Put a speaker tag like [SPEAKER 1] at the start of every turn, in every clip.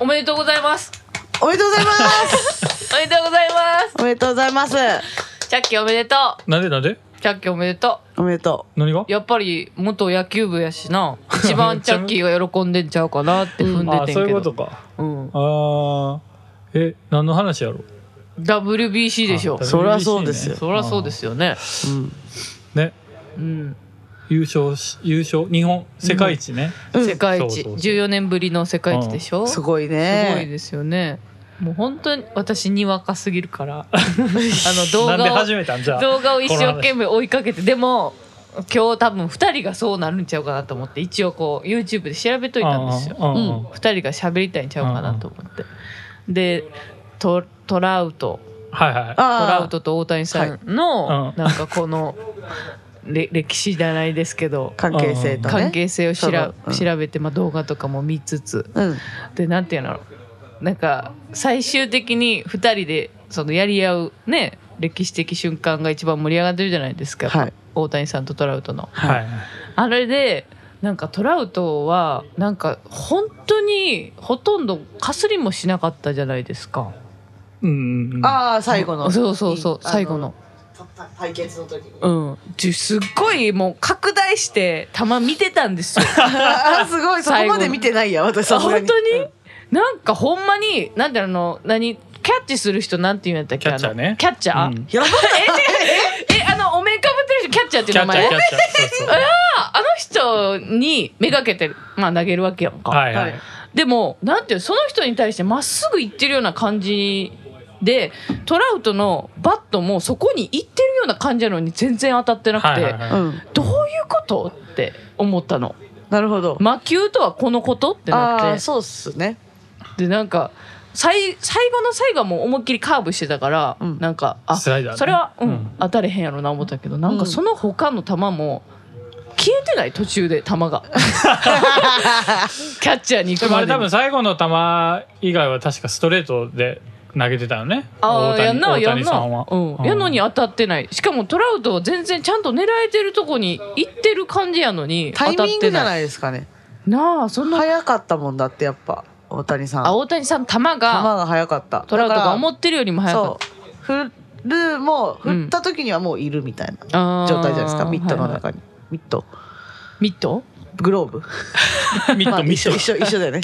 [SPEAKER 1] おめでとうございます。
[SPEAKER 2] おめでとうございます。
[SPEAKER 1] おめでとうございます。
[SPEAKER 2] おめでとうございます。
[SPEAKER 1] チャッキーおめでと
[SPEAKER 3] なんでなんで
[SPEAKER 1] う。チャッキーおめでと
[SPEAKER 2] おめでと
[SPEAKER 3] 何が
[SPEAKER 1] う。やっぱり元野球部やしな。一番チャッキーが喜んでんちゃうかなって 踏ん
[SPEAKER 3] あ
[SPEAKER 1] でてんけど。
[SPEAKER 3] そういうことか
[SPEAKER 1] うん。
[SPEAKER 3] あーえ何の話やろ
[SPEAKER 1] WBC でしょ
[SPEAKER 3] あ。
[SPEAKER 2] そりゃそうですよ
[SPEAKER 3] WBC ね
[SPEAKER 1] そりゃそうですよね。
[SPEAKER 2] う。うん。
[SPEAKER 3] ね
[SPEAKER 1] うん。
[SPEAKER 3] 優勝し優勝日本世界一ね、
[SPEAKER 2] うん
[SPEAKER 1] 世界
[SPEAKER 3] そう
[SPEAKER 1] 一。
[SPEAKER 3] そうそう
[SPEAKER 1] 14年ぶりの世界一でしょ。
[SPEAKER 2] す
[SPEAKER 1] すご
[SPEAKER 2] ごい
[SPEAKER 1] い
[SPEAKER 2] ね。
[SPEAKER 1] ですよね。もう本当に私にわかすぎる から。あの動
[SPEAKER 3] なんで
[SPEAKER 1] 画を
[SPEAKER 3] 始めたんじゃあ
[SPEAKER 1] 動画を一生懸命追いかけてでも今日多分2人がそうなるんちゃうかなと思って一応こう YouTube で調べといたんですよ、
[SPEAKER 3] うんうんうん
[SPEAKER 1] 2人が喋りたいんちゃうかなと思って、でトトラウト
[SPEAKER 3] はいはい
[SPEAKER 1] トラウ
[SPEAKER 2] ああ。
[SPEAKER 1] トと大谷さんの、
[SPEAKER 3] はいうん
[SPEAKER 1] なんかこのれ歴史じゃないですけど
[SPEAKER 2] 関係性とね。
[SPEAKER 1] 関係性をしら、
[SPEAKER 2] うん
[SPEAKER 1] 調べて、まあ、動画とかも見つつ
[SPEAKER 2] うん。
[SPEAKER 1] でなんていうのなんか最終的に2人でそのやり合うね歴史的瞬間が一番盛り上がってるじゃないですか、
[SPEAKER 2] はい
[SPEAKER 1] 大谷さんとトラウトの。
[SPEAKER 3] はい
[SPEAKER 1] あれでなんかトラウトはなんか本当にほとんどかすりもしなかったじゃないですか。
[SPEAKER 3] うんうん
[SPEAKER 2] ああ、最後の。
[SPEAKER 1] そうそうそう最後の。
[SPEAKER 2] 対決の時に。
[SPEAKER 1] うん、じゅすっごいもう拡大して球見てたん ですよ。
[SPEAKER 2] ああ、 すごい。そこまで見てないや、私さ
[SPEAKER 1] あ
[SPEAKER 2] すが
[SPEAKER 1] 本
[SPEAKER 2] に。
[SPEAKER 1] 当に、なんかほんまになんだろうの何キャッチする人なんて言うんやったっけ
[SPEAKER 3] キャッチャーね
[SPEAKER 1] あのキャッチャー、
[SPEAKER 3] うん
[SPEAKER 2] やばい。
[SPEAKER 1] えあのお面かぶってる人キャッチャーってい
[SPEAKER 3] キ
[SPEAKER 1] う
[SPEAKER 3] ャ
[SPEAKER 1] 名
[SPEAKER 3] ッチャ
[SPEAKER 1] 前
[SPEAKER 3] ーキャッチャーそうそう
[SPEAKER 1] ああの人にめがけて、まあ、投げるわけやんか、
[SPEAKER 3] はいは
[SPEAKER 2] はいい
[SPEAKER 1] でもなんていうのその人に対してまっすぐ行ってるような感じでトラウトのバットもそこに行ってるような感じなのに全然当たってなくて、
[SPEAKER 3] はいはいはい
[SPEAKER 2] うん。
[SPEAKER 1] どういうことって思ったの
[SPEAKER 2] なるほど。
[SPEAKER 1] 魔球とはこのことって
[SPEAKER 2] あ
[SPEAKER 1] な
[SPEAKER 2] あ
[SPEAKER 1] っ
[SPEAKER 2] ー、
[SPEAKER 1] て
[SPEAKER 2] そうっす ね。
[SPEAKER 1] でなんか最最後の最後はもう思いっきりカーブしてたから、
[SPEAKER 2] うん
[SPEAKER 1] なんかあ
[SPEAKER 3] スライダーね
[SPEAKER 1] それは、うん
[SPEAKER 3] うん
[SPEAKER 1] 当たれへんやろな思ったけどなん
[SPEAKER 2] う
[SPEAKER 1] か
[SPEAKER 2] ん
[SPEAKER 1] その他の球も消えてない途中で球 がキャッチャーに行
[SPEAKER 3] で
[SPEAKER 1] く
[SPEAKER 3] もあ
[SPEAKER 1] まで
[SPEAKER 3] れ
[SPEAKER 1] に
[SPEAKER 3] 多分最後の球以外は確かストレートで投げてたよね
[SPEAKER 1] ああやんな
[SPEAKER 3] 大
[SPEAKER 1] や
[SPEAKER 3] 谷
[SPEAKER 1] ん
[SPEAKER 3] さ
[SPEAKER 1] な、
[SPEAKER 3] んは、
[SPEAKER 1] うん、やのに当たってないしかもトラウトは全然ちゃんと狙えてるとこに行ってる感じやのに当
[SPEAKER 2] タ
[SPEAKER 1] たっ
[SPEAKER 2] イミング
[SPEAKER 1] て
[SPEAKER 2] じゃ
[SPEAKER 1] ない
[SPEAKER 2] ないですかね。
[SPEAKER 1] なあそんな
[SPEAKER 2] 早かったもんだって、やっぱ。大谷さん。
[SPEAKER 1] あ
[SPEAKER 2] 球
[SPEAKER 1] 大谷さん球が
[SPEAKER 2] が早かった。
[SPEAKER 1] トラウトが思
[SPEAKER 2] っ
[SPEAKER 1] ってるよりも
[SPEAKER 2] た
[SPEAKER 1] 速かっ
[SPEAKER 2] そう。振る、もう、振った時にはもういるみたいな。
[SPEAKER 1] たあー
[SPEAKER 2] 状態じゃないですかミットの
[SPEAKER 1] はいはい
[SPEAKER 2] 中に、ミット
[SPEAKER 1] ミット
[SPEAKER 2] グロー ブ
[SPEAKER 3] ミッ
[SPEAKER 2] まあ
[SPEAKER 3] トミ
[SPEAKER 2] 一緒一緒
[SPEAKER 3] ッ
[SPEAKER 2] 一緒だよね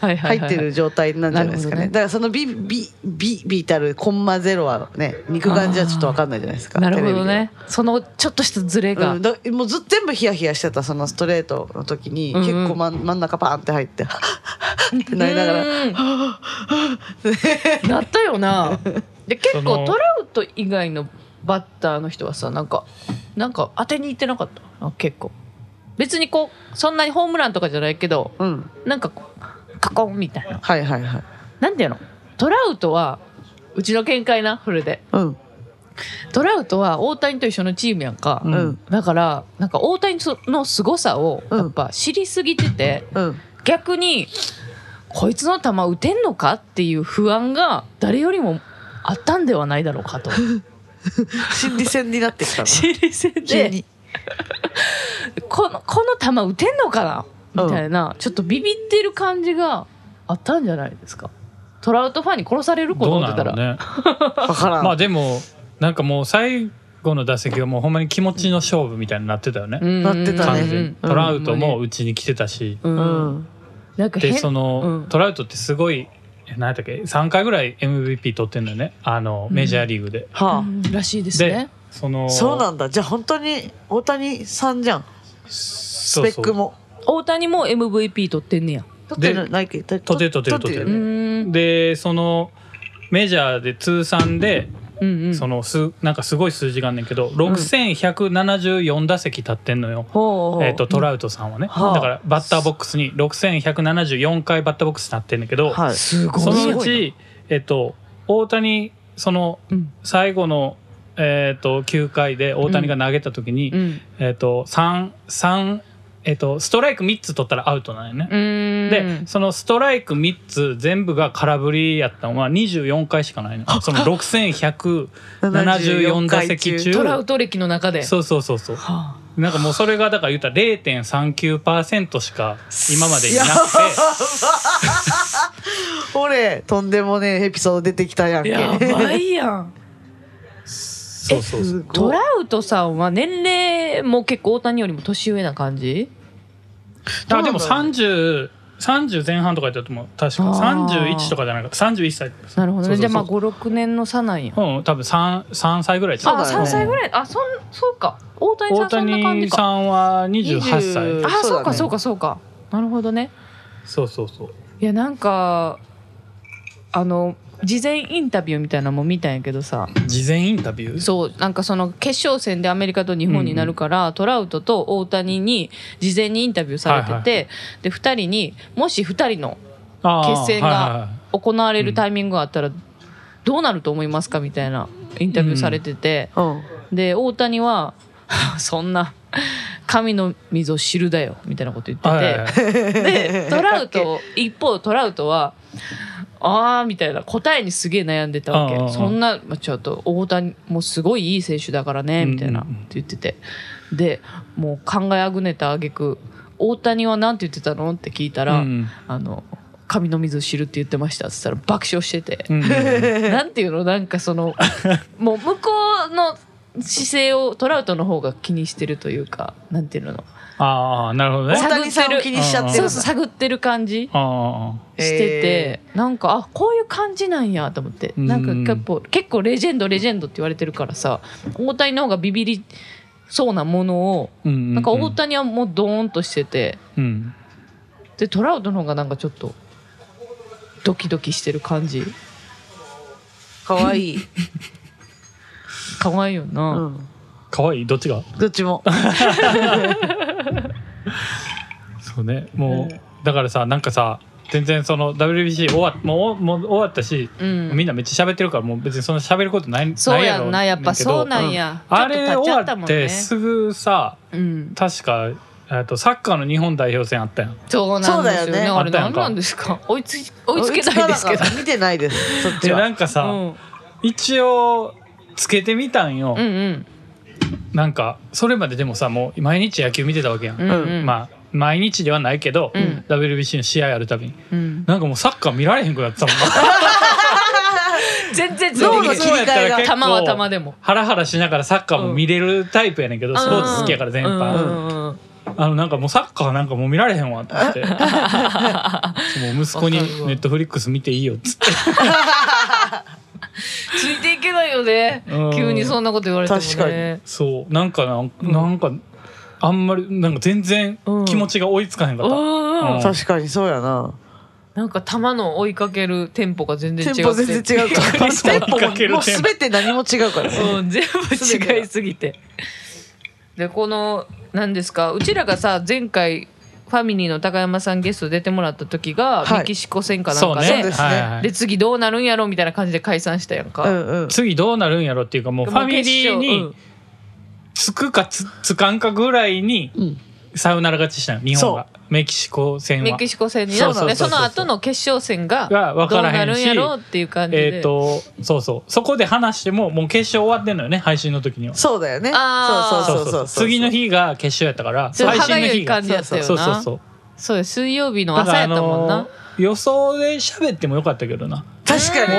[SPEAKER 1] はいは
[SPEAKER 2] 入
[SPEAKER 1] い、は
[SPEAKER 2] っ
[SPEAKER 1] い、
[SPEAKER 2] てる状態なんじゃないですか
[SPEAKER 1] なる
[SPEAKER 2] ね
[SPEAKER 1] ほどね
[SPEAKER 2] だからそのビビビビたるコンマゼロはね肉眼じゃちょっとわかんないじゃないですか
[SPEAKER 1] なるほどねそのちょっとしたズレ
[SPEAKER 2] テレビで
[SPEAKER 1] が、
[SPEAKER 2] はうん、だもうず全部ヒヤヒヤしてたそのストレートの時に、
[SPEAKER 1] うんうん
[SPEAKER 2] 結構真ん真ん中パーンって入って はっはっってなりながら
[SPEAKER 1] うん なったよなで結
[SPEAKER 3] そ
[SPEAKER 1] 構
[SPEAKER 3] の
[SPEAKER 1] トラウト以外のバッターの人はさなんかなんか当てにいってなかったあ結構別にこうそんなにホームランとかじゃないけど
[SPEAKER 2] うん
[SPEAKER 1] なんかこうカコンみたいな
[SPEAKER 2] はいはいはい
[SPEAKER 1] なんていうのトラウトはうちの見解なフルで
[SPEAKER 2] うん
[SPEAKER 1] トラウトは大谷と一緒のチームやんか、
[SPEAKER 2] う
[SPEAKER 3] うん
[SPEAKER 2] ん
[SPEAKER 1] だからなんか大谷の凄さをやっぱ知りすぎてて、
[SPEAKER 2] うん
[SPEAKER 1] 逆にこいつの球打てんのかっていう不安が誰よりもあったんではないだろうかと
[SPEAKER 2] 心理戦になってきたな
[SPEAKER 1] 知りせ
[SPEAKER 2] 急
[SPEAKER 1] で
[SPEAKER 2] に
[SPEAKER 1] このこの球打てんのかなみたいな、ちょっとビビってる感じがあったんじゃないですかトラウトファンに殺される
[SPEAKER 3] ト
[SPEAKER 1] 子
[SPEAKER 3] どう
[SPEAKER 1] 思っ
[SPEAKER 3] な
[SPEAKER 1] てたら、
[SPEAKER 3] のね
[SPEAKER 2] わからん、
[SPEAKER 3] まあでもなんかもう最後の打席はもうほんまに気持ちの勝負みたいになってたよね、
[SPEAKER 1] うん
[SPEAKER 2] なってたね
[SPEAKER 3] 完
[SPEAKER 1] う
[SPEAKER 3] 全に
[SPEAKER 1] ん
[SPEAKER 3] トラウトもうちに来てたし、
[SPEAKER 1] うん
[SPEAKER 2] うん
[SPEAKER 1] なんか変
[SPEAKER 3] でその、
[SPEAKER 1] うん
[SPEAKER 3] トラウトってすごいえ何やったっけ3回ぐらい MVP 取ってんのよねあのメジャーリーグで、
[SPEAKER 2] はあ、
[SPEAKER 1] うんらしいです
[SPEAKER 3] で
[SPEAKER 1] ね
[SPEAKER 3] その
[SPEAKER 2] そうなんだじゃあ本当に大谷さんじゃん
[SPEAKER 3] ス
[SPEAKER 2] スペックも
[SPEAKER 1] 大谷も MVP 取ってんねや
[SPEAKER 2] 取ってるないけど
[SPEAKER 3] 取ってる取ってる取って
[SPEAKER 1] う
[SPEAKER 3] る
[SPEAKER 1] ん
[SPEAKER 3] でそのメジャーで通算で、
[SPEAKER 1] うんうん
[SPEAKER 3] そのすなんかすごい数字があんねんけど6174打席立ってんのよ、
[SPEAKER 2] ほうほう
[SPEAKER 3] えー、とトラウトさんはね、
[SPEAKER 2] はあ
[SPEAKER 3] だからバッターボックスに6174回バッターボックスになってんだけど、
[SPEAKER 2] はい
[SPEAKER 1] すごい
[SPEAKER 3] そのうち、えっと大谷その
[SPEAKER 1] うん
[SPEAKER 3] 最後の、えっと9回で大谷が投げた時に、
[SPEAKER 1] うん
[SPEAKER 3] えっと三三えっとストライク3つ取ったらアウトなんよね。
[SPEAKER 1] うん
[SPEAKER 3] でそのストライク3つ全部が空振りやったのは24回しかないねその6174打席中
[SPEAKER 1] トラウト歴の中で
[SPEAKER 3] そうそうそうそう
[SPEAKER 1] は
[SPEAKER 3] なんかもうそれがだから言うたら0.39%しか今までいなくて
[SPEAKER 2] これとんでもねえエピソード出てきたやんけ
[SPEAKER 1] やばいやん。
[SPEAKER 3] そうそうそう
[SPEAKER 2] すごい
[SPEAKER 1] トラウトさんは年齢も結構大谷よりも年上な感じ
[SPEAKER 3] あでも3030前半とかやったと思う確か
[SPEAKER 1] あー
[SPEAKER 3] 31とかじゃないかった31歳とか
[SPEAKER 1] なるほど
[SPEAKER 3] そ
[SPEAKER 1] ね。
[SPEAKER 3] うそうそう
[SPEAKER 1] じゃあまあ5、6年の差なんや。
[SPEAKER 3] うん多分 3, 三歳ぐらいちゃう
[SPEAKER 2] う
[SPEAKER 1] あ、
[SPEAKER 2] だよね
[SPEAKER 1] 3歳ぐらい。あ、そん、そうか。大谷さ
[SPEAKER 3] 大
[SPEAKER 1] んそんな感じ
[SPEAKER 3] 谷さ
[SPEAKER 1] か。
[SPEAKER 3] んは28
[SPEAKER 2] 20
[SPEAKER 3] 歳
[SPEAKER 1] あ、
[SPEAKER 2] そ
[SPEAKER 1] そうう
[SPEAKER 2] だ
[SPEAKER 1] か
[SPEAKER 2] ね
[SPEAKER 1] そうかそうか。なるほどね。
[SPEAKER 3] そうそうそう
[SPEAKER 1] いやなんかあの事前インタビューみたいなのも見たんやけどさ
[SPEAKER 3] 事前インタビュー
[SPEAKER 1] そうなんかその決勝戦でアメリカと日本になるから、トラウトと大谷に事前にインタビューされてて、
[SPEAKER 3] はいはい
[SPEAKER 1] で2人にもし2人の
[SPEAKER 3] あー
[SPEAKER 1] 決戦が
[SPEAKER 3] はいはいはい
[SPEAKER 1] 行われるタイミングがあったらどうなると思いますかみたいなインタビューされてて、
[SPEAKER 2] うん
[SPEAKER 1] で大谷は 「そんな神の溝を知るだよ」みたいなこと言ってて。
[SPEAKER 3] はいはいはい
[SPEAKER 1] でトラウト一方トラウトは「あー」みたいな答えにすげえ悩んでたわ
[SPEAKER 3] うんうんう
[SPEAKER 1] け
[SPEAKER 3] ん
[SPEAKER 1] そんな、まあ、ちょっと大谷もすごいいい選手だからね
[SPEAKER 3] うんうん
[SPEAKER 1] みたいなって言っててでもう考えあぐねた挙句大谷はなんて言ってたの?」って聞いたら「
[SPEAKER 3] うん
[SPEAKER 1] あの神の水を知る」って言ってましたっつったら爆笑してて
[SPEAKER 3] う。んうんう ん
[SPEAKER 1] なんていうのなんかその もう向こうの姿勢をトラウトの方が気にしてるというかなんていうの
[SPEAKER 3] ああなるほどね
[SPEAKER 2] 大谷さんを気にしちゃってる
[SPEAKER 1] そう
[SPEAKER 2] んだ
[SPEAKER 1] そう探ってる感じ
[SPEAKER 3] あ
[SPEAKER 1] してて、なんかあこういう感じなんやと思って
[SPEAKER 3] うん
[SPEAKER 1] なんか結構結構レジェンドレジェンドって言われてるからさ大谷の方がビビりそうなものを
[SPEAKER 3] あな
[SPEAKER 1] なんか大谷はもうドーンとしてて
[SPEAKER 3] うん
[SPEAKER 1] でトラウトの方がなんかちょっとドキドキしてる感じ
[SPEAKER 2] かわいい、
[SPEAKER 1] 可愛いよ
[SPEAKER 2] う
[SPEAKER 1] な、
[SPEAKER 2] ん、
[SPEAKER 3] 可愛いどっちが
[SPEAKER 2] どっち も
[SPEAKER 3] そうねもうだからさなんかさ全然その WBC 終わもうもう終わったし
[SPEAKER 1] うん
[SPEAKER 3] みんなめっちゃ喋ってるからもう別にそんな喋ることない
[SPEAKER 1] そうや
[SPEAKER 3] ろ
[SPEAKER 1] んなやっぱそうなんんや、ちょ
[SPEAKER 3] あ
[SPEAKER 1] っと
[SPEAKER 3] れ
[SPEAKER 1] 立っちゃ
[SPEAKER 3] 終
[SPEAKER 1] た
[SPEAKER 3] わ
[SPEAKER 1] も
[SPEAKER 3] っ
[SPEAKER 1] ん
[SPEAKER 3] て
[SPEAKER 1] ね
[SPEAKER 3] すぐさ
[SPEAKER 1] うん、
[SPEAKER 3] 確かえっとサッカーの日本代表戦あったやん
[SPEAKER 1] そうなんですよ
[SPEAKER 2] そうだ
[SPEAKER 1] ね
[SPEAKER 2] よね
[SPEAKER 1] あれ
[SPEAKER 3] あったや
[SPEAKER 1] 何
[SPEAKER 3] んか
[SPEAKER 1] なんですか追いつき追いつけないですけ
[SPEAKER 2] 追いつ
[SPEAKER 1] ど
[SPEAKER 2] かなかった見てないですそっち
[SPEAKER 3] でな
[SPEAKER 2] は
[SPEAKER 3] んかさ、
[SPEAKER 1] うん
[SPEAKER 3] 一応つけてみたんよ、
[SPEAKER 1] うんうん
[SPEAKER 3] なんかそれまででもさもう毎日野球見てたわけやん、
[SPEAKER 1] うんうん
[SPEAKER 3] まあ毎日ではないけど、
[SPEAKER 1] うん
[SPEAKER 3] WBC の試合あるたびに
[SPEAKER 1] うん
[SPEAKER 3] なんかもうサッカー見られへんくなってたもん
[SPEAKER 1] 全然
[SPEAKER 2] 脳の
[SPEAKER 1] い
[SPEAKER 2] 切り替えが
[SPEAKER 3] そうやったら結構
[SPEAKER 1] 玉は玉でも
[SPEAKER 3] ハラハラしながらサッカーも見れるタイプやねんけど、スポーツ好きやから全般、
[SPEAKER 1] うんうんうん
[SPEAKER 3] あのなんかもうサッカーなんかもう見られへんわって言っ てもう息子に
[SPEAKER 1] わかるわ
[SPEAKER 3] ネットフリックス見ていいよっつって
[SPEAKER 1] ついていけないよね
[SPEAKER 3] うん
[SPEAKER 1] 急にそんなこと言われてもね
[SPEAKER 2] 確かに
[SPEAKER 3] そうなんかなんなんかあんまりなんか全然気持ちが追いつかへんかった、
[SPEAKER 1] うん
[SPEAKER 3] う ん
[SPEAKER 2] 確かにそうやな
[SPEAKER 1] なんか球の追いかけるテンポが全然
[SPEAKER 2] テ
[SPEAKER 1] 違
[SPEAKER 2] ン
[SPEAKER 1] う
[SPEAKER 2] ポ全然違うから
[SPEAKER 3] テンポ
[SPEAKER 2] テンポ
[SPEAKER 3] かけ
[SPEAKER 2] も
[SPEAKER 3] る
[SPEAKER 2] もう
[SPEAKER 3] テンポ
[SPEAKER 2] 全て何も違うからね
[SPEAKER 1] うん全部違いすぎてでこの何ですかうちらがさ前回ファミリーの高山さんゲスト出てもらった時が
[SPEAKER 2] はい
[SPEAKER 1] メキシコ戦かなん
[SPEAKER 3] そう
[SPEAKER 1] か
[SPEAKER 3] ね
[SPEAKER 2] そうで
[SPEAKER 1] です
[SPEAKER 2] ね
[SPEAKER 3] はいはい
[SPEAKER 1] で次どうなるんやろみたいな感じで解散したやん
[SPEAKER 2] う
[SPEAKER 1] か
[SPEAKER 2] んうん
[SPEAKER 3] 次どうなるんやろっていうかもうフ
[SPEAKER 1] も
[SPEAKER 3] ァ
[SPEAKER 1] う
[SPEAKER 3] ミ
[SPEAKER 1] 決
[SPEAKER 3] リー
[SPEAKER 1] 勝
[SPEAKER 3] につくかつつかんかぐらいに
[SPEAKER 2] うん
[SPEAKER 3] サヨナラ勝ちしたの日本がメキシコ戦
[SPEAKER 1] メ
[SPEAKER 3] は
[SPEAKER 1] キ。シコ戦にな
[SPEAKER 3] そうそう
[SPEAKER 1] で
[SPEAKER 3] そうそう
[SPEAKER 1] その後の決勝戦が
[SPEAKER 3] が分
[SPEAKER 1] ど
[SPEAKER 3] か
[SPEAKER 1] う
[SPEAKER 3] らへ
[SPEAKER 1] なんるん
[SPEAKER 3] し
[SPEAKER 1] やろうっていう感じで
[SPEAKER 3] えっ、とそうそうそこで話してももう決勝終わってんのよね配信の時には。
[SPEAKER 2] そうだよね
[SPEAKER 1] あー
[SPEAKER 2] そうそうそうそう
[SPEAKER 3] 次の日が決勝やったから
[SPEAKER 1] ちょっと
[SPEAKER 3] 配
[SPEAKER 1] 歯が
[SPEAKER 3] 信の
[SPEAKER 1] ゆ
[SPEAKER 3] 日
[SPEAKER 1] い
[SPEAKER 3] が
[SPEAKER 1] 感じやったよな
[SPEAKER 3] そうそうそう
[SPEAKER 1] そうです水曜日の
[SPEAKER 3] だか
[SPEAKER 1] 朝やっ
[SPEAKER 3] らあ
[SPEAKER 1] たもんな
[SPEAKER 3] のー予想で喋ってもよかったけどな
[SPEAKER 2] 確かに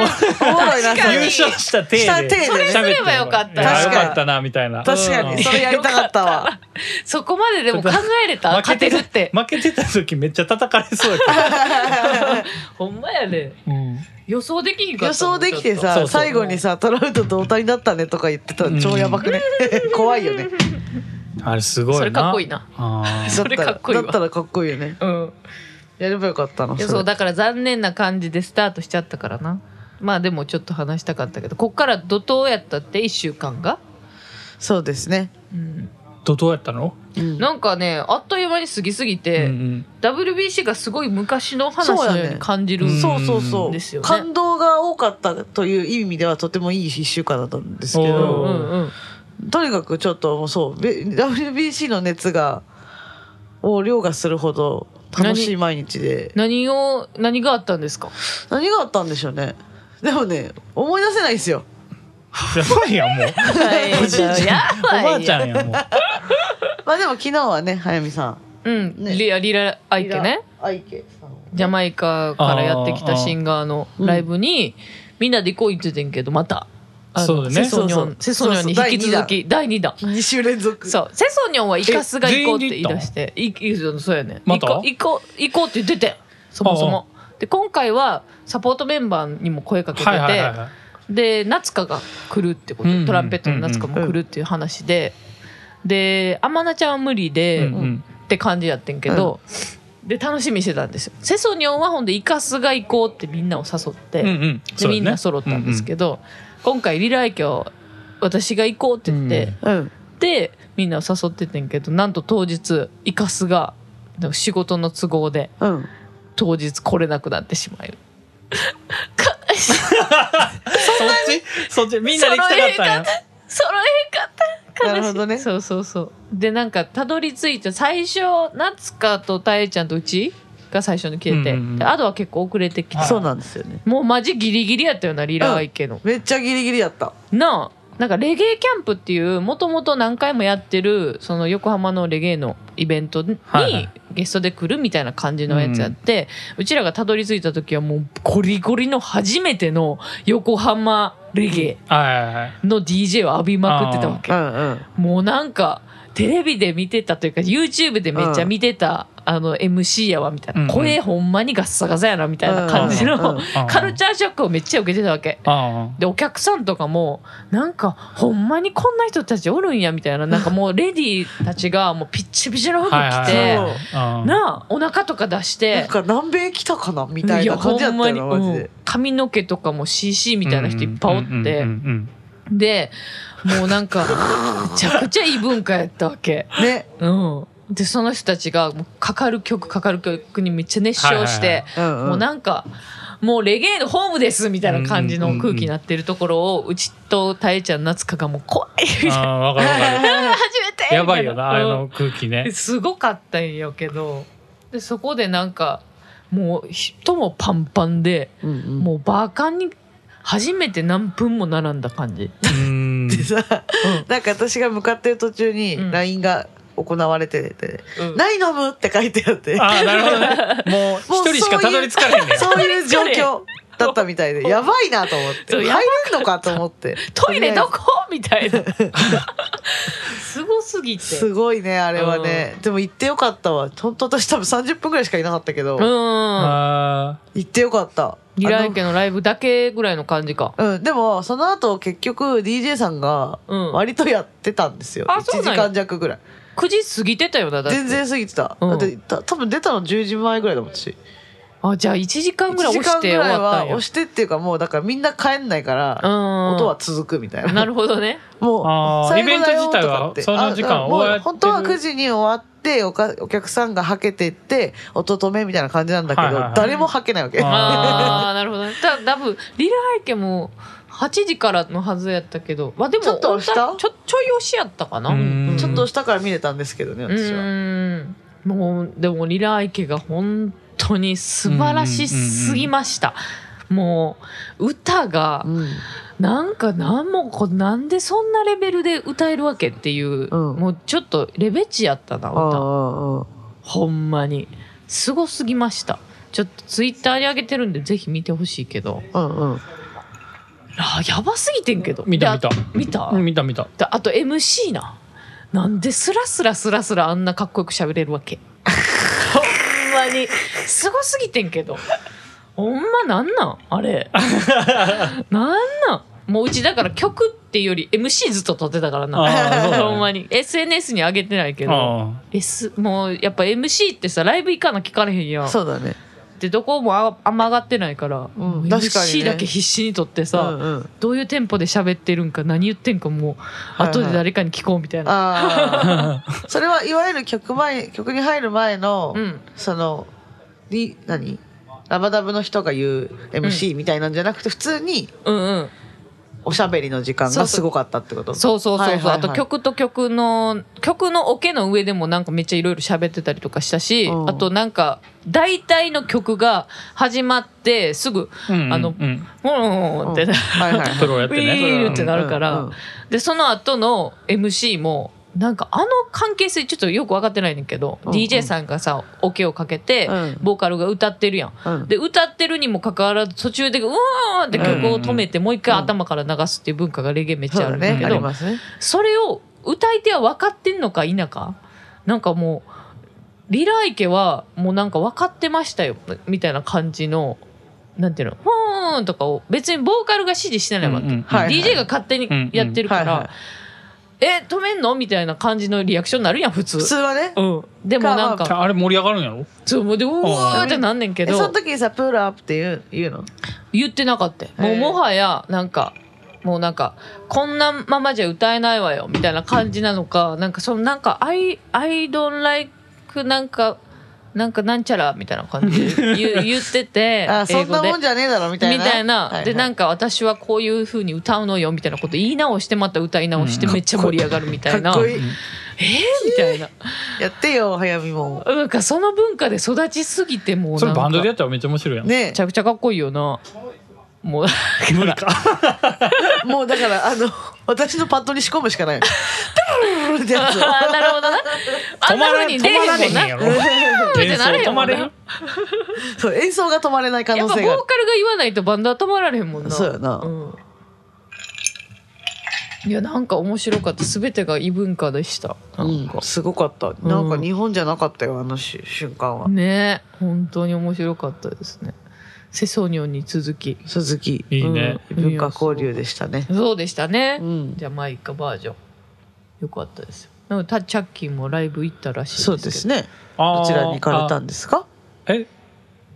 [SPEAKER 2] おもろいな
[SPEAKER 1] 確
[SPEAKER 2] そ
[SPEAKER 1] かに
[SPEAKER 2] れ
[SPEAKER 3] 優勝した手で
[SPEAKER 2] した体でね
[SPEAKER 3] 喋って
[SPEAKER 1] それすればよかった
[SPEAKER 3] いや
[SPEAKER 2] 確かに
[SPEAKER 3] よかったなみたいな
[SPEAKER 2] 確か
[SPEAKER 3] うん
[SPEAKER 2] にそれやりたかったわ
[SPEAKER 1] そこまででも考えれた
[SPEAKER 3] 負け
[SPEAKER 1] 勝てるって
[SPEAKER 3] 負けてた時めっちゃ叩かれそうやけ
[SPEAKER 1] ほんまやで
[SPEAKER 3] ど、うん
[SPEAKER 1] 予想できひんか
[SPEAKER 2] 予
[SPEAKER 1] ったも
[SPEAKER 2] 想
[SPEAKER 1] ん
[SPEAKER 2] できて
[SPEAKER 3] そうそ
[SPEAKER 2] さ
[SPEAKER 3] う
[SPEAKER 2] 最後にさトラウトと大谷だったねとか言ってたら超やばくね 怖いよ ね
[SPEAKER 3] あれすごいな
[SPEAKER 1] それかっこいいな
[SPEAKER 3] あー
[SPEAKER 1] それかっこいい
[SPEAKER 2] だ
[SPEAKER 1] わ
[SPEAKER 2] ったらかっこいいよね
[SPEAKER 1] ちょっとうん
[SPEAKER 2] やればよかったの
[SPEAKER 1] 予想だから残念な感じでスタートしちゃったからなまあでもちょっと話したかったけどこっから怒涛やったって1週間が、
[SPEAKER 2] そうですね
[SPEAKER 1] うん、
[SPEAKER 3] どどうやったの、
[SPEAKER 2] うん
[SPEAKER 1] なんかねあっという間に過ぎすぎて、
[SPEAKER 3] うん
[SPEAKER 1] WBC がすごい昔の話のように感じる、
[SPEAKER 3] うん
[SPEAKER 2] そうそうそ
[SPEAKER 1] です
[SPEAKER 2] う
[SPEAKER 1] よね
[SPEAKER 2] 感動が多かったという意味ではとてもいい一週間だったんですけ
[SPEAKER 1] う
[SPEAKER 3] お
[SPEAKER 1] ん
[SPEAKER 2] ど
[SPEAKER 1] うんうん
[SPEAKER 2] とにかくちょっともうそうべ WBC の熱がを凌駕するほど楽しい毎日で
[SPEAKER 1] 何を何があったんですか
[SPEAKER 2] 何があったんでしょうねでもね思い出せないんですよ
[SPEAKER 3] やばいやんもう
[SPEAKER 1] お
[SPEAKER 3] おじいちゃんおばあちゃん やんもう
[SPEAKER 2] まあでも昨日はね早見さん
[SPEAKER 1] うん、
[SPEAKER 2] ね
[SPEAKER 1] リラリラアイケね
[SPEAKER 2] 愛家さんを
[SPEAKER 1] ジャマイカからやってきたシンガーのライブにみんなで行こう言っててんけどまたあの
[SPEAKER 3] そうだね
[SPEAKER 1] セソニョンセ
[SPEAKER 2] そうそう
[SPEAKER 1] ソニョンに引き続き第2弾
[SPEAKER 2] 二週連続
[SPEAKER 1] そうセソニョンはイカスが行こうって言い
[SPEAKER 3] え全員で行ったの
[SPEAKER 1] 出していいいそうやね
[SPEAKER 3] また
[SPEAKER 1] 行こう行こう行こうって言っててそもそもで今回はサポートメンバーにも声かけてて、
[SPEAKER 3] はいはいはいはい
[SPEAKER 1] で夏香が来るってこと、
[SPEAKER 3] うんうん
[SPEAKER 1] トランペットの夏香も来るっていう話で、で天菜ちゃんは無理で、
[SPEAKER 3] うんうん
[SPEAKER 1] って感じやってんけど、で楽しみにしてたんですよセソニョンはほんでイカスが行こうってみんなを誘って、
[SPEAKER 3] うんうん
[SPEAKER 1] で
[SPEAKER 3] そうだね
[SPEAKER 1] みんな揃ったんですけど、今回リライキョ私が行こうって言って、
[SPEAKER 2] うん
[SPEAKER 1] でみんなを誘っててんけどなんと当日イカスがでも仕事の都合で
[SPEAKER 2] うん
[SPEAKER 1] 当日来れなくなってしま い悲しい
[SPEAKER 3] そっちそっちみんなで行きたかったんや
[SPEAKER 1] 揃えへんかった悲しい
[SPEAKER 2] なるほどね
[SPEAKER 1] そうそうそうでなんかたどり着いた最初夏香とたえちゃんとうちが最初に来てて、
[SPEAKER 3] うんうんうん
[SPEAKER 1] でアドは結構遅れてきて、
[SPEAKER 3] はい
[SPEAKER 2] そうなんですよね
[SPEAKER 1] もうマジギリギリやったよなリライケの、
[SPEAKER 2] めっちゃギリギリやった
[SPEAKER 1] なあなんかレゲエキャンプっていうもともと何回もやってるその横浜のレゲエのイベントに
[SPEAKER 3] はいはい
[SPEAKER 1] ゲストで来るみたいな感じのやつやって、うちらがたどり着いた時はもうゴリゴリの初めての横浜レゲ
[SPEAKER 3] はいはいはい
[SPEAKER 1] エの DJ を浴びまくってたわけ
[SPEAKER 2] うんうん
[SPEAKER 1] もうなんかテレビで見てたというか YouTube でめっちゃ見てた、あの MC やわみたいな、
[SPEAKER 3] うんうん
[SPEAKER 1] 声ほんまにガッサガサやなみたいな感じの、
[SPEAKER 2] うんうん
[SPEAKER 1] カルチャーショックをめっちゃ受けてたわけ。
[SPEAKER 3] あ
[SPEAKER 1] でお客さんとかもなんかほんまにこんな人たちおるんやみた いななんかもうレディーたちがもうピッチピチの服着て、
[SPEAKER 3] はいはい
[SPEAKER 2] そう
[SPEAKER 3] あうん
[SPEAKER 1] なあお腹とか出し
[SPEAKER 2] なん
[SPEAKER 1] て
[SPEAKER 2] か南米来たかなみたいな感じやったよなマジ
[SPEAKER 1] うん
[SPEAKER 2] で
[SPEAKER 1] 髪の毛とかも CC みたいな人いっぱいおって、
[SPEAKER 3] うんうんうん
[SPEAKER 1] でもうなんかめちゃくちゃ異文化やったわけ。
[SPEAKER 2] ね
[SPEAKER 1] うん、でその人たちがもうかかる曲かかる曲にめっちゃ熱唱して、
[SPEAKER 3] はいはい
[SPEAKER 2] うんうん
[SPEAKER 1] もう なんかもうレゲエのホームですみたいな感じの空気になってるところをうちとたえちゃん夏香がもう怖いみたい
[SPEAKER 3] うん
[SPEAKER 1] な
[SPEAKER 3] ああわかるわか
[SPEAKER 1] 初めて
[SPEAKER 3] るやばいよな
[SPEAKER 1] みた
[SPEAKER 3] あ
[SPEAKER 1] い
[SPEAKER 3] の空 気
[SPEAKER 1] うん
[SPEAKER 3] ね
[SPEAKER 1] すごかったんやけどでそこでなんかもう人もパンパンで
[SPEAKER 2] うんうん
[SPEAKER 1] もうバーカンに初めて何分も並んだ感じ、
[SPEAKER 3] うん
[SPEAKER 2] でさなんか私が向かってる途中に
[SPEAKER 1] うん
[SPEAKER 2] LINE が行われてて
[SPEAKER 1] うん
[SPEAKER 2] 「何飲む?」って書いてあって
[SPEAKER 3] ああなるほどねもう
[SPEAKER 2] もう
[SPEAKER 3] 一人しかたどり着かれへん ね
[SPEAKER 2] そういう状況だったみたいでやばいなと思って
[SPEAKER 1] そう
[SPEAKER 2] 入
[SPEAKER 1] やば
[SPEAKER 2] れんのかと思って
[SPEAKER 1] トイレどこみた いなすごすぎて
[SPEAKER 2] すごいねあれはね、でも行ってよかったわ本当私多分30分ぐらいしかいなかったけど、
[SPEAKER 1] うん
[SPEAKER 3] あ
[SPEAKER 2] 行ってよかった
[SPEAKER 1] リライ
[SPEAKER 2] あ
[SPEAKER 1] ケのライブだけぐらいの感じか
[SPEAKER 2] のうんでもその後結局 DJ さんが
[SPEAKER 1] うん
[SPEAKER 2] 割とやってたんですよ、
[SPEAKER 1] あ
[SPEAKER 2] 1
[SPEAKER 1] そう
[SPEAKER 2] 時
[SPEAKER 1] なんや
[SPEAKER 2] 間弱ぐらい
[SPEAKER 1] 9時過ぎてたよなだって
[SPEAKER 2] 全然過ぎてた、
[SPEAKER 1] うん
[SPEAKER 2] だってた多分出たの10時前ぐらいだもん私
[SPEAKER 1] あじゃあ1時間ぐらい
[SPEAKER 2] 1
[SPEAKER 1] 押して終わったんや
[SPEAKER 2] 押してっていうかもうだからみんな帰んないから、
[SPEAKER 1] うん
[SPEAKER 2] 音は続くみたいな
[SPEAKER 1] なるほど ね
[SPEAKER 2] もう
[SPEAKER 3] あー
[SPEAKER 2] 最後だよ
[SPEAKER 3] イベント自体は
[SPEAKER 2] とかって
[SPEAKER 3] その時間
[SPEAKER 2] あうんもう
[SPEAKER 3] 終わってる
[SPEAKER 2] 本当は9時に終わっておかお客さんがはけてって音止めみたいな感じなんだけど、
[SPEAKER 3] はいはいはい
[SPEAKER 2] 誰もはけないわけ
[SPEAKER 3] あー
[SPEAKER 1] ああなるほどねた多分リライケも8時からのはずやったけどまあでも
[SPEAKER 2] ちょっと押した
[SPEAKER 1] おんちょちょい押しやったかな
[SPEAKER 3] う
[SPEAKER 1] うんん
[SPEAKER 2] ちょっと下から見れたんですけどね私は。
[SPEAKER 1] うんもうでもリライケが本当に素晴らしすぎましたもう歌が
[SPEAKER 2] うん
[SPEAKER 1] なんかなんもこなんでそんなレベルで歌えるわけっていう、
[SPEAKER 2] うん
[SPEAKER 1] もうちょっとレベチやったな
[SPEAKER 2] あー
[SPEAKER 1] 歌
[SPEAKER 2] あーあー
[SPEAKER 1] ほんまにすごすぎましたちょっとツイッターに上げてるんでぜひ見てほしいけど
[SPEAKER 2] うんうん
[SPEAKER 1] あやばすぎてんけど
[SPEAKER 3] 見た見
[SPEAKER 1] で
[SPEAKER 3] た
[SPEAKER 1] あ見た、
[SPEAKER 3] うん見た見た
[SPEAKER 1] であと MC ななんでスラスラスラスラあんなかっこよく喋れるわけ ほんまにすごすぎてんけどほんまなんなんあれ なんなんもううちだから曲っていうより MC ずっと撮ってたからな
[SPEAKER 3] あーそうだね
[SPEAKER 1] ほんまに SNS に上げてないけど、
[SPEAKER 3] あ
[SPEAKER 1] S、もうやっぱ MC ってさライブ行かな聞かれへんやん
[SPEAKER 2] そうだね。
[SPEAKER 1] でどこもああんま上がってないから、
[SPEAKER 2] うん
[SPEAKER 1] もう
[SPEAKER 2] 確かにね
[SPEAKER 1] MC だけ必死に撮ってさ、
[SPEAKER 2] うんうん
[SPEAKER 1] どういうテンポで喋ってるんか何言ってんかもう
[SPEAKER 2] いはい
[SPEAKER 1] 後で誰かに聞こうみたいな、
[SPEAKER 2] あ
[SPEAKER 3] あ
[SPEAKER 2] ーそれはいわゆる曲前曲に入る前の、
[SPEAKER 1] うん
[SPEAKER 2] そのに何ラバダブの人が言う MC みたいなんじゃなくて、普通に
[SPEAKER 1] うんうん
[SPEAKER 2] おしゃべりの時間がすごかったってこと
[SPEAKER 1] そうそうそうそう、
[SPEAKER 2] はいはいはい
[SPEAKER 1] あと曲と曲の曲のオケの上でもなんかめっちゃいろいろ喋ってたりとかしたし、
[SPEAKER 2] うん
[SPEAKER 1] あとなんか大体の曲が始まってすぐあの「ほーん」ってな、
[SPEAKER 2] はいはいはい
[SPEAKER 3] プロやって
[SPEAKER 1] ウィ
[SPEAKER 3] ね
[SPEAKER 1] ーンってなるから、
[SPEAKER 2] うんうんうん
[SPEAKER 1] でその後の MC もなんかあの関係性ちょっとよく分かってないねんだけど、
[SPEAKER 2] うんうん
[SPEAKER 1] DJ さんがさオケをかけて、
[SPEAKER 2] うん
[SPEAKER 1] ボーカルが歌ってるやん。
[SPEAKER 2] うん
[SPEAKER 1] で歌ってるにもかかわらず途中でうわーって曲を止めてもう一回頭から流すっていう文化がレゲエめっち
[SPEAKER 2] そう
[SPEAKER 1] ゃあ
[SPEAKER 2] だ
[SPEAKER 1] るんだ
[SPEAKER 2] ね
[SPEAKER 1] け
[SPEAKER 2] あ
[SPEAKER 1] ど、
[SPEAKER 2] りますね
[SPEAKER 1] それを歌い手は分かってんのか否かなんかもうリライケはもうなんか分かってましたよみたいな感じのなんていうの「ふーん」とかを別にボーカルが指示してないわけ、
[SPEAKER 3] うんうん
[SPEAKER 2] はい
[SPEAKER 1] DJ が勝手にやってるから「
[SPEAKER 2] はいはい
[SPEAKER 1] え止めんの?」みたいな感じのリアクションになるやん普通
[SPEAKER 2] 普。通はね
[SPEAKER 1] うん、でもなん
[SPEAKER 3] あ
[SPEAKER 1] か
[SPEAKER 3] あれ盛り上がるんやろ
[SPEAKER 1] そうもうでうわーってなんねんけ
[SPEAKER 2] えその
[SPEAKER 1] ど
[SPEAKER 2] 時にさプールアップって言う言うの
[SPEAKER 1] 言ってなかったよもう
[SPEAKER 2] へー
[SPEAKER 1] もはやなんかもうなんかこんなままじゃ歌えないわよみたいな感じなのかなんかそのなんか「I, I don't like なんかなんかなんちゃら」みたいな感 じで言う言ってて
[SPEAKER 2] あそ
[SPEAKER 1] 英
[SPEAKER 2] んな
[SPEAKER 1] 語で
[SPEAKER 2] もん。じゃねえだろみ
[SPEAKER 1] み
[SPEAKER 2] たいな
[SPEAKER 1] たいな、でなん
[SPEAKER 2] か
[SPEAKER 1] か私はこういう風に歌うのよみたいなこと言い直してまた歌い直して
[SPEAKER 3] うん
[SPEAKER 1] めっちゃ盛り上がるみたいな、
[SPEAKER 2] かっこ
[SPEAKER 1] え
[SPEAKER 2] いい
[SPEAKER 1] ーみたいな
[SPEAKER 2] やってよ早見も
[SPEAKER 1] なんかその文化で育ちすぎてもうなん
[SPEAKER 3] そ
[SPEAKER 1] か
[SPEAKER 3] れバンドでやったらめっちゃ面白いやん、
[SPEAKER 2] ね
[SPEAKER 1] めちゃくちゃかっこいいよなもう
[SPEAKER 3] 無理か
[SPEAKER 2] もうだからあの 私のパッドに仕込むしか ない。ってやつを
[SPEAKER 1] あーなるほど な。あんな風に出えへんもん
[SPEAKER 3] 止
[SPEAKER 1] な。
[SPEAKER 3] まられへんやろ
[SPEAKER 1] って
[SPEAKER 3] 演奏
[SPEAKER 1] なれへん
[SPEAKER 3] 止
[SPEAKER 1] も
[SPEAKER 3] ま
[SPEAKER 1] んな
[SPEAKER 3] れる
[SPEAKER 2] そう演奏が止まれない可
[SPEAKER 1] や
[SPEAKER 2] 能
[SPEAKER 1] っぱボーカ
[SPEAKER 2] 性
[SPEAKER 1] ル
[SPEAKER 2] があ
[SPEAKER 1] が
[SPEAKER 2] る。
[SPEAKER 1] 言わないとバンドは止まられへんもんな。
[SPEAKER 2] そうやな
[SPEAKER 1] うんいやなんか面白かった。すべてが異文化でした。なんか
[SPEAKER 2] うん、すごかった。なんか日本じゃなかったよあのし瞬間は。
[SPEAKER 1] ねえ本当に面白かったですね。セソニョンに続き。
[SPEAKER 2] 鈴木
[SPEAKER 3] いいね、
[SPEAKER 1] うん
[SPEAKER 2] 文化交流でしたね。
[SPEAKER 1] そうでしたね
[SPEAKER 2] う。ん。
[SPEAKER 1] ジャマイカバージョン。よかったですよ。なんかたチャッキーもライブ行ったらしいですけ
[SPEAKER 2] そ
[SPEAKER 1] ど。
[SPEAKER 2] うですね。
[SPEAKER 3] あー
[SPEAKER 2] どちらに行かれたんですか？
[SPEAKER 3] あえ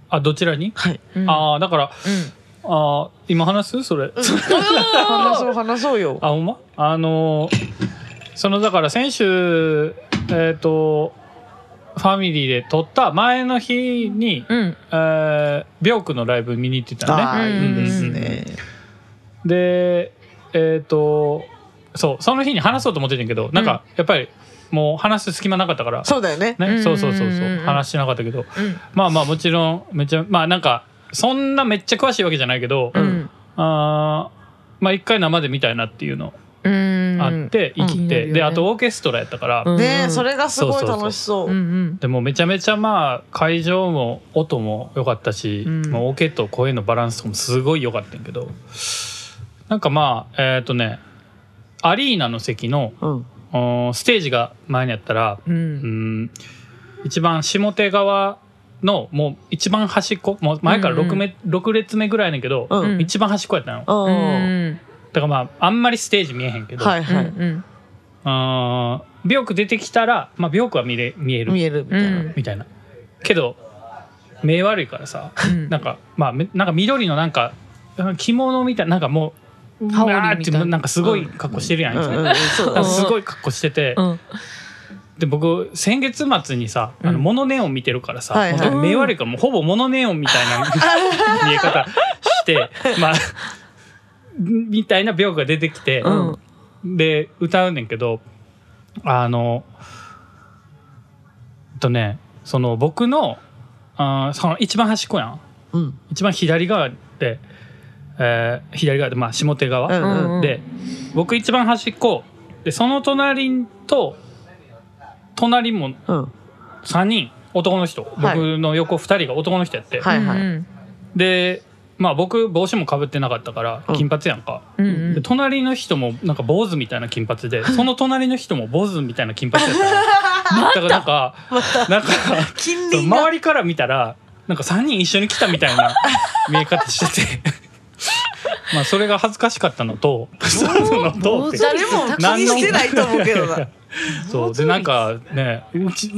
[SPEAKER 3] あどちらに、
[SPEAKER 2] はい。
[SPEAKER 1] うん。
[SPEAKER 3] ああだから
[SPEAKER 1] うん
[SPEAKER 3] あー今話すそれ
[SPEAKER 2] 話そう話そうよ。
[SPEAKER 3] あほんまあのーそのだから先週えっ、とファミリーで撮った前の日に、
[SPEAKER 1] うん。
[SPEAKER 3] えー、ビョークのライブ見に行ってたの
[SPEAKER 2] あ
[SPEAKER 3] ね
[SPEAKER 2] あ
[SPEAKER 1] うん
[SPEAKER 2] いいですね。
[SPEAKER 3] でえっ、とそうその日に話そうと思ってたんやけどなんかやっぱりもう話す隙間なかったから、
[SPEAKER 2] そうだよね。
[SPEAKER 1] うん
[SPEAKER 3] ね、そうそうそう
[SPEAKER 1] うん
[SPEAKER 3] そ
[SPEAKER 1] うんうん
[SPEAKER 3] う
[SPEAKER 1] うん
[SPEAKER 3] 話してなかったけど
[SPEAKER 1] うん。
[SPEAKER 3] まあまあもちろんめっちゃまあなんかそんなめっちゃ詳しいわけじゃないけど、
[SPEAKER 1] うん。
[SPEAKER 3] あーまあ一回生で見たいなっていうの
[SPEAKER 1] うん。
[SPEAKER 3] あって
[SPEAKER 1] うん
[SPEAKER 3] 生きて、
[SPEAKER 1] うん
[SPEAKER 3] であとオーケストラやったから、
[SPEAKER 1] うん
[SPEAKER 2] ねそれがすごい
[SPEAKER 3] そうそうそう
[SPEAKER 2] 楽しそうう。
[SPEAKER 1] ん
[SPEAKER 3] でもめちゃめちゃまあ会場も音も良かったし、
[SPEAKER 1] うん
[SPEAKER 3] まあ、オケと声のバランスとかもすごい良かったんやけどなんかまあえっ、とねアリーナの席の
[SPEAKER 2] うん。
[SPEAKER 3] うんステージが前にあったら
[SPEAKER 1] うんう
[SPEAKER 3] うんん一番下手側のもう一番端っこもう前から
[SPEAKER 1] うんう
[SPEAKER 3] 6,
[SPEAKER 1] ん
[SPEAKER 3] 目、六列目ぐらいやねんけど、
[SPEAKER 2] うん。
[SPEAKER 1] ん
[SPEAKER 3] 一番端っこやったのだ
[SPEAKER 2] う
[SPEAKER 3] か
[SPEAKER 1] うん
[SPEAKER 2] ん。
[SPEAKER 3] らまああんまりステージ見えへんけど、
[SPEAKER 2] はいは
[SPEAKER 1] うん
[SPEAKER 2] い。
[SPEAKER 1] うん
[SPEAKER 3] あービョーク出てきたら、まあ、ビョークは見れ見える
[SPEAKER 2] 見えるみたいな。
[SPEAKER 3] みたいなけど目悪いからさ
[SPEAKER 1] うん
[SPEAKER 3] なんかまあめなんか緑のなんかうん着物みたいななんかもう
[SPEAKER 1] 羽織みたいな
[SPEAKER 3] わーってなんかすごい格好してるやん,、
[SPEAKER 2] うんうんうんそう
[SPEAKER 3] な
[SPEAKER 2] だ
[SPEAKER 3] んか
[SPEAKER 2] ね。
[SPEAKER 3] すごい格好してて、
[SPEAKER 1] うん
[SPEAKER 3] で僕先月末にさあ
[SPEAKER 1] う
[SPEAKER 3] の
[SPEAKER 1] ん
[SPEAKER 3] モノネオン見てるからさ、
[SPEAKER 2] はいはい
[SPEAKER 3] もう目悪いからもうほぼモノネオンみたい な見え方してまあみたいな病が出てきて、
[SPEAKER 1] うん
[SPEAKER 3] で歌うねんけどあのえっとねその僕のあーその一番端っこやん
[SPEAKER 2] うん。
[SPEAKER 3] 一番左側で、えー左側でまあ下手側、
[SPEAKER 2] うん
[SPEAKER 1] うんうん
[SPEAKER 3] で僕一番端っこでその隣と隣も
[SPEAKER 2] うん。
[SPEAKER 3] 3人男の人、
[SPEAKER 2] はい
[SPEAKER 3] 僕の横2人が男の人やって、
[SPEAKER 2] はいはい
[SPEAKER 1] うん
[SPEAKER 3] でまあ僕帽子もかぶってなかったから
[SPEAKER 2] うん
[SPEAKER 3] 金髪やんか、
[SPEAKER 1] うんうん
[SPEAKER 3] で隣の人もなんか坊主みたいな金髪でその隣の人も坊主みたいな金髪やったのだからなんかなんか
[SPEAKER 2] 近
[SPEAKER 3] そう
[SPEAKER 2] 隣が
[SPEAKER 3] 周りから見たらなんか3人一緒に来たみたいな見え方して てまあそれが恥ずかしかったのとそのとって
[SPEAKER 2] 誰も気にしてないと思うけどな。
[SPEAKER 3] そうでなんかねうち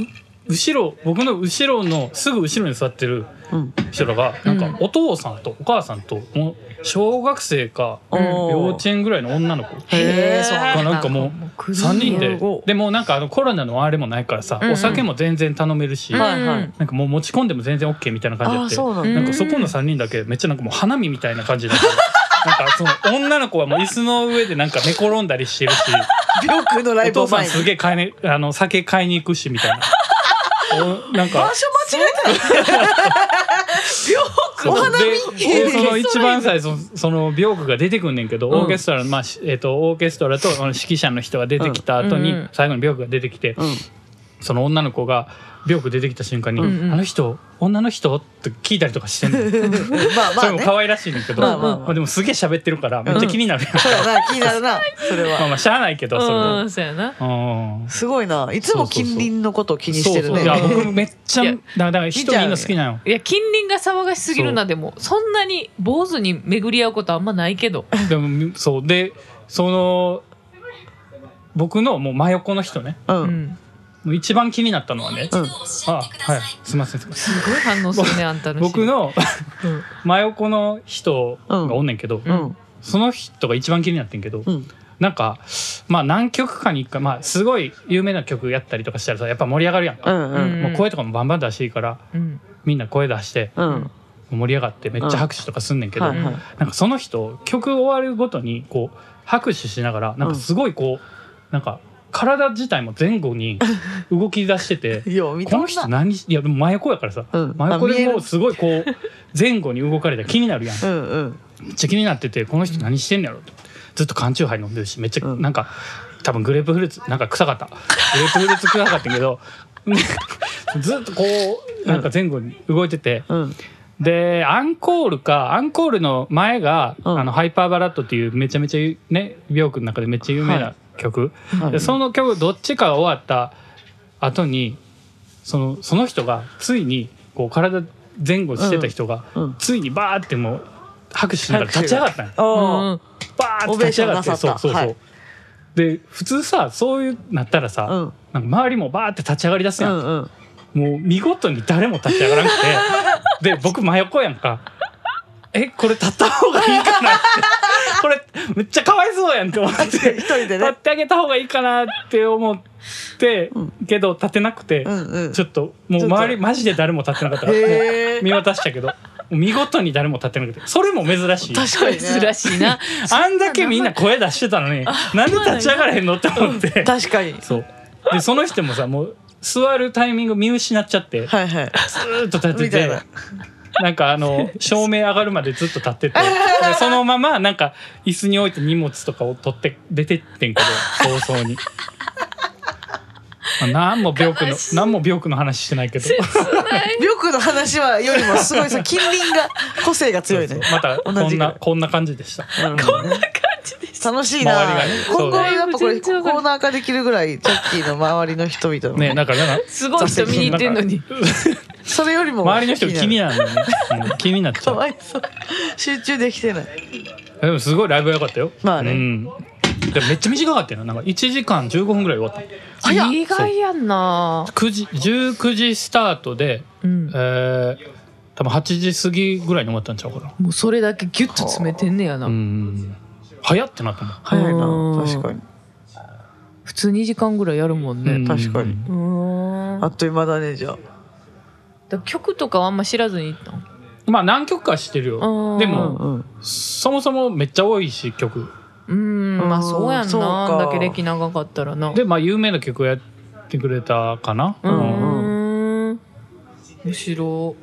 [SPEAKER 3] 後ろ僕の後ろのすぐ後ろに座ってる
[SPEAKER 2] うん。
[SPEAKER 3] 人らがなんかお父さんとお母さんともう小学生か幼稚園ぐらいの女の子
[SPEAKER 2] へーそっ
[SPEAKER 3] かなんかもう3人
[SPEAKER 2] す
[SPEAKER 3] で
[SPEAKER 2] ごい
[SPEAKER 3] でもうなんかあのコロナのあれもないからさ
[SPEAKER 1] うんうん
[SPEAKER 3] お酒も全然頼めるし
[SPEAKER 1] うん
[SPEAKER 3] な
[SPEAKER 2] はいはい
[SPEAKER 3] んかもう持ち込んでも全然 OK みたいな感じ
[SPEAKER 2] あ
[SPEAKER 3] や
[SPEAKER 2] あ
[SPEAKER 3] って
[SPEAKER 2] そうなんだ。
[SPEAKER 3] なんかそこの3人だけめっちゃなんかもう花見みたいな感じだったなんかその女の子はもう椅子の上でなんか寝転んだりしてるし
[SPEAKER 2] ビョークのライ
[SPEAKER 3] お
[SPEAKER 2] ブ
[SPEAKER 3] 父さん
[SPEAKER 2] 前に。
[SPEAKER 3] すげえ買いにあの酒買いに行くしみたいな。おなんか
[SPEAKER 2] 場所間違えてない。
[SPEAKER 3] そう
[SPEAKER 2] お花見
[SPEAKER 3] ででその一番最初その病句が出てくんねんけど、
[SPEAKER 2] うん
[SPEAKER 3] オーケストラの、まあしえっとオーケストラとあの指揮者の人が出てきた後に、
[SPEAKER 1] うんうん
[SPEAKER 3] 最後に病句が出てきて、
[SPEAKER 2] うん
[SPEAKER 3] その女の子が病句出てきた瞬間に「
[SPEAKER 1] うんうん
[SPEAKER 3] あの人女の人?」って聞いたりとかしてんの、
[SPEAKER 2] まあま
[SPEAKER 3] そ
[SPEAKER 2] あ
[SPEAKER 3] れも
[SPEAKER 2] ね
[SPEAKER 3] 可愛らしいねんけど、
[SPEAKER 2] まあまあまあ
[SPEAKER 3] でもすげえ喋ってるからめっちゃ気になるやん、
[SPEAKER 2] そうやな気になるなそれ
[SPEAKER 3] まあ
[SPEAKER 2] は
[SPEAKER 3] まあしゃあないけどそれは
[SPEAKER 1] うん、そうやな。
[SPEAKER 3] うん
[SPEAKER 2] すごいないつも近隣のことを気にしてるね
[SPEAKER 3] そうそういや僕めっちゃ
[SPEAKER 1] いや
[SPEAKER 3] だからだから人見んな好きなの
[SPEAKER 1] いや近隣が騒がしすぎるなでもそんなに坊主に巡り合うことあんまないけど
[SPEAKER 3] でもそうでその僕のもう真横の人ね
[SPEAKER 2] う
[SPEAKER 1] うんん
[SPEAKER 3] もう一番気になったのはね、
[SPEAKER 2] うん
[SPEAKER 3] あはいすいません
[SPEAKER 1] すごい反応するねあんたの
[SPEAKER 3] 僕の
[SPEAKER 1] うん
[SPEAKER 3] 真横の人がおんねんけど、
[SPEAKER 1] う
[SPEAKER 2] うん
[SPEAKER 3] その人が一番気になってんけど、
[SPEAKER 2] うん
[SPEAKER 3] なんかまあ何曲かに一回まあすごい有名な曲やったりとかしたらさやっぱ盛り上がるやん
[SPEAKER 2] う
[SPEAKER 3] か、
[SPEAKER 2] んうん
[SPEAKER 3] もう声とかもバンバン出していいから
[SPEAKER 1] うん
[SPEAKER 3] みんな声出して
[SPEAKER 2] うん
[SPEAKER 3] 盛り上がってめっちゃ拍手とかすんねんけど、
[SPEAKER 2] はいはい
[SPEAKER 3] なんかその人曲終わるごとにこう拍手しながらなんかすごいこう、なんか体自体も前後に動き出してて
[SPEAKER 2] よ う見た
[SPEAKER 3] こ
[SPEAKER 2] な
[SPEAKER 3] の人何いやでも真横やからさ、
[SPEAKER 2] うん
[SPEAKER 3] 真横
[SPEAKER 2] あ見え
[SPEAKER 3] で
[SPEAKER 2] る
[SPEAKER 3] もうすごいこう前後に動かれたら気になるやん
[SPEAKER 2] うんうん
[SPEAKER 3] めっちゃ気になっててこの人何してんのやろってずっと缶チューハイ飲んでるしめっちゃ
[SPEAKER 2] うん
[SPEAKER 3] なんか、多分グレープフルーツなんか臭かったグレープフルーツ臭かったけど ずっとこうなんか前後に動いてて、
[SPEAKER 2] うん
[SPEAKER 3] でアンコールかアンコールの前が、
[SPEAKER 2] うん
[SPEAKER 3] あのハイパーバラットっていうめちゃめちゃね病句の中でめっちゃ有名な曲、
[SPEAKER 2] はい
[SPEAKER 3] でその曲どっちかが終わった後にそのその人がついにこう体前後してた人が、
[SPEAKER 2] うんうん
[SPEAKER 3] ついにバーってもう拍手しながら立ち上がったんよ
[SPEAKER 1] うん
[SPEAKER 2] あ
[SPEAKER 1] うん
[SPEAKER 3] バー
[SPEAKER 2] オ
[SPEAKER 3] って立ち上がって
[SPEAKER 2] ベーションなさった
[SPEAKER 3] そうそうそう、
[SPEAKER 2] はい
[SPEAKER 3] で普通さそういうなったらさ、
[SPEAKER 2] うん
[SPEAKER 3] なんか周りもバーって立ち上がりだす
[SPEAKER 2] う
[SPEAKER 3] やん、
[SPEAKER 2] んうん
[SPEAKER 3] もう見事に誰も立ち上がらなく てで僕真横やんかえこれ立った方がいいか なってこれめっちゃかわいそうやんって思って
[SPEAKER 2] 一人で
[SPEAKER 3] 立
[SPEAKER 2] ね
[SPEAKER 3] ってあげた方がいいかなって思って、
[SPEAKER 2] うん
[SPEAKER 3] けど立てなくて、
[SPEAKER 2] うんうん
[SPEAKER 3] ちょっともう
[SPEAKER 2] ちょっと
[SPEAKER 3] 周りマジで誰も立ってなかったから
[SPEAKER 2] へー
[SPEAKER 3] 見渡したけど見事に誰も立ってなくてそれも珍しい
[SPEAKER 2] 確
[SPEAKER 1] そ
[SPEAKER 2] か
[SPEAKER 1] れ
[SPEAKER 2] にね
[SPEAKER 1] 珍しいな
[SPEAKER 3] あんだけみんな声出してたのになんで立ち上がらへんのって思って
[SPEAKER 2] 確かに
[SPEAKER 3] そうでその人もさもう座るタイミング見失っちゃって
[SPEAKER 2] はいはい
[SPEAKER 3] ずーっと立って
[SPEAKER 2] みたい
[SPEAKER 3] て
[SPEAKER 2] な
[SPEAKER 3] なんかあの照明上がるまでずっと立っててでそのままなんか椅子に置いて荷物とかを取って出てってんけど早々に。まあ、何も病句の
[SPEAKER 1] 悲しい
[SPEAKER 3] 何も病句の話してないけど
[SPEAKER 2] リョクの話はよりもすごいその近隣が個性が強い
[SPEAKER 3] そう
[SPEAKER 2] ね
[SPEAKER 3] そうまた
[SPEAKER 2] 同
[SPEAKER 3] こ
[SPEAKER 2] じ
[SPEAKER 3] ん
[SPEAKER 2] ぐら
[SPEAKER 3] ないこんな感じでした。
[SPEAKER 2] なるほどね楽しいな、
[SPEAKER 3] 周りがね
[SPEAKER 2] 今後
[SPEAKER 3] そうね
[SPEAKER 2] やっぱこれ
[SPEAKER 1] 全
[SPEAKER 2] コ
[SPEAKER 1] 然わかる
[SPEAKER 2] ーナー化できるぐらいチャッキーの周りの人々の、
[SPEAKER 3] ねなんかなんか
[SPEAKER 1] すごい人見に行ってんのに
[SPEAKER 2] それよりも
[SPEAKER 3] 周りの人気に
[SPEAKER 2] なる
[SPEAKER 3] なるのね、うん気になっちゃ
[SPEAKER 2] か
[SPEAKER 3] う
[SPEAKER 2] わいそう集中できてない
[SPEAKER 3] でもすごいライブは良かったよ。
[SPEAKER 2] まあね
[SPEAKER 3] うん。でもめっちゃ短かったよな。なんか1時間15分ぐらいで終わっ
[SPEAKER 2] 早っ
[SPEAKER 1] 意外やんな
[SPEAKER 3] た。9時、19時スタートで、
[SPEAKER 1] うん
[SPEAKER 3] えー、多分8時過ぎぐらいに終わったんちゃうかな。
[SPEAKER 1] もうそれだけギュッと詰めてんねやな、
[SPEAKER 3] うん。早ってなったもん。
[SPEAKER 2] 早い
[SPEAKER 1] うん
[SPEAKER 2] な確かに
[SPEAKER 1] 普通2時間ぐらいやるもん
[SPEAKER 3] うん
[SPEAKER 1] ね
[SPEAKER 2] 確かに
[SPEAKER 3] うん
[SPEAKER 1] うーん
[SPEAKER 2] あっという間だねじゃあ
[SPEAKER 1] だから曲とかはあんま知らずに行ったの
[SPEAKER 3] まあ何曲かしてる
[SPEAKER 1] う
[SPEAKER 3] よ。
[SPEAKER 1] ん
[SPEAKER 3] で
[SPEAKER 2] うん
[SPEAKER 3] も、
[SPEAKER 2] うん
[SPEAKER 3] そもそもめっちゃ多いし、曲。
[SPEAKER 1] うーんま
[SPEAKER 2] う
[SPEAKER 1] あ
[SPEAKER 2] ん
[SPEAKER 1] そうやん
[SPEAKER 2] そう
[SPEAKER 1] な
[SPEAKER 2] か
[SPEAKER 1] あんだけ歴長かったらな
[SPEAKER 3] で、まあ有名な曲をやってくれたかな。
[SPEAKER 1] うー
[SPEAKER 3] うん
[SPEAKER 1] んむしろ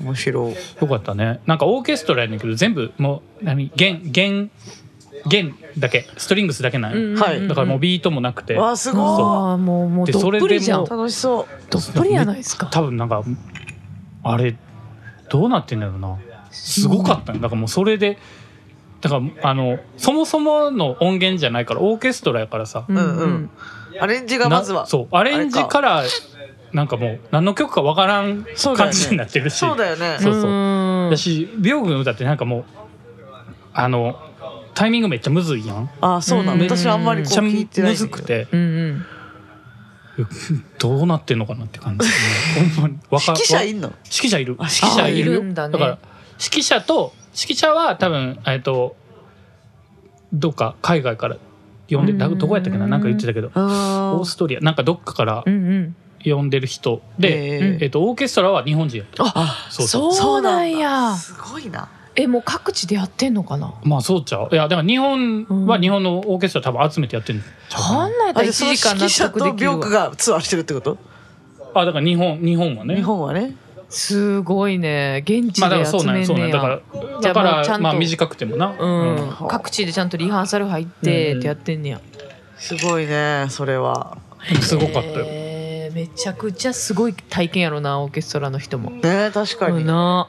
[SPEAKER 2] 面白い
[SPEAKER 3] よかったね。なんかオーケストラやねんけど、全部もう、何弦、弦、弦だけ、ストリングスだけなんよ
[SPEAKER 2] はい
[SPEAKER 3] だからもう
[SPEAKER 1] ビ
[SPEAKER 3] ビートもなくて。
[SPEAKER 2] わあすご
[SPEAKER 1] ああもうもう
[SPEAKER 3] で
[SPEAKER 1] どっぷりじゃん
[SPEAKER 3] そ
[SPEAKER 2] い楽しそ
[SPEAKER 1] どっぷりやないですか
[SPEAKER 3] 多分なんかあれどうなってんだろうなすごかったねだからもうそれでだからあのそもそもの音源じゃないからオーケストラやからさ
[SPEAKER 1] う
[SPEAKER 2] うんうんうアレンジがまずは
[SPEAKER 3] なそうアレンジからなんかもう何の曲かわからん
[SPEAKER 2] そうだよ
[SPEAKER 3] 感
[SPEAKER 2] ね
[SPEAKER 3] じになってるし
[SPEAKER 2] そうだよね
[SPEAKER 3] そうそう
[SPEAKER 1] ーん
[SPEAKER 3] だし屏風の歌ってなんかもうあのタイミングめっちゃむずいやんめ
[SPEAKER 2] あそうな
[SPEAKER 1] うん
[SPEAKER 2] の私はあんまり
[SPEAKER 3] っ
[SPEAKER 2] こう
[SPEAKER 3] ちゃ
[SPEAKER 2] 聞いてないん
[SPEAKER 3] む
[SPEAKER 2] だ
[SPEAKER 3] ず
[SPEAKER 2] けど
[SPEAKER 3] くて
[SPEAKER 1] うんうん
[SPEAKER 3] どうなってんのかなって 感じほんまにわか
[SPEAKER 2] 指揮者いんの
[SPEAKER 3] 指揮者いる指揮
[SPEAKER 1] あ
[SPEAKER 3] 者いる
[SPEAKER 1] い
[SPEAKER 3] よ
[SPEAKER 1] るんだ
[SPEAKER 3] だ,、
[SPEAKER 1] ね
[SPEAKER 3] から指揮者と指揮者は多分えっとどっか海外から呼んで
[SPEAKER 1] うん
[SPEAKER 3] だどこやったっけななんか言ってたけど
[SPEAKER 2] あ
[SPEAKER 3] オーストリアなんかどっかから
[SPEAKER 1] うんうん
[SPEAKER 3] 呼んでる人で、
[SPEAKER 1] うん
[SPEAKER 3] えっとオーケストラは日本人やった
[SPEAKER 2] あ
[SPEAKER 3] そうそう
[SPEAKER 1] そうなんや
[SPEAKER 2] すごいな
[SPEAKER 1] えもう各地でやってんのかな
[SPEAKER 3] まあそうちゃういやだから日本は日本のオーケストラ多分集めてやってるんちゃうかな
[SPEAKER 1] あんなんやった
[SPEAKER 2] あ
[SPEAKER 1] ら
[SPEAKER 2] じ
[SPEAKER 1] 1
[SPEAKER 2] ゃあその
[SPEAKER 1] 時間納
[SPEAKER 2] 指揮者
[SPEAKER 1] 得
[SPEAKER 2] と
[SPEAKER 1] できる
[SPEAKER 2] 病
[SPEAKER 1] わ
[SPEAKER 2] 句がツアーしてるってこと
[SPEAKER 3] あだから日本日本はね
[SPEAKER 2] 日本はね
[SPEAKER 1] すごいね現地
[SPEAKER 3] まあだか
[SPEAKER 1] で
[SPEAKER 3] らそう
[SPEAKER 1] 集
[SPEAKER 3] なん
[SPEAKER 1] め
[SPEAKER 3] やそ
[SPEAKER 1] ん
[SPEAKER 3] うな
[SPEAKER 1] ね
[SPEAKER 3] んやだ
[SPEAKER 1] や、
[SPEAKER 3] から
[SPEAKER 1] じゃ
[SPEAKER 3] だ
[SPEAKER 1] あ
[SPEAKER 3] か
[SPEAKER 1] もうちゃん
[SPEAKER 3] ら
[SPEAKER 1] と
[SPEAKER 3] まあ短くてもな、
[SPEAKER 1] うん
[SPEAKER 3] うん
[SPEAKER 1] 各地でちゃんとリハーサル入ってってやってんねや、
[SPEAKER 2] すごいねそれは
[SPEAKER 3] すごかったよ、
[SPEAKER 1] えーめちゃくちゃすごい体験やろなオーケストラの人も。
[SPEAKER 2] ね確か
[SPEAKER 1] う
[SPEAKER 2] に
[SPEAKER 1] んな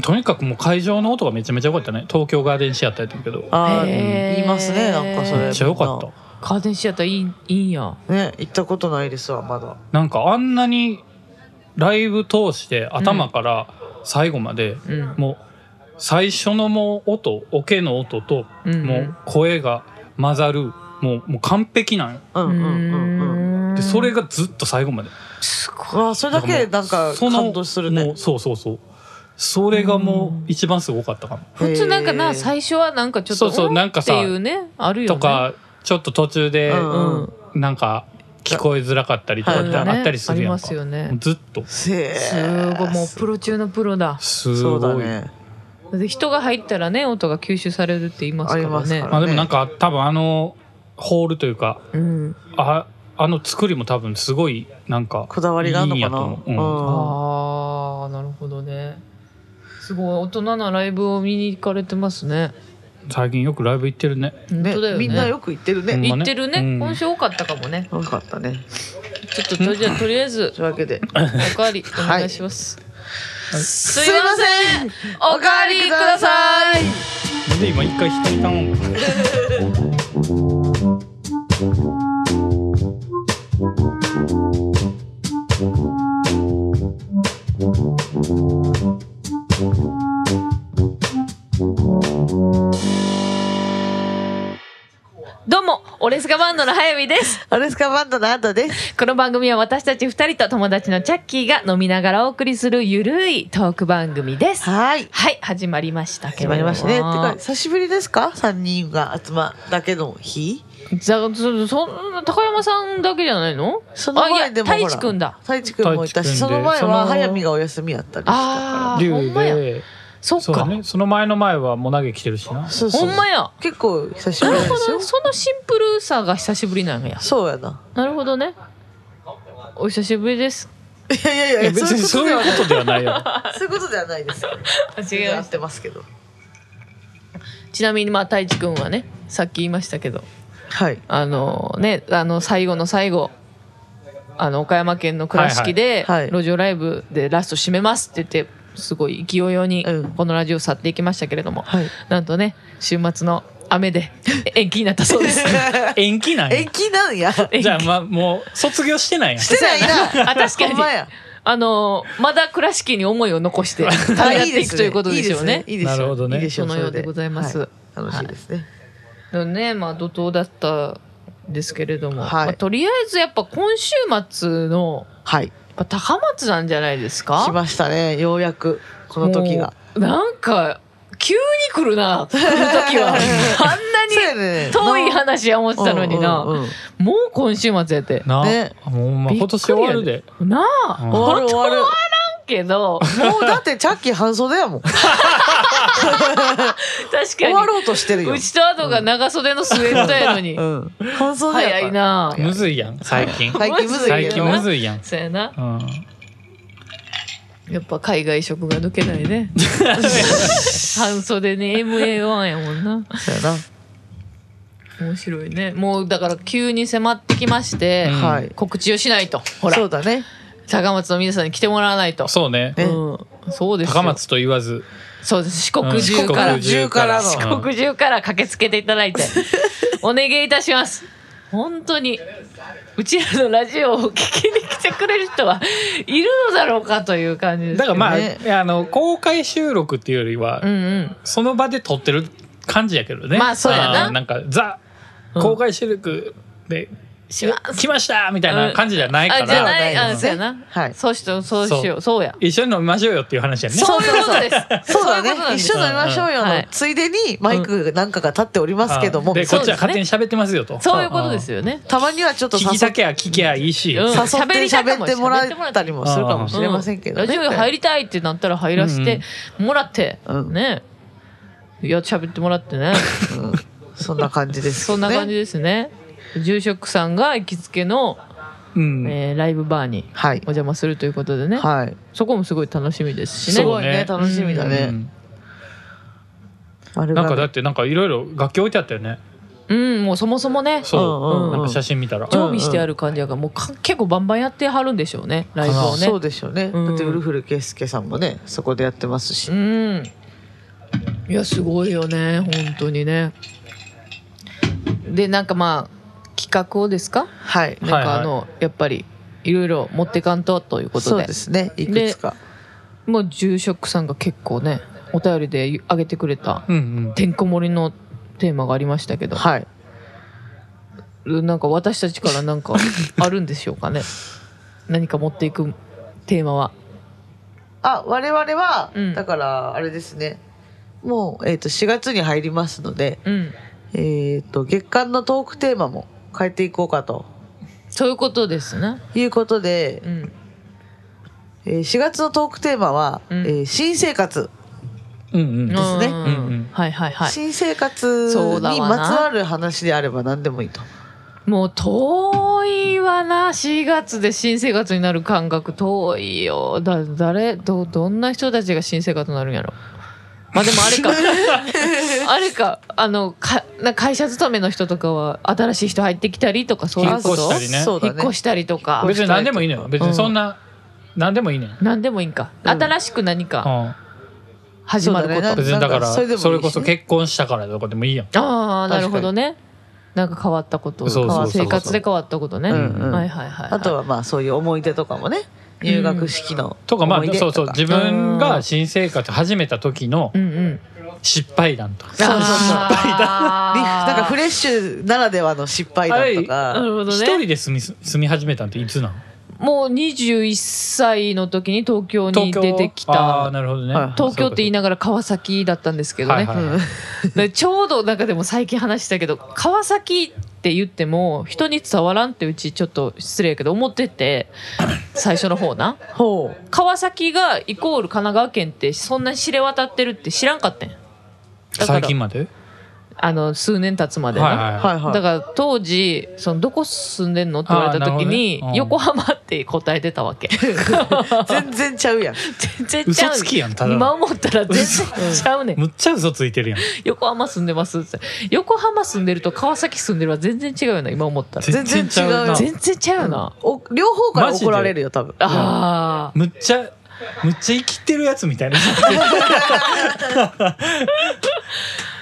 [SPEAKER 3] とにかくもう会場の音がめちゃめちゃ良かったね東京ガーデンシアターやったけどめ
[SPEAKER 2] ああ
[SPEAKER 1] へー
[SPEAKER 2] 言いますねなんかそれ
[SPEAKER 3] っちゃ良かった
[SPEAKER 1] カーテンシアターいいいいんや。
[SPEAKER 2] ね行ったことないですわまだ
[SPEAKER 3] なんかあんなにライブ通して頭から最後まで、
[SPEAKER 1] うん
[SPEAKER 3] もう最初のもう音オケの音と
[SPEAKER 1] うん
[SPEAKER 3] もう声が混ざるもうもう完璧なんよ
[SPEAKER 2] うんうんうんうん
[SPEAKER 1] うーん
[SPEAKER 3] でそれがずっと最後まです
[SPEAKER 1] ご
[SPEAKER 2] うわそれだけでなんか
[SPEAKER 3] その
[SPEAKER 2] 感動する
[SPEAKER 3] も
[SPEAKER 2] ね
[SPEAKER 3] うそうそうそうそれがもう一番すごかったかも、
[SPEAKER 1] い普通なんか
[SPEAKER 2] へ
[SPEAKER 1] な
[SPEAKER 2] ー
[SPEAKER 1] 最初はなんかちょっと
[SPEAKER 3] そうそう
[SPEAKER 1] おー
[SPEAKER 3] なんかさ
[SPEAKER 1] っていうねあるよね。
[SPEAKER 3] とかちょっと途中で
[SPEAKER 2] うん
[SPEAKER 1] うん
[SPEAKER 3] なんか聞こえづらかったりとか
[SPEAKER 1] あ
[SPEAKER 3] っ
[SPEAKER 1] る
[SPEAKER 3] て
[SPEAKER 1] よね
[SPEAKER 3] あったりするや
[SPEAKER 1] あ
[SPEAKER 3] ん
[SPEAKER 1] ります
[SPEAKER 3] か、
[SPEAKER 1] よね
[SPEAKER 3] もう。ずっと
[SPEAKER 2] せえ
[SPEAKER 1] すごいもうプロ中のプロだ。
[SPEAKER 3] す
[SPEAKER 2] そうだ
[SPEAKER 3] ごい、
[SPEAKER 2] ね
[SPEAKER 1] で人が入ったらね音が吸収されるって言いますか
[SPEAKER 2] あり
[SPEAKER 1] ら
[SPEAKER 2] ます
[SPEAKER 1] ね。
[SPEAKER 2] から
[SPEAKER 3] まあでもなんか多分あのホールというか
[SPEAKER 1] うん。
[SPEAKER 3] ああの作りも多分すごいなんか
[SPEAKER 2] こだわりがあるの
[SPEAKER 3] いいん
[SPEAKER 2] か
[SPEAKER 3] やと思ううん
[SPEAKER 2] な
[SPEAKER 1] ああなるほどね。すごい大人なライブを見に行かれてますね。
[SPEAKER 3] 最近よくライブ行ってるね
[SPEAKER 1] 本当だ
[SPEAKER 2] ね
[SPEAKER 1] よね。
[SPEAKER 2] みんなよく行ってる
[SPEAKER 3] うん
[SPEAKER 2] ね
[SPEAKER 1] 行ってるね、
[SPEAKER 3] うん
[SPEAKER 1] 今週多かったかもね
[SPEAKER 2] よかったね
[SPEAKER 1] ちょっととじゃあとりあえず
[SPEAKER 2] というわけで
[SPEAKER 1] おかわりお願いします、すいませんおかわりください
[SPEAKER 3] なんで今一回一人頼むの
[SPEAKER 1] どうもオレスカバンドの早見です
[SPEAKER 2] アレスカバンドのあんたです
[SPEAKER 1] この番組は私たち二人と友達のチャッキーが飲みながらお送りするゆるいトーク番組ですは
[SPEAKER 2] はい
[SPEAKER 1] い始まりましたけ
[SPEAKER 2] 決
[SPEAKER 1] れど
[SPEAKER 2] ま
[SPEAKER 1] も
[SPEAKER 2] りましたねてか久しぶりですか三人が集まるだけの日
[SPEAKER 1] ざそそんな高山さんだけじゃないの
[SPEAKER 2] その
[SPEAKER 1] あいや
[SPEAKER 2] 前でもほら
[SPEAKER 1] 太一くんだ
[SPEAKER 2] 太一くんもいたし
[SPEAKER 3] 太一くん
[SPEAKER 2] そ
[SPEAKER 3] で
[SPEAKER 2] の前
[SPEAKER 3] その
[SPEAKER 2] は早見がお休みやったりした
[SPEAKER 1] あ
[SPEAKER 2] か
[SPEAKER 1] ーほん
[SPEAKER 3] 竜
[SPEAKER 1] まや
[SPEAKER 3] で
[SPEAKER 1] そっ
[SPEAKER 3] そう
[SPEAKER 1] か
[SPEAKER 3] だねその前の前はもう投げ来てるしな
[SPEAKER 2] らそう
[SPEAKER 1] ほ
[SPEAKER 2] そうん
[SPEAKER 1] まや
[SPEAKER 2] 結構久し
[SPEAKER 1] な
[SPEAKER 2] ぶり
[SPEAKER 1] る
[SPEAKER 2] で
[SPEAKER 1] ほ
[SPEAKER 2] すよ
[SPEAKER 1] どそのシンプルさが久しぶりなのや
[SPEAKER 2] そうやな
[SPEAKER 1] なるほどね。お久しぶりです。
[SPEAKER 2] いやいやい
[SPEAKER 3] え
[SPEAKER 2] や
[SPEAKER 3] 別にそういうことではないよ
[SPEAKER 2] そういうことではないですよ。
[SPEAKER 1] 違い
[SPEAKER 2] や
[SPEAKER 1] ま
[SPEAKER 2] っ
[SPEAKER 1] す
[SPEAKER 2] てますけど。
[SPEAKER 1] ちなみにまあ太一くんはね、さっき言いましたけど、
[SPEAKER 2] はい。
[SPEAKER 1] あのね、あの最後の最後。あの岡山県の倉敷で
[SPEAKER 2] はいはいはい
[SPEAKER 1] 路上ライブでラスト締めますって言って。すごい勢いように
[SPEAKER 2] うん
[SPEAKER 1] このラジオ去っていきましたけれども、
[SPEAKER 2] はい。
[SPEAKER 1] なんとね週末の雨で 延期になったそうです。
[SPEAKER 3] 延期なんや
[SPEAKER 2] 延期なんや。して
[SPEAKER 3] じゃあまあもう卒業してないや
[SPEAKER 2] ないな。
[SPEAKER 1] あ確かに
[SPEAKER 2] ほんまや。
[SPEAKER 1] あのまだ倉敷に思いを残 して旅立っていくということでしょうね。
[SPEAKER 2] いいですねいいですよ
[SPEAKER 3] なるほどね
[SPEAKER 2] いいしょ
[SPEAKER 1] そのようでございます
[SPEAKER 2] は楽しいですね。
[SPEAKER 1] のねまあ怒涛だったんですけれども、
[SPEAKER 2] はい
[SPEAKER 1] まあとりあえずやっぱ今週末の
[SPEAKER 2] はい。
[SPEAKER 1] やっぱ高松なんじゃないですか
[SPEAKER 2] 来ましたね。ようやくこの時が。
[SPEAKER 1] もうなんか急に来る な来る時はあ
[SPEAKER 2] そうや
[SPEAKER 1] んなに
[SPEAKER 2] ね
[SPEAKER 1] 遠い話や思ってたのにな、
[SPEAKER 2] うんうんうん
[SPEAKER 1] もう今週末やって
[SPEAKER 3] な
[SPEAKER 2] ね
[SPEAKER 3] もうまあ今年終わるで
[SPEAKER 1] なあ、
[SPEAKER 3] うん
[SPEAKER 1] 本
[SPEAKER 2] 終わる
[SPEAKER 1] 当
[SPEAKER 2] 終
[SPEAKER 1] は
[SPEAKER 2] わる。
[SPEAKER 1] けど
[SPEAKER 2] もうだってチャッキー半袖やもん。
[SPEAKER 1] 確
[SPEAKER 2] 終わ
[SPEAKER 1] か
[SPEAKER 2] ろうとしてる
[SPEAKER 1] に
[SPEAKER 2] よ
[SPEAKER 1] う。ちとあとが長袖のスウェットやのに、
[SPEAKER 2] うん。半袖やから
[SPEAKER 1] 早い。な
[SPEAKER 3] むずいやん最近
[SPEAKER 2] 最近むずい
[SPEAKER 3] 最
[SPEAKER 2] けど
[SPEAKER 3] 近
[SPEAKER 2] な
[SPEAKER 3] むずいやん
[SPEAKER 1] そうやな
[SPEAKER 3] うん
[SPEAKER 1] やっぱ海外食が抜けない ね半袖に MA1 やもんな
[SPEAKER 2] そうやな
[SPEAKER 1] 面白いねもうだから急に迫ってきまして、
[SPEAKER 3] うん
[SPEAKER 2] はい。
[SPEAKER 1] 告知をしないとほら
[SPEAKER 2] そうだね。
[SPEAKER 1] 高松の皆さんに来てもらわないと
[SPEAKER 3] そうね
[SPEAKER 2] ね
[SPEAKER 1] うん、そうですよ
[SPEAKER 3] 高松と言わず
[SPEAKER 1] そうです四国中
[SPEAKER 2] 国
[SPEAKER 1] から、
[SPEAKER 2] 中からの
[SPEAKER 1] 四国中から駆けつけていただ いてお願いいたします本当にうちらのラジオを聞きに来てくれる人はいるのだろうかという感じです
[SPEAKER 3] だ
[SPEAKER 1] け
[SPEAKER 3] か
[SPEAKER 1] ど
[SPEAKER 3] らまあ,、
[SPEAKER 2] ね
[SPEAKER 3] あの公開収録っていうよりは、
[SPEAKER 1] うんうん
[SPEAKER 3] その場で撮ってる感じやけどね
[SPEAKER 1] まあそうやな
[SPEAKER 3] あーなんかザ公開収録で、
[SPEAKER 1] します
[SPEAKER 3] 来ましたみたいな感じじゃないか
[SPEAKER 1] あじゃ
[SPEAKER 3] ら、
[SPEAKER 1] ないあ
[SPEAKER 2] うん
[SPEAKER 1] そうやな、
[SPEAKER 2] はい
[SPEAKER 1] そうしようそうしようそうや
[SPEAKER 3] 一緒に飲みましょうよっていう話やね
[SPEAKER 1] そういうことです
[SPEAKER 2] そうだ
[SPEAKER 1] いことなん
[SPEAKER 2] ね。
[SPEAKER 1] で
[SPEAKER 2] 一
[SPEAKER 1] す
[SPEAKER 2] 緒に飲みましょうよ
[SPEAKER 1] うんう
[SPEAKER 2] の
[SPEAKER 1] ん
[SPEAKER 2] ついでにマイクなんかが立っておりますけども、
[SPEAKER 3] あーで
[SPEAKER 1] そう
[SPEAKER 3] こっちは勝手に喋ってますよと
[SPEAKER 1] そういうことですよね
[SPEAKER 2] たまにはちょっと
[SPEAKER 3] 聞
[SPEAKER 2] 誘っ
[SPEAKER 3] き
[SPEAKER 2] 誘
[SPEAKER 3] た
[SPEAKER 2] って
[SPEAKER 3] きゃ聞きゃいいし、
[SPEAKER 1] うん
[SPEAKER 2] 喋ってもらったりもするかもしれませんけどね。
[SPEAKER 1] ラジオ入りたいってなったら入らせてもらって、
[SPEAKER 2] うん
[SPEAKER 1] ねいや喋ってもらって ね
[SPEAKER 2] うんそんな感じです。
[SPEAKER 1] そんな感じ。ですね住職さんが行きつけの
[SPEAKER 3] うん
[SPEAKER 1] えーライブバーに
[SPEAKER 2] はい
[SPEAKER 1] お。邪魔するということでね、
[SPEAKER 2] はい。
[SPEAKER 1] そこもすごい楽しみですし
[SPEAKER 2] す
[SPEAKER 1] ね
[SPEAKER 2] ごいね、
[SPEAKER 3] そう
[SPEAKER 1] ね
[SPEAKER 2] 楽しみだ
[SPEAKER 3] う
[SPEAKER 2] ね。
[SPEAKER 3] ん
[SPEAKER 2] あれ
[SPEAKER 3] なんかだってなんかいろいろ楽器置いてあったよね
[SPEAKER 1] うんもうそもそもね
[SPEAKER 3] そう、
[SPEAKER 1] うんうんうん
[SPEAKER 3] なんか写真見たら、
[SPEAKER 1] 常備してある感じやからもうか結構バンバンやってはるんでしょうねライブをね
[SPEAKER 2] そうでしょうね。
[SPEAKER 1] うん
[SPEAKER 2] だってウルフルケスケさんもね、そこでやってますし
[SPEAKER 1] う。んいやすごいよね本当にねでなんかまあ企画をですか
[SPEAKER 2] はい。
[SPEAKER 1] なんか
[SPEAKER 3] はいはい
[SPEAKER 1] あの、やっぱりいろいろ持ってかんとということ
[SPEAKER 2] そう
[SPEAKER 1] で
[SPEAKER 2] ですね。いくつか。
[SPEAKER 1] もう住職さんが結構ねお便りであげてくれた
[SPEAKER 3] うんうん、
[SPEAKER 1] てんこ盛りのテーマがありましたけど、
[SPEAKER 2] はい。
[SPEAKER 1] なんか私たちからなん かあるんでしょうかね何か持っていくテーマは
[SPEAKER 2] あ、我々は、
[SPEAKER 1] うん
[SPEAKER 2] だから、あれですね。もう、えっ、と、4月に入りますので、
[SPEAKER 1] うん
[SPEAKER 2] えっ、と、月間のトークテーマも変えていこうかと
[SPEAKER 1] そういうことですね
[SPEAKER 2] いうことで
[SPEAKER 1] う、ん
[SPEAKER 2] えー4月のトークテーマは、
[SPEAKER 1] うん
[SPEAKER 2] えー新生活。
[SPEAKER 3] うんうん
[SPEAKER 2] ですね
[SPEAKER 1] うん
[SPEAKER 3] うんうん
[SPEAKER 1] はいはいはい
[SPEAKER 2] 新生活
[SPEAKER 1] そうだ
[SPEAKER 2] に
[SPEAKER 1] わな
[SPEAKER 2] まつわる話であれば何でもいいと。
[SPEAKER 1] もう遠いわな4月で新生活になる感覚遠いよだ誰どどんな人たちが新生活になるんやろまあでもあれ かあれかあのかな会社勤めの人とかは新しい人入ってきたりとかそういうこ
[SPEAKER 3] 引っ越
[SPEAKER 1] と
[SPEAKER 3] したりね
[SPEAKER 2] そうだ
[SPEAKER 1] 引っ
[SPEAKER 2] ね
[SPEAKER 1] 越。したりとか
[SPEAKER 3] 別に何でもいいのよ別にそんな、何でもいいね、
[SPEAKER 1] 何でもいいんか
[SPEAKER 2] うん
[SPEAKER 1] 新しく何
[SPEAKER 3] う
[SPEAKER 1] か
[SPEAKER 3] ん、
[SPEAKER 1] 始まるこ
[SPEAKER 2] そう
[SPEAKER 1] と、
[SPEAKER 2] だね
[SPEAKER 3] 別にだから
[SPEAKER 2] なんかそ
[SPEAKER 3] そ
[SPEAKER 2] れで
[SPEAKER 3] れ
[SPEAKER 2] もいいしね
[SPEAKER 3] こそ結婚したからとかでもいいやん
[SPEAKER 1] ああなるほどねなんか変わったこと
[SPEAKER 3] そうそうそうそう
[SPEAKER 1] 生活で変わったことね、
[SPEAKER 2] うんうん
[SPEAKER 1] はいはいはい、はい、
[SPEAKER 2] あとはまあそういう思い出とかもね、入学式の
[SPEAKER 3] とかまあ
[SPEAKER 2] 思い出
[SPEAKER 3] そうそう
[SPEAKER 2] とか
[SPEAKER 3] 自分が新生活始めた時の
[SPEAKER 1] うんうん
[SPEAKER 3] 失敗談とか
[SPEAKER 2] そうそうそう
[SPEAKER 1] あー
[SPEAKER 2] リフ なんかフレッシュならではの失敗談と
[SPEAKER 1] な
[SPEAKER 2] か、
[SPEAKER 1] るほど
[SPEAKER 3] 一
[SPEAKER 1] ね
[SPEAKER 3] 人で住み住み始めたんっていつなの
[SPEAKER 1] もう21歳の時に東京に出てき
[SPEAKER 3] ああー
[SPEAKER 1] た
[SPEAKER 3] なるほどね、
[SPEAKER 2] はいはい
[SPEAKER 1] 東京って言い
[SPEAKER 3] な
[SPEAKER 1] ながら川崎だったんですけどね、
[SPEAKER 3] はいはい
[SPEAKER 2] うん
[SPEAKER 1] でちょうどなんかでも最近話したけど川崎って言っても人に伝わらんってうちちょっと失礼やけど思ってて最初の方な
[SPEAKER 2] ほう
[SPEAKER 1] 川崎がイコール神奈川県ってそんなに知れ渡ってるって知らんかったんやだから
[SPEAKER 3] 最近まで
[SPEAKER 1] あの数年経つまでな、
[SPEAKER 3] はいはい
[SPEAKER 2] はいはい
[SPEAKER 1] だから当時そのどこ住んでんのって言われた時に、
[SPEAKER 3] あーなるほ
[SPEAKER 1] 横
[SPEAKER 3] ど
[SPEAKER 1] 浜って答えてたわけ
[SPEAKER 2] 全然ちゃうやん
[SPEAKER 1] 全然ちゃう
[SPEAKER 3] 嘘つきやんただの
[SPEAKER 1] 今思ったら全然ちゃうねん
[SPEAKER 3] むっちゃ嘘ついてるやん
[SPEAKER 1] 横浜住んでますって横浜住んでると川崎住んでるは全然違うよな今思ったら
[SPEAKER 2] 全然違うよ
[SPEAKER 3] な
[SPEAKER 1] 全然ちゃうよな、
[SPEAKER 2] お両方から怒られるよ多分
[SPEAKER 1] ああ
[SPEAKER 3] むっちゃむっちゃ生きてるやつみたいな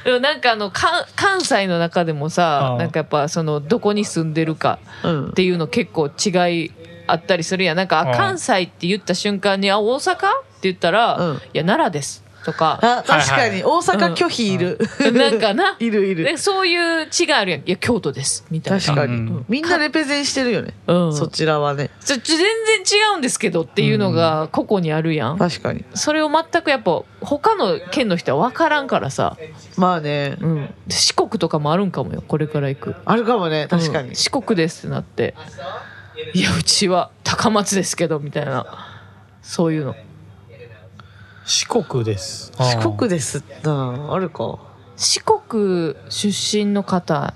[SPEAKER 1] でもなんかあの関関西の中でも
[SPEAKER 3] う
[SPEAKER 1] さ
[SPEAKER 3] ん
[SPEAKER 1] なんかやっぱそのどこに住んでるか
[SPEAKER 2] うん
[SPEAKER 1] っていうの結構違いあったりするやんなんか、あ
[SPEAKER 3] うん
[SPEAKER 1] 関西って言った瞬間に「あ大阪?」って言ったら「
[SPEAKER 2] うん
[SPEAKER 1] いや奈良です」とか
[SPEAKER 2] あ確かに大阪拒否いる、
[SPEAKER 1] なんかな
[SPEAKER 2] いるいる
[SPEAKER 1] でそういう違いあるやん「いや京都です」みたいな。
[SPEAKER 2] 確かに、
[SPEAKER 3] うん
[SPEAKER 2] みんなレペゼンしてるよね、
[SPEAKER 1] うん、
[SPEAKER 2] そちらはね
[SPEAKER 1] ちょちょ全然違うんですけどっていうのが個々にあるやん、
[SPEAKER 2] 確かに
[SPEAKER 1] それを全くやっぱ他の県の人は分からんからさ、
[SPEAKER 2] まあね
[SPEAKER 1] うん、四国とかもあるんかもよこれから行く
[SPEAKER 2] あるかもね確かに、
[SPEAKER 1] うん四国ですってなっていやうちは高松ですけどみたいなそういうの
[SPEAKER 3] 四国です
[SPEAKER 2] 四国ですってなあるか
[SPEAKER 1] 四国出身の方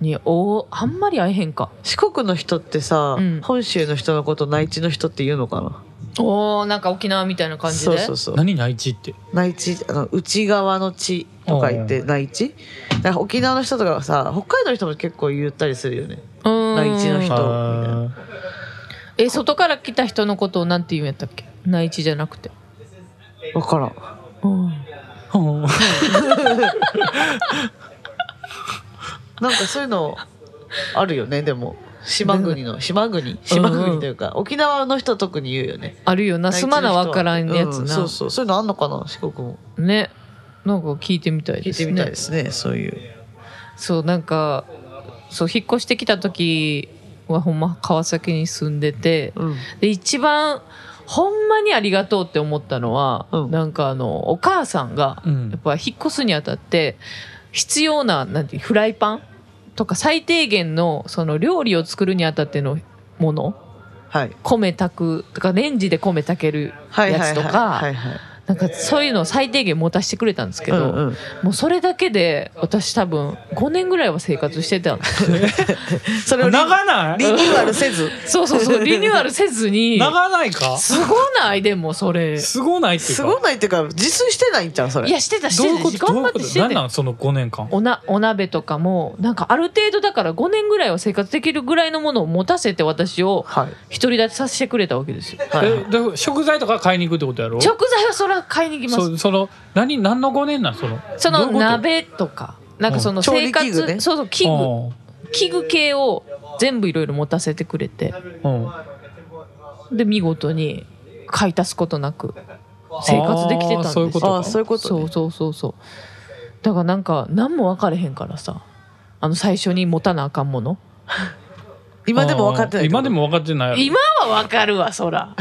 [SPEAKER 1] におあんまり会えへんか
[SPEAKER 2] 四国の人ってさ、
[SPEAKER 1] うん
[SPEAKER 2] 本州の人のこと内地の人って言うのかな
[SPEAKER 1] おーなんか沖縄みたいな感じで
[SPEAKER 2] そうそうそう
[SPEAKER 3] 何内地って
[SPEAKER 2] 内地あの内側の地とか言って内地だから沖縄の人とかさ北海道の人も結構言ったりするよね
[SPEAKER 1] うーん
[SPEAKER 2] 内地の人
[SPEAKER 3] あ
[SPEAKER 1] え外から来た人のことをなんて言うんやったっけ内地じゃなくて
[SPEAKER 2] 分からん
[SPEAKER 1] うん
[SPEAKER 3] ー
[SPEAKER 2] なんかそういうのあるよねでも島国の島国島国というか、沖縄の人特に言うよね
[SPEAKER 1] あるよなすまなわからんやつ
[SPEAKER 2] う
[SPEAKER 1] な、
[SPEAKER 2] そうそうそういうのあんのかな四国も
[SPEAKER 1] ねなんか聞いてみたい
[SPEAKER 2] 聞
[SPEAKER 1] で
[SPEAKER 2] いて
[SPEAKER 1] す
[SPEAKER 2] みたい
[SPEAKER 1] ね
[SPEAKER 2] ですねそういう
[SPEAKER 1] そうなんかそう引っ越してきた時はほんま川崎に住んでて
[SPEAKER 2] うん
[SPEAKER 1] で一番ほんまにありがとうって思ったのは、
[SPEAKER 2] うん
[SPEAKER 1] なんかあのお母さんが
[SPEAKER 3] うん
[SPEAKER 1] やっぱ引っ越すにあたって必要ななんていうフライパンとか最低限のその料理を作るにあたってのもの
[SPEAKER 2] はい
[SPEAKER 1] 米炊くとかレンジで米炊ける
[SPEAKER 2] はいはいはい
[SPEAKER 1] やつとか
[SPEAKER 2] はいはい
[SPEAKER 1] なんかそういうのを最低限持たせてくれたんですけど、
[SPEAKER 2] うんうん
[SPEAKER 1] もうそれだけで私多分5年ぐらいは生活してたんですよ
[SPEAKER 2] それをリ
[SPEAKER 3] 長ない
[SPEAKER 2] リニューアルせ ず
[SPEAKER 1] そうそうそうリニューアルせずに
[SPEAKER 3] 長ないか
[SPEAKER 1] すごないでもそれ
[SPEAKER 3] すごないってい う
[SPEAKER 2] す
[SPEAKER 3] か
[SPEAKER 2] ごないっていうか自炊してないんじゃんそれ
[SPEAKER 1] いやしてたし
[SPEAKER 3] どういうこ
[SPEAKER 1] てた
[SPEAKER 3] とど
[SPEAKER 1] 頑張
[SPEAKER 3] ういう
[SPEAKER 1] っ
[SPEAKER 3] こ
[SPEAKER 1] て
[SPEAKER 3] と
[SPEAKER 1] して
[SPEAKER 3] 何な
[SPEAKER 1] た
[SPEAKER 3] んその5年間
[SPEAKER 1] おなお鍋とかもなんかある程度だから5年ぐらいは生活できるぐらいのものを持たせて私を
[SPEAKER 2] はい
[SPEAKER 1] 独り立ちさせてくれたわけですよ
[SPEAKER 2] はい
[SPEAKER 3] えで食材とか買いに行くってことやろ
[SPEAKER 1] 食材はそら買いに行きます
[SPEAKER 3] そその何何の5年なんその
[SPEAKER 1] そ
[SPEAKER 3] どういう
[SPEAKER 1] の
[SPEAKER 3] こと
[SPEAKER 1] 鍋とかなんかその
[SPEAKER 2] 調
[SPEAKER 1] 生
[SPEAKER 2] 理器具
[SPEAKER 1] 活
[SPEAKER 2] ね
[SPEAKER 1] そうそう器具器具系を全部いろいろ持たせてくれて
[SPEAKER 3] うんうん
[SPEAKER 1] で見事に買い足すことなく生活できてたんです
[SPEAKER 3] あーそういうことか
[SPEAKER 2] あーそういうことね
[SPEAKER 1] そうそうそうそうだからなんか何も分かれへんからさあの最初に持たなあかんもの
[SPEAKER 2] 今でも分かってない
[SPEAKER 3] 今でも分かってないやろ
[SPEAKER 1] 今は分かるわそら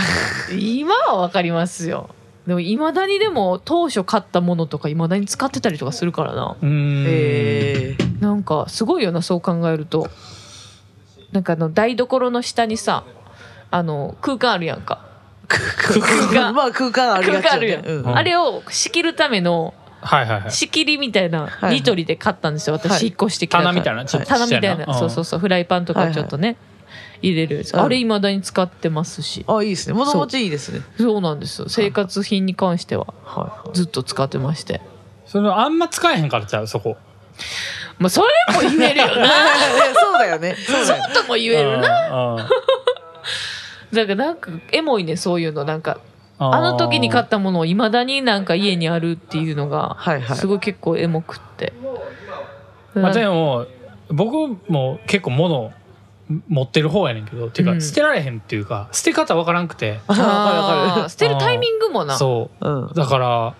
[SPEAKER 1] 今は分かりますよでもいまだにでも当初買ったものとかいまだに使ってたりとかするからな
[SPEAKER 3] うーん
[SPEAKER 2] えー
[SPEAKER 1] なんかすごいよなそう考えるとなんかあの台所の下にさあの空間あるやんか
[SPEAKER 2] 空間まあ空間ありがちよね
[SPEAKER 1] 空間ある
[SPEAKER 2] うん
[SPEAKER 3] うん
[SPEAKER 1] あれを仕切るための
[SPEAKER 3] はいはいはい
[SPEAKER 1] 仕切りみたいな
[SPEAKER 2] はい
[SPEAKER 1] ニトリで買ったんですよ
[SPEAKER 2] はい
[SPEAKER 1] 私引っ越してきた
[SPEAKER 3] 棚みたいなちょっと
[SPEAKER 1] 棚みた
[SPEAKER 3] ちっ
[SPEAKER 1] い
[SPEAKER 3] ちゃ
[SPEAKER 1] なそうそううそうフライパンとかちょっとね入れる
[SPEAKER 2] うん
[SPEAKER 1] あれ未だに使ってますし
[SPEAKER 2] あいいですね物持ちいいですね
[SPEAKER 1] そうなんです生活品に関しては
[SPEAKER 2] は
[SPEAKER 1] ずっと使ってまして
[SPEAKER 3] んそのあんま使えへんからちゃうそこ
[SPEAKER 1] まあそれも言えるよ
[SPEAKER 2] い
[SPEAKER 1] な
[SPEAKER 2] やそうだよねそうだよね
[SPEAKER 1] とも言えるな
[SPEAKER 3] な
[SPEAKER 1] だからなんかエモいねそういうのなんかあの時に買ったものを未だになんか家にあるっていうのが
[SPEAKER 2] はいはい
[SPEAKER 1] すごい結構エモくって
[SPEAKER 3] まあ、でも僕も結構物持ってる方やねんけどっていうか、
[SPEAKER 1] うん
[SPEAKER 3] 捨てられへんっていうか捨て方わからんくて
[SPEAKER 2] あわかる
[SPEAKER 1] あー捨てるタイミングもな
[SPEAKER 3] そ
[SPEAKER 2] わ
[SPEAKER 3] う
[SPEAKER 2] かる
[SPEAKER 3] だから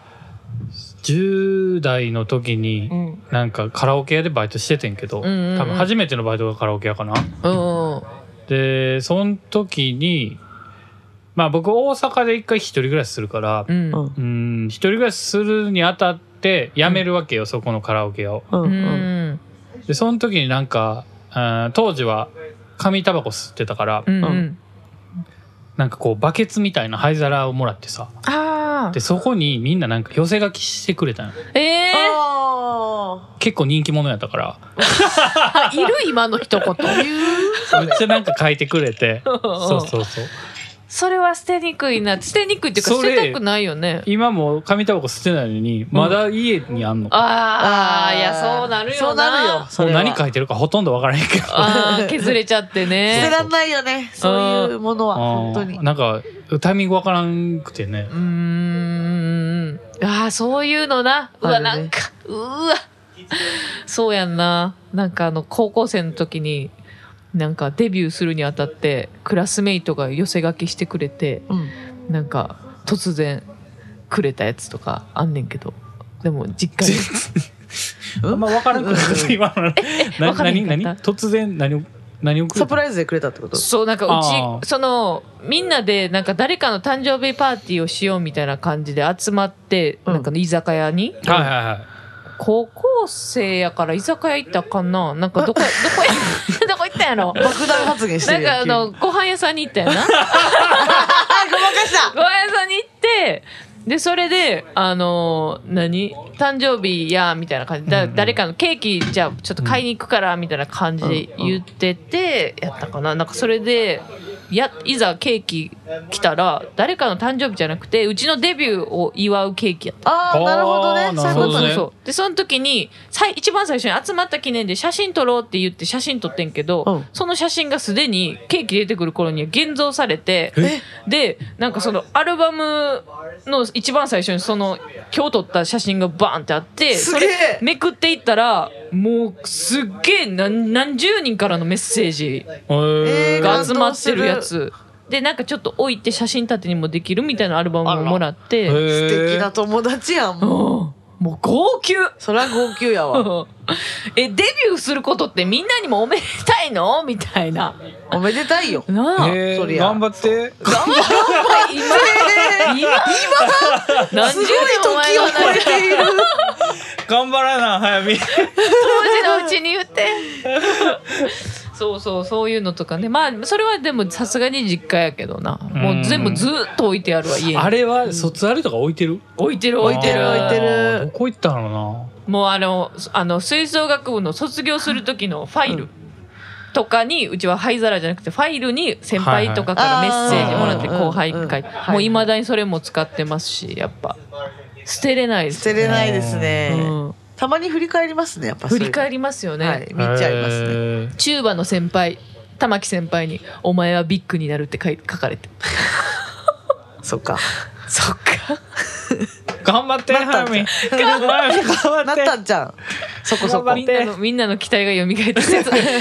[SPEAKER 3] 10代の時に
[SPEAKER 1] うん
[SPEAKER 3] なんかカラオケ屋でバイトしててんけ
[SPEAKER 1] う
[SPEAKER 3] ど、
[SPEAKER 1] んうんうん
[SPEAKER 3] 多分初めてのバイトがカラオケ屋かな
[SPEAKER 1] うん
[SPEAKER 3] でその時にまあ僕大阪で一回一人暮らしするから
[SPEAKER 1] う
[SPEAKER 2] うん
[SPEAKER 1] ん
[SPEAKER 3] うん一人暮らしするにあたって辞めるわけよ、そこのカラオケ屋を
[SPEAKER 2] うん
[SPEAKER 1] う
[SPEAKER 2] うんん
[SPEAKER 3] でその時になんか、うん当時は紙タバコ吸ってたから、
[SPEAKER 1] うんう
[SPEAKER 2] うん
[SPEAKER 3] なんかこうバケツみたいな灰皿をもらってさ
[SPEAKER 1] あ
[SPEAKER 3] でそこにみんななんか寄せ書きしてくれたの
[SPEAKER 1] あえー
[SPEAKER 2] あ
[SPEAKER 3] 結構人気者やったから
[SPEAKER 1] あいる今の一言
[SPEAKER 2] あ言う
[SPEAKER 3] めっちゃなんか書いてくれてそうそうそう
[SPEAKER 1] それは捨てにくいな捨てにくいっていうか捨
[SPEAKER 3] それ
[SPEAKER 1] てたくないよね
[SPEAKER 3] 今も紙タバコ吸ってないのにまだ家にあんの、
[SPEAKER 1] ああいやそうなるよな
[SPEAKER 2] そうなるよそ
[SPEAKER 3] も
[SPEAKER 2] れ
[SPEAKER 3] う
[SPEAKER 2] は
[SPEAKER 3] 何書いてるかほとんどわからへんけど
[SPEAKER 1] あー削れちゃって
[SPEAKER 2] 捨て
[SPEAKER 1] ね
[SPEAKER 2] らんないよねそういうものは本当に
[SPEAKER 3] うんなんかタイミングわからんくてね
[SPEAKER 1] うーんああそういうのなう
[SPEAKER 2] あ
[SPEAKER 1] わ
[SPEAKER 2] るね
[SPEAKER 1] なんかうわそうやんななんかあの高校生の時になんかデビューするにあたってクラスメイトが寄せ書きしてくれて
[SPEAKER 2] うん
[SPEAKER 1] なんか突然くれたやつとかあんねんけどでも実家に
[SPEAKER 2] うん
[SPEAKER 3] あんま分からんくなった今のな
[SPEAKER 1] わからへ
[SPEAKER 3] 何
[SPEAKER 1] んかった
[SPEAKER 3] 何突然何を何をくれ
[SPEAKER 2] サプ
[SPEAKER 3] た
[SPEAKER 2] ライズでくれたってこと
[SPEAKER 1] そうなん
[SPEAKER 3] あ
[SPEAKER 1] かう
[SPEAKER 3] ー
[SPEAKER 1] ちそのみんなでなんか誰かの誕生日パーティーをしようみたいな感じで集まって、
[SPEAKER 2] うん
[SPEAKER 1] なんかの居酒屋に
[SPEAKER 3] はいはいはい
[SPEAKER 1] 高校生やから居酒屋行ったかななんかどこどこや どこ行ったんやろ
[SPEAKER 2] 爆弾発言して
[SPEAKER 1] なん
[SPEAKER 2] る
[SPEAKER 1] か
[SPEAKER 2] や
[SPEAKER 1] あ
[SPEAKER 2] ん急に
[SPEAKER 1] のご飯屋さんに行ったよな
[SPEAKER 2] あごまかした
[SPEAKER 1] ご飯屋さんに行ってでそれであの何誕生日やみたいな感じだ、
[SPEAKER 3] うんうん
[SPEAKER 1] 誰かのケーキじゃあちょっと買いに行くからみたいな感じで言っててやったかななんかそれでやいざケーキ来たら誰かの誕生日じゃなくてうちのデビューを祝うケーキやった
[SPEAKER 2] ああなるほど
[SPEAKER 3] あー
[SPEAKER 2] ね
[SPEAKER 3] なる
[SPEAKER 2] そ
[SPEAKER 3] ほ
[SPEAKER 2] う
[SPEAKER 1] そ
[SPEAKER 2] いううこ
[SPEAKER 3] ど
[SPEAKER 1] そうそ
[SPEAKER 2] とね
[SPEAKER 3] ね
[SPEAKER 1] うでその時にさい一番最初に集まった記念で写真撮ろうって言って写真撮ってんけど、
[SPEAKER 2] うん
[SPEAKER 1] その写真がすでにケーキ出てくる頃には現像されて
[SPEAKER 3] え
[SPEAKER 1] でなんかそのアルバムの一番最初にその今日撮った写真がバーンってあって
[SPEAKER 2] す
[SPEAKER 1] そ
[SPEAKER 2] げえ
[SPEAKER 1] れめくっていったらもうすっげえ何何十人からのメッセージ
[SPEAKER 3] え
[SPEAKER 2] えー
[SPEAKER 1] が集まってるやつ。でなんかちょっと置いて写真立てにもできるみたいなアルバムをもらって、うん
[SPEAKER 2] 素敵な友達やん
[SPEAKER 1] もう号泣
[SPEAKER 2] そりゃ号泣やわ
[SPEAKER 1] えデビューすることってみんなにもおめでたいのみたいな
[SPEAKER 2] おめでたいよ
[SPEAKER 1] なあ、
[SPEAKER 3] え
[SPEAKER 2] そ
[SPEAKER 3] ー、
[SPEAKER 2] りゃ
[SPEAKER 3] 頑張って
[SPEAKER 1] 今 今何十
[SPEAKER 2] すごい
[SPEAKER 1] 年も前
[SPEAKER 2] 時
[SPEAKER 1] の
[SPEAKER 2] を
[SPEAKER 1] 話
[SPEAKER 2] 超えている
[SPEAKER 3] 頑張らな早見
[SPEAKER 1] 当時のうちに言って そうそうそういうのとかねまあそれはでもさすがに実家やけどなもう全部ずっと置いてあるわ家に
[SPEAKER 3] あれは卒アルとか置いてる
[SPEAKER 1] 置いてる置いてる
[SPEAKER 3] あー
[SPEAKER 2] 置いてる
[SPEAKER 3] どこ行ったの
[SPEAKER 1] もうあのあの吹奏楽部の卒業する時のファイルとかにうちは灰皿じゃなくてファイルに先輩とかからメッセージもらって
[SPEAKER 2] はいはい
[SPEAKER 1] 後輩に
[SPEAKER 2] うん
[SPEAKER 1] 書いてもういまだにそれも使ってますしやっぱ捨てれないです
[SPEAKER 2] 捨てれないです
[SPEAKER 1] う
[SPEAKER 2] ね。
[SPEAKER 1] ん
[SPEAKER 2] たまに振り返りますね、やっぱそ
[SPEAKER 1] 振
[SPEAKER 2] ういうの。
[SPEAKER 1] り返りますよ
[SPEAKER 2] は
[SPEAKER 1] ね
[SPEAKER 2] い、見
[SPEAKER 3] な
[SPEAKER 2] ちゃいますね。
[SPEAKER 3] ね
[SPEAKER 1] チューバの先輩玉木先輩に「お前はビッグになる」って書い書かれて
[SPEAKER 2] そっか。
[SPEAKER 1] そっか
[SPEAKER 3] 頑張って
[SPEAKER 2] なった
[SPEAKER 3] ハ
[SPEAKER 2] ん
[SPEAKER 3] ー
[SPEAKER 2] ちゃう
[SPEAKER 3] ミン頑張
[SPEAKER 2] なっ
[SPEAKER 3] って
[SPEAKER 2] たんじゃん。そこそこ。
[SPEAKER 1] みんなのみんなの期待が蘇 って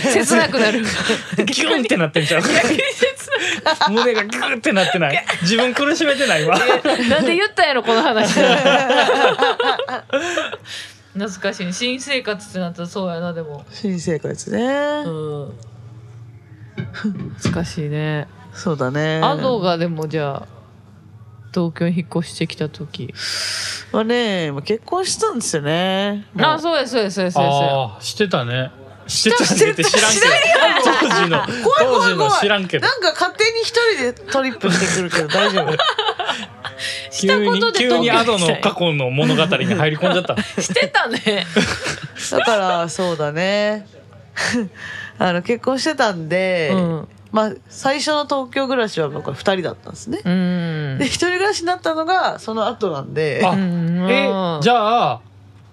[SPEAKER 1] 切切なくなる
[SPEAKER 3] ギュンってなって んじゃん胸がギュンってなってない自分苦しめてないわ
[SPEAKER 1] なんで言ったんやろこの話懐かしい新生活ってなったらそうやなでも
[SPEAKER 2] 新生活ね。
[SPEAKER 1] うん懐かしいね
[SPEAKER 2] そうだね。
[SPEAKER 1] アドがでもじゃあ東京に引っ越してきた時
[SPEAKER 2] はね、もう結婚したんですよね。もう
[SPEAKER 1] あそうやそうやそうやそうやそうや
[SPEAKER 3] ああしてたねしてたねって知らんけど当時の
[SPEAKER 2] 怖い怖
[SPEAKER 3] 当
[SPEAKER 2] い
[SPEAKER 3] 時の
[SPEAKER 2] 怖い。
[SPEAKER 3] 知ら
[SPEAKER 2] なんん
[SPEAKER 3] けど
[SPEAKER 2] か勝手に一人でトリップしてくるけど大丈 夫。
[SPEAKER 1] したことで
[SPEAKER 3] 急に急にアド
[SPEAKER 1] 東京
[SPEAKER 3] の
[SPEAKER 1] に来た
[SPEAKER 3] 過去の物語に入り込んじゃった
[SPEAKER 1] してたね
[SPEAKER 2] だからそうだね あの結婚してたんで、
[SPEAKER 1] うん
[SPEAKER 2] まあ最初の東京暮らしは僕は2人だったんですね、
[SPEAKER 1] うん
[SPEAKER 2] で一人暮らしになったのがその後なんで
[SPEAKER 3] あ
[SPEAKER 1] うん
[SPEAKER 3] えじゃあ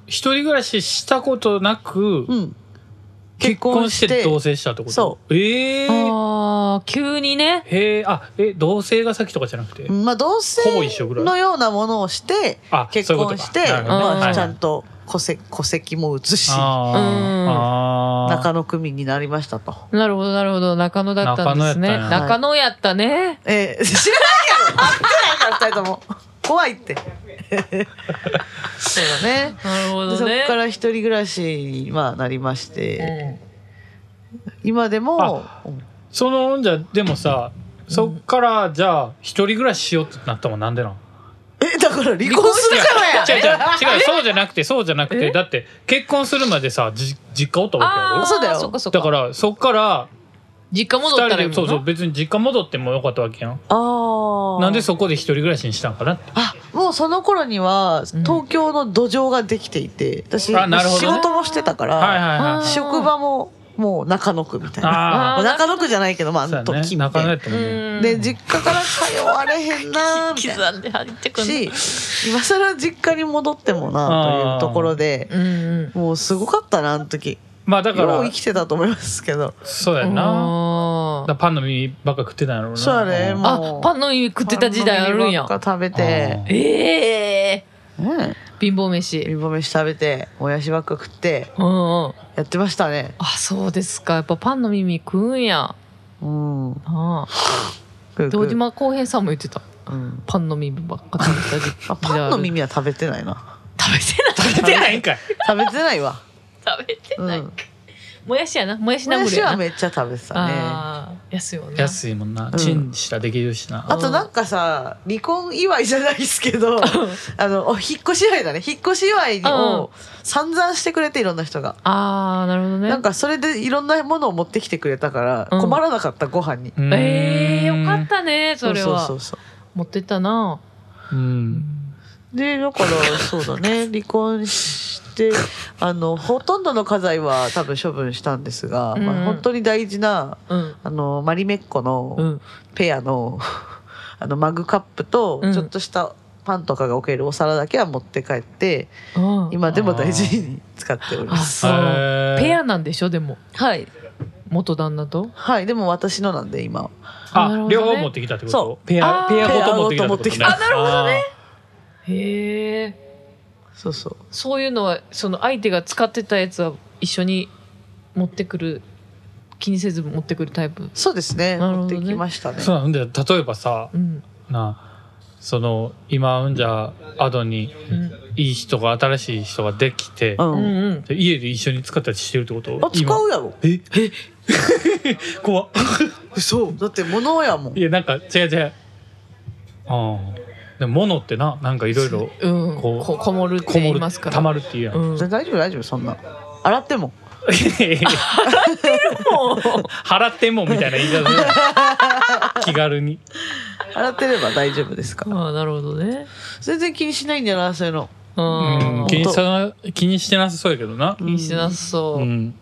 [SPEAKER 3] 一人暮らししたことなく
[SPEAKER 2] うん
[SPEAKER 3] 結婚し
[SPEAKER 2] 結
[SPEAKER 3] て同
[SPEAKER 2] 婚し
[SPEAKER 3] 棲したってこと
[SPEAKER 2] そ
[SPEAKER 3] ええ
[SPEAKER 1] あー急にね
[SPEAKER 3] へえあえ同棲が先とかじゃなくて、
[SPEAKER 2] まあ同棲
[SPEAKER 3] ほぼ一緒ぐらい
[SPEAKER 2] のようなものをして
[SPEAKER 3] あ
[SPEAKER 2] 結婚して
[SPEAKER 3] そういうことかなる
[SPEAKER 1] うん
[SPEAKER 3] ほどね
[SPEAKER 2] ま
[SPEAKER 1] は
[SPEAKER 2] あ、
[SPEAKER 1] い
[SPEAKER 2] ちゃんと戸籍戸籍も移し
[SPEAKER 1] うん
[SPEAKER 3] あーあー
[SPEAKER 2] 中野区民になりましたと。
[SPEAKER 1] なるほどなるほど中野だったんですね
[SPEAKER 3] 中野やったんや
[SPEAKER 1] 中野やったね
[SPEAKER 2] えー、知らないやろ 会ってないから2人とも怖いってそうだね
[SPEAKER 1] なるほ
[SPEAKER 2] で
[SPEAKER 1] ど
[SPEAKER 2] そ
[SPEAKER 1] ね
[SPEAKER 2] こから一人暮らしにまあなりまして、今でもうん
[SPEAKER 3] そのじゃあでもさそっからじゃあ一人暮らししようってなったのはなんでなの
[SPEAKER 2] えだから離婚するからや
[SPEAKER 3] 違う違う違うそうじゃなくてそうじゃなくてだって結婚するまでさじ実家おった
[SPEAKER 1] あ
[SPEAKER 3] わ
[SPEAKER 1] ー
[SPEAKER 2] そうだよ
[SPEAKER 1] そっかそっ
[SPEAKER 3] け
[SPEAKER 1] か
[SPEAKER 3] やろだからそっから
[SPEAKER 1] 実家戻った
[SPEAKER 3] 二
[SPEAKER 1] らいいもん
[SPEAKER 3] 人で
[SPEAKER 1] な
[SPEAKER 3] そうそう別に実家戻ってもよかったわけやん
[SPEAKER 2] ああ
[SPEAKER 3] なんでそこで一人暮らしにしたんかなって
[SPEAKER 2] あもうその頃には
[SPEAKER 1] うん
[SPEAKER 2] 東京の土壌ができていて私、
[SPEAKER 3] あなるほどね
[SPEAKER 2] 仕事もしてたから、
[SPEAKER 3] はいはいはい
[SPEAKER 1] あ
[SPEAKER 2] 職場ももう中野区みたいな
[SPEAKER 3] あ
[SPEAKER 1] ー
[SPEAKER 2] まあ中野区じゃないけどまああ
[SPEAKER 3] あそうや
[SPEAKER 2] の
[SPEAKER 3] ね
[SPEAKER 2] 時みた
[SPEAKER 3] 中
[SPEAKER 2] い
[SPEAKER 3] 野
[SPEAKER 2] な、
[SPEAKER 3] やったもんね
[SPEAKER 1] うん
[SPEAKER 2] で実家から通われへんなーみたいな
[SPEAKER 1] 刻んで入ってくる
[SPEAKER 2] し今更実家に戻ってもな
[SPEAKER 3] あー
[SPEAKER 2] というところで
[SPEAKER 1] うんうん
[SPEAKER 2] もうすごかったなあの時
[SPEAKER 3] まあだか
[SPEAKER 2] よう生
[SPEAKER 3] ら
[SPEAKER 2] きてたと思いますけど
[SPEAKER 3] そうやなだ
[SPEAKER 1] あ
[SPEAKER 3] からパンの耳ばっか食ってたんやろうな
[SPEAKER 2] そうやね
[SPEAKER 3] ん
[SPEAKER 2] もう
[SPEAKER 1] ーあパンの耳食ってた時代あるんや
[SPEAKER 2] パンの耳ばっか食べて
[SPEAKER 3] あ、
[SPEAKER 1] ええ
[SPEAKER 2] ね
[SPEAKER 1] 貧乏
[SPEAKER 2] え
[SPEAKER 1] 飯
[SPEAKER 2] みぼ飯食べてもやしばっか食って
[SPEAKER 1] うんうん
[SPEAKER 2] やってましたね
[SPEAKER 1] あそうですかやっぱパンの耳食うんや
[SPEAKER 2] うん
[SPEAKER 1] なあ
[SPEAKER 2] くうくう
[SPEAKER 1] 堂島康平さんも言ってた
[SPEAKER 2] うん
[SPEAKER 1] パンの耳ばっか食べてた時時
[SPEAKER 2] あ
[SPEAKER 1] 代
[SPEAKER 2] パンの
[SPEAKER 1] ある
[SPEAKER 2] 耳は食べてないな
[SPEAKER 1] 食べてない
[SPEAKER 3] 食べてないんかい
[SPEAKER 2] 食べてないわ
[SPEAKER 1] 食べて
[SPEAKER 2] う
[SPEAKER 1] ない
[SPEAKER 2] ん
[SPEAKER 1] もやしやなもやし
[SPEAKER 2] も
[SPEAKER 1] ナ
[SPEAKER 2] や
[SPEAKER 1] ムル
[SPEAKER 2] し
[SPEAKER 1] や
[SPEAKER 2] は
[SPEAKER 1] な
[SPEAKER 2] めっちゃ食べてたね
[SPEAKER 1] あー安いよな
[SPEAKER 3] 安いもんな、
[SPEAKER 2] ん
[SPEAKER 3] チンしたらできるしな
[SPEAKER 2] あとなんかさ離婚祝いじゃないですけどあのお引っ越し祝いだね引っ越し祝いを散々してくれていろんな人が
[SPEAKER 1] あーなるほどね
[SPEAKER 2] なんかそれでいろんなものを持ってきてくれたから
[SPEAKER 1] うん
[SPEAKER 2] 困らなかったご飯に
[SPEAKER 3] うーん
[SPEAKER 1] ええよかったねそれは
[SPEAKER 2] そうそうそうそう
[SPEAKER 1] 持ってったな
[SPEAKER 3] うん
[SPEAKER 2] でだからそうだ ね離婚してあのほとんどの家財は多分処分したんですが、
[SPEAKER 1] うん
[SPEAKER 2] まあ、本当に大事な
[SPEAKER 1] うん
[SPEAKER 2] あのマリメッコ
[SPEAKER 1] う
[SPEAKER 2] の
[SPEAKER 1] ん
[SPEAKER 2] ペアの あのマグカップと
[SPEAKER 1] うん
[SPEAKER 2] ちょっとしたパンとかが置けるお皿だけは持って帰って
[SPEAKER 1] うん
[SPEAKER 2] 今でも大事に使っておりま
[SPEAKER 1] あ
[SPEAKER 2] す。
[SPEAKER 1] そう
[SPEAKER 3] へー
[SPEAKER 1] ペアなんでしょでも
[SPEAKER 2] はい、
[SPEAKER 1] 元旦那と
[SPEAKER 2] はい、でも私のなんで今
[SPEAKER 3] あ、
[SPEAKER 1] なるほどね
[SPEAKER 3] 両方持ってきたってこと
[SPEAKER 2] そ
[SPEAKER 3] ペ
[SPEAKER 1] あー
[SPEAKER 3] アペアごと持ってきたってこ
[SPEAKER 2] ペアご
[SPEAKER 3] とねなるほどね
[SPEAKER 1] へえ
[SPEAKER 2] そうそう
[SPEAKER 1] そういうのはその相手が使ってたやつは一緒に持ってくる気にせず持ってくるタイプ
[SPEAKER 2] そうですね
[SPEAKER 1] なる
[SPEAKER 2] 持
[SPEAKER 1] ほ
[SPEAKER 2] っ
[SPEAKER 1] どね
[SPEAKER 2] てきましたね。
[SPEAKER 3] そうなんで例えばさ
[SPEAKER 1] うん
[SPEAKER 3] なその今うんじゃアドに
[SPEAKER 1] うん
[SPEAKER 3] いい人が新しい人ができて、
[SPEAKER 2] う
[SPEAKER 1] うん
[SPEAKER 2] ん
[SPEAKER 1] うん
[SPEAKER 3] で家で一緒に使ったりしてるってこと
[SPEAKER 2] あ使うやろ
[SPEAKER 3] 今ええ 怖っ
[SPEAKER 2] そうだって物やもん
[SPEAKER 3] いやなんか違う違うああでも物ってななんかいろいろ
[SPEAKER 1] うん
[SPEAKER 3] こう
[SPEAKER 1] ここもるって
[SPEAKER 3] こ
[SPEAKER 1] 言
[SPEAKER 3] も
[SPEAKER 1] い
[SPEAKER 3] る
[SPEAKER 1] ますから
[SPEAKER 3] たまるっていうやん、
[SPEAKER 1] うん
[SPEAKER 2] 大丈夫大丈夫そんな洗っても
[SPEAKER 1] もう
[SPEAKER 3] 払ってもみたいな言い方する気軽に
[SPEAKER 2] 洗ってれば大丈夫ですか
[SPEAKER 1] ああなるほどね
[SPEAKER 2] 全然気にしないんだなそういうの
[SPEAKER 3] うん
[SPEAKER 1] うん
[SPEAKER 3] 気
[SPEAKER 1] 気
[SPEAKER 3] にさな気にしてなさそうやけどな、
[SPEAKER 1] にしなそう、
[SPEAKER 3] うん、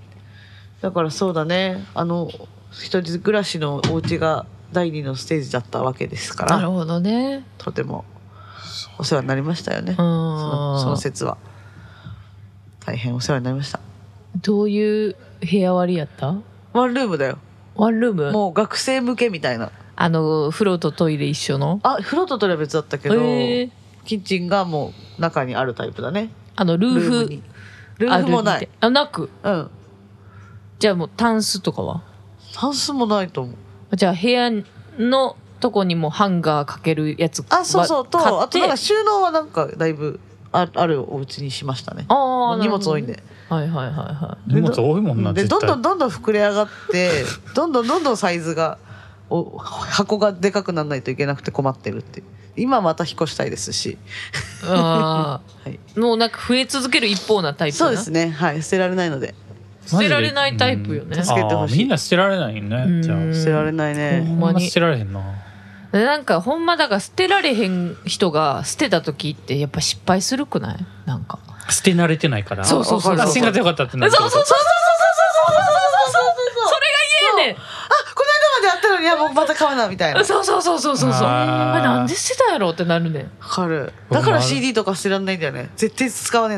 [SPEAKER 2] だからそうだねあの一人暮らしのお家が第二のステージだったわけですか
[SPEAKER 1] なる
[SPEAKER 2] ら
[SPEAKER 1] ほどね
[SPEAKER 2] とてもお世話になりましたよね
[SPEAKER 1] う
[SPEAKER 2] そのその
[SPEAKER 1] ん
[SPEAKER 2] 説は大変お世話になりました
[SPEAKER 1] どういう部屋割りやった
[SPEAKER 2] ワンルームだよ
[SPEAKER 1] ワンルーム
[SPEAKER 2] もう学生向けみたいな
[SPEAKER 1] あの風呂とトイレ一緒の
[SPEAKER 2] あフロートとは別だったけど、
[SPEAKER 1] えー
[SPEAKER 2] キッチンがもう中にあるタイプだね
[SPEAKER 1] あのルー
[SPEAKER 2] ルーム
[SPEAKER 1] フ
[SPEAKER 2] にルーフもな
[SPEAKER 1] あル
[SPEAKER 2] い
[SPEAKER 1] みたあなく
[SPEAKER 2] うん
[SPEAKER 1] じゃあもうタンスとかは
[SPEAKER 2] タンスもないと思う
[SPEAKER 1] じゃあ部屋のとこにもハンガーかけるやつ
[SPEAKER 2] あそうそう
[SPEAKER 1] ば
[SPEAKER 2] と
[SPEAKER 1] 買
[SPEAKER 2] あ
[SPEAKER 1] っ
[SPEAKER 2] と
[SPEAKER 1] て
[SPEAKER 2] なんか収納はなんかだいぶああるお家にしましたね
[SPEAKER 1] あー
[SPEAKER 2] 荷物多いん
[SPEAKER 1] なる
[SPEAKER 2] で
[SPEAKER 1] ほどねはいはいはいは
[SPEAKER 3] 荷物多いもんな
[SPEAKER 2] で
[SPEAKER 3] 絶
[SPEAKER 2] ど
[SPEAKER 3] 対
[SPEAKER 2] んどんどんどん膨れ上がってどんどんどんどんサイズがお箱がでかくならないといけなくて困ってるっていう今また引っ越したいですし
[SPEAKER 1] いあー、
[SPEAKER 2] はい
[SPEAKER 1] もうなんか増え続ける一方なタイプな
[SPEAKER 2] そうですねはい捨てられないので
[SPEAKER 1] 捨てられないタイプよね
[SPEAKER 3] マジで
[SPEAKER 2] 助けてほしい
[SPEAKER 3] あーみんな捨てられないよね、
[SPEAKER 1] うん
[SPEAKER 3] じゃあ
[SPEAKER 2] 捨てられないね、
[SPEAKER 1] ほ
[SPEAKER 3] ほ
[SPEAKER 1] ん
[SPEAKER 3] ん
[SPEAKER 1] ま
[SPEAKER 3] ま
[SPEAKER 1] に
[SPEAKER 3] 捨てられへんな
[SPEAKER 1] でなんかほんまだから捨てられへん人が捨てた時ってやっぱ失敗するくないなんか
[SPEAKER 3] 捨て慣れてないから
[SPEAKER 1] そうそうそう
[SPEAKER 2] わか
[SPEAKER 3] あ
[SPEAKER 2] る
[SPEAKER 3] 新型よかったって
[SPEAKER 1] そ
[SPEAKER 3] な
[SPEAKER 1] う
[SPEAKER 3] る
[SPEAKER 1] そうそうそうそうそうそ
[SPEAKER 2] そう
[SPEAKER 1] れが言えね
[SPEAKER 2] あこの間まであったのにいやもうまた買うなみたいな
[SPEAKER 1] んそうそうそうそうそうそう
[SPEAKER 3] あー
[SPEAKER 1] あれなんで捨てたんやろうってなるねん
[SPEAKER 2] わかる
[SPEAKER 3] 僕
[SPEAKER 2] だ
[SPEAKER 3] もある
[SPEAKER 2] から CD とか捨てらんないんだよね絶対使わねえ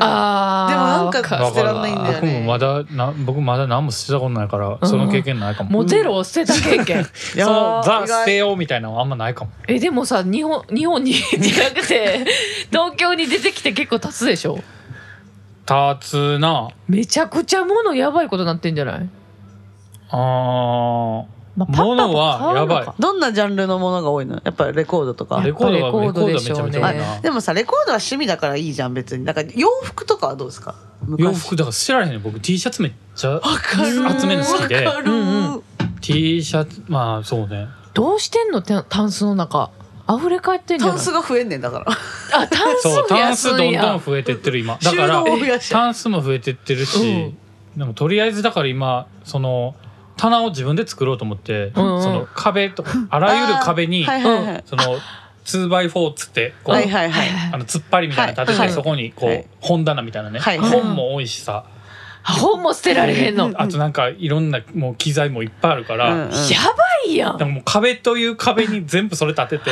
[SPEAKER 1] あ
[SPEAKER 2] な
[SPEAKER 1] ー
[SPEAKER 2] でもなんか
[SPEAKER 1] わる
[SPEAKER 2] 捨てらんないんだよね
[SPEAKER 3] 僕もまだな僕まだ何も捨てたことないから、その経験ないかも
[SPEAKER 1] もうゼロを捨てた経験
[SPEAKER 2] いや
[SPEAKER 3] そ
[SPEAKER 2] も
[SPEAKER 3] の
[SPEAKER 2] う
[SPEAKER 3] ザ
[SPEAKER 2] 意外
[SPEAKER 3] 捨てようみたいなのはあんまないかも
[SPEAKER 1] えでもさ日本日本に違くて東京に出てきて結構経つでしょ
[SPEAKER 3] 立つな
[SPEAKER 1] めちゃくちゃ物やばいことになってんじゃない、
[SPEAKER 3] あ
[SPEAKER 1] ま
[SPEAKER 3] 物
[SPEAKER 1] パ
[SPEAKER 3] は
[SPEAKER 1] パと変わるのか
[SPEAKER 2] どんなジャンルのものが多いのやっぱりレコードと
[SPEAKER 3] ー
[SPEAKER 2] か
[SPEAKER 1] や
[SPEAKER 3] レ
[SPEAKER 1] っ
[SPEAKER 3] コ
[SPEAKER 1] ぱ
[SPEAKER 3] ー
[SPEAKER 1] レ
[SPEAKER 3] ド
[SPEAKER 1] コ
[SPEAKER 3] は
[SPEAKER 1] ード
[SPEAKER 3] レコードは
[SPEAKER 1] で
[SPEAKER 3] め
[SPEAKER 1] し
[SPEAKER 3] ち
[SPEAKER 1] ょ
[SPEAKER 3] ゃ
[SPEAKER 1] う
[SPEAKER 3] め
[SPEAKER 1] ね
[SPEAKER 3] ちゃ多いな、
[SPEAKER 2] あでもさレコードは趣味だからいいじゃん別にだから洋服とかはどうですか昔
[SPEAKER 3] 洋服だから捨てられへんね僕 T シャツめっちゃ
[SPEAKER 2] わかる
[SPEAKER 1] 集めるの
[SPEAKER 3] 好きで
[SPEAKER 2] わかる
[SPEAKER 1] うんう
[SPEAKER 3] T シャツまあそうね
[SPEAKER 1] どうしてんのたタンスの中溢れ返ってんじゃ
[SPEAKER 2] タ
[SPEAKER 1] な
[SPEAKER 2] ン
[SPEAKER 1] い
[SPEAKER 2] スが増えんねんだから
[SPEAKER 1] あタンス
[SPEAKER 3] そう
[SPEAKER 1] 増
[SPEAKER 3] タ
[SPEAKER 1] や
[SPEAKER 3] ン
[SPEAKER 1] す
[SPEAKER 3] スどん
[SPEAKER 1] や
[SPEAKER 3] どん増えてってる今だか
[SPEAKER 2] 収
[SPEAKER 3] ら
[SPEAKER 2] 納を増やして
[SPEAKER 3] タンスも増えてってるし、でもとりあえずだから今その棚を自分で作ろうと思って、
[SPEAKER 1] うんうん
[SPEAKER 3] その壁とかあらゆる壁に、
[SPEAKER 2] あーはいはいはい
[SPEAKER 3] その 2x4 っつってこう、
[SPEAKER 2] はいはいはい
[SPEAKER 3] あの突っ張りみたいなの立てて、
[SPEAKER 1] はい
[SPEAKER 3] そこにこう、
[SPEAKER 2] はい
[SPEAKER 3] 本棚みたいなね、
[SPEAKER 2] はい
[SPEAKER 3] 本も多いしさ、
[SPEAKER 1] あ本も捨てられへんの、
[SPEAKER 2] うん
[SPEAKER 3] あとなんかいろんなもう機材もいっぱいあるから、
[SPEAKER 2] うんうん
[SPEAKER 1] やばいやん
[SPEAKER 3] なんかもう壁という壁に全部それ立 てて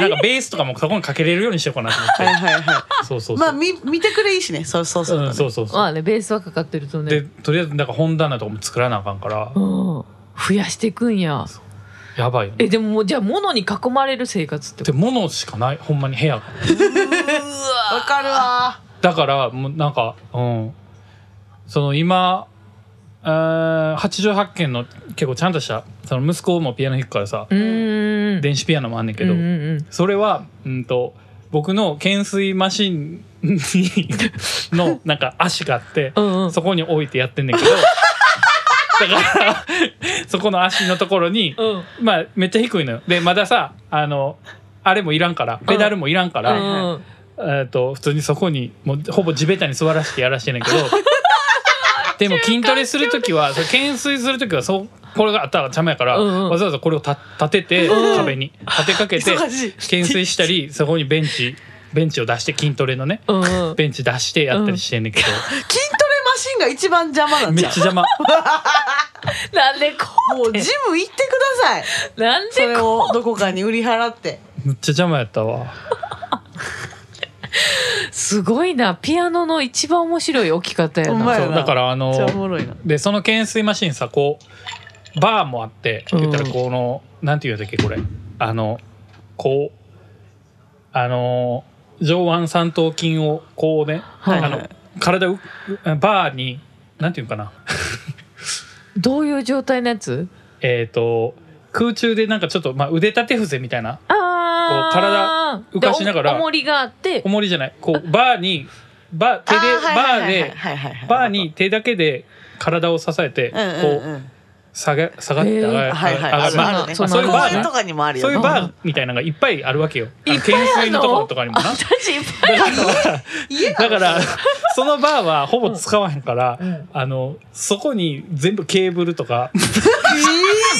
[SPEAKER 3] なんかベースとかもそこにかけれるようにしようかなと思
[SPEAKER 2] はい
[SPEAKER 3] って
[SPEAKER 2] はいは
[SPEAKER 3] そうそうそう、
[SPEAKER 2] いまあ見見てくれいいしねそうそうそう、
[SPEAKER 3] うん、そうそうそう
[SPEAKER 1] まあねベースはかかってると
[SPEAKER 3] で
[SPEAKER 1] ね、
[SPEAKER 3] とりあえずなんか本棚とかも作らなあかんから
[SPEAKER 1] うん、増やしていくんや
[SPEAKER 3] やばいよね
[SPEAKER 1] えでももうじゃあ物に囲まれる生活ってこ
[SPEAKER 3] で
[SPEAKER 1] と
[SPEAKER 3] 物しかないほんまに部屋が
[SPEAKER 2] わかるわ
[SPEAKER 3] だからもうなんかうんその今えー88件の結構ちゃんとしたその息子もピアノ弾くからさ
[SPEAKER 1] うーん
[SPEAKER 3] 電子ピアノもあんねんけど、
[SPEAKER 1] うんうんうん
[SPEAKER 3] それはうんと僕の懸垂マシンに のなんか足があって
[SPEAKER 1] うんうん
[SPEAKER 3] そこに置いてやってんねん けどだからそこの足のところに
[SPEAKER 1] うん
[SPEAKER 3] まあめっちゃ低いのよでまださあのあれもいらんからペダルもいらんか
[SPEAKER 1] う
[SPEAKER 3] ら、
[SPEAKER 1] んうん
[SPEAKER 3] えー、と普通にそこにもうほぼ地べたに座らせてやらしてんねんけどでも筋トレする時はそれ懸垂する時はそうこれがあったら邪魔やから、
[SPEAKER 1] うんうん
[SPEAKER 3] わざわざこれをた立てて
[SPEAKER 1] うん
[SPEAKER 3] 壁に立てかけて
[SPEAKER 2] 忙しい
[SPEAKER 3] 懸垂したりそこにベンチベンチを出して筋トレのね
[SPEAKER 1] うんうん
[SPEAKER 3] ベンチ出してやったりしてんねんけ
[SPEAKER 2] 筋トレマシンが一番邪魔な
[SPEAKER 3] ど、
[SPEAKER 2] ん
[SPEAKER 3] め
[SPEAKER 2] じ
[SPEAKER 3] っち
[SPEAKER 2] ゃ
[SPEAKER 3] ゃ
[SPEAKER 2] ん
[SPEAKER 3] 邪魔
[SPEAKER 1] なんでこ
[SPEAKER 2] もうジム行ってくだ さいう
[SPEAKER 1] なん
[SPEAKER 2] そ
[SPEAKER 1] で
[SPEAKER 2] れをどこかに売り払って
[SPEAKER 3] めっちゃ邪魔やったわ
[SPEAKER 1] すごいなピアノの一番面白い置き方や
[SPEAKER 2] ほん
[SPEAKER 1] な
[SPEAKER 2] まや
[SPEAKER 3] そう
[SPEAKER 2] な
[SPEAKER 3] だからあの
[SPEAKER 2] めっちゃおもろいな
[SPEAKER 3] でその懸垂マシンさこうバーもあって言ったらこの、なんていうんだっけこれあのこうあの上腕三頭筋をこうね、
[SPEAKER 1] はい
[SPEAKER 3] あの体をバーになんていうのかな
[SPEAKER 1] どういう状態のやつ
[SPEAKER 3] えっ、と空中でなんかちょっと、まあ、腕立て伏せみたいな
[SPEAKER 1] ああ
[SPEAKER 3] こう体浮かしながら
[SPEAKER 1] 重りがあって
[SPEAKER 3] 重りじゃないこうバーにバー手でバーでバーに手だけで体を支えて
[SPEAKER 2] うんうん
[SPEAKER 3] こ
[SPEAKER 2] う
[SPEAKER 3] うん下が下がって上が
[SPEAKER 2] はい
[SPEAKER 3] る
[SPEAKER 2] はい
[SPEAKER 3] 上が
[SPEAKER 2] あ
[SPEAKER 3] る
[SPEAKER 2] る
[SPEAKER 3] まあ
[SPEAKER 2] あるね
[SPEAKER 1] そう
[SPEAKER 2] 公
[SPEAKER 1] そうそう
[SPEAKER 2] 園とかにもあるよ
[SPEAKER 3] そう
[SPEAKER 2] ね
[SPEAKER 3] いうバーみたいなのがいっぱいあるわけよ。あの懸垂のところとかにもな。
[SPEAKER 1] 私いっぱい
[SPEAKER 3] だから、だからそのバーはほぼ使わへんから、
[SPEAKER 2] うん
[SPEAKER 3] あのそこに全部ケーブルとか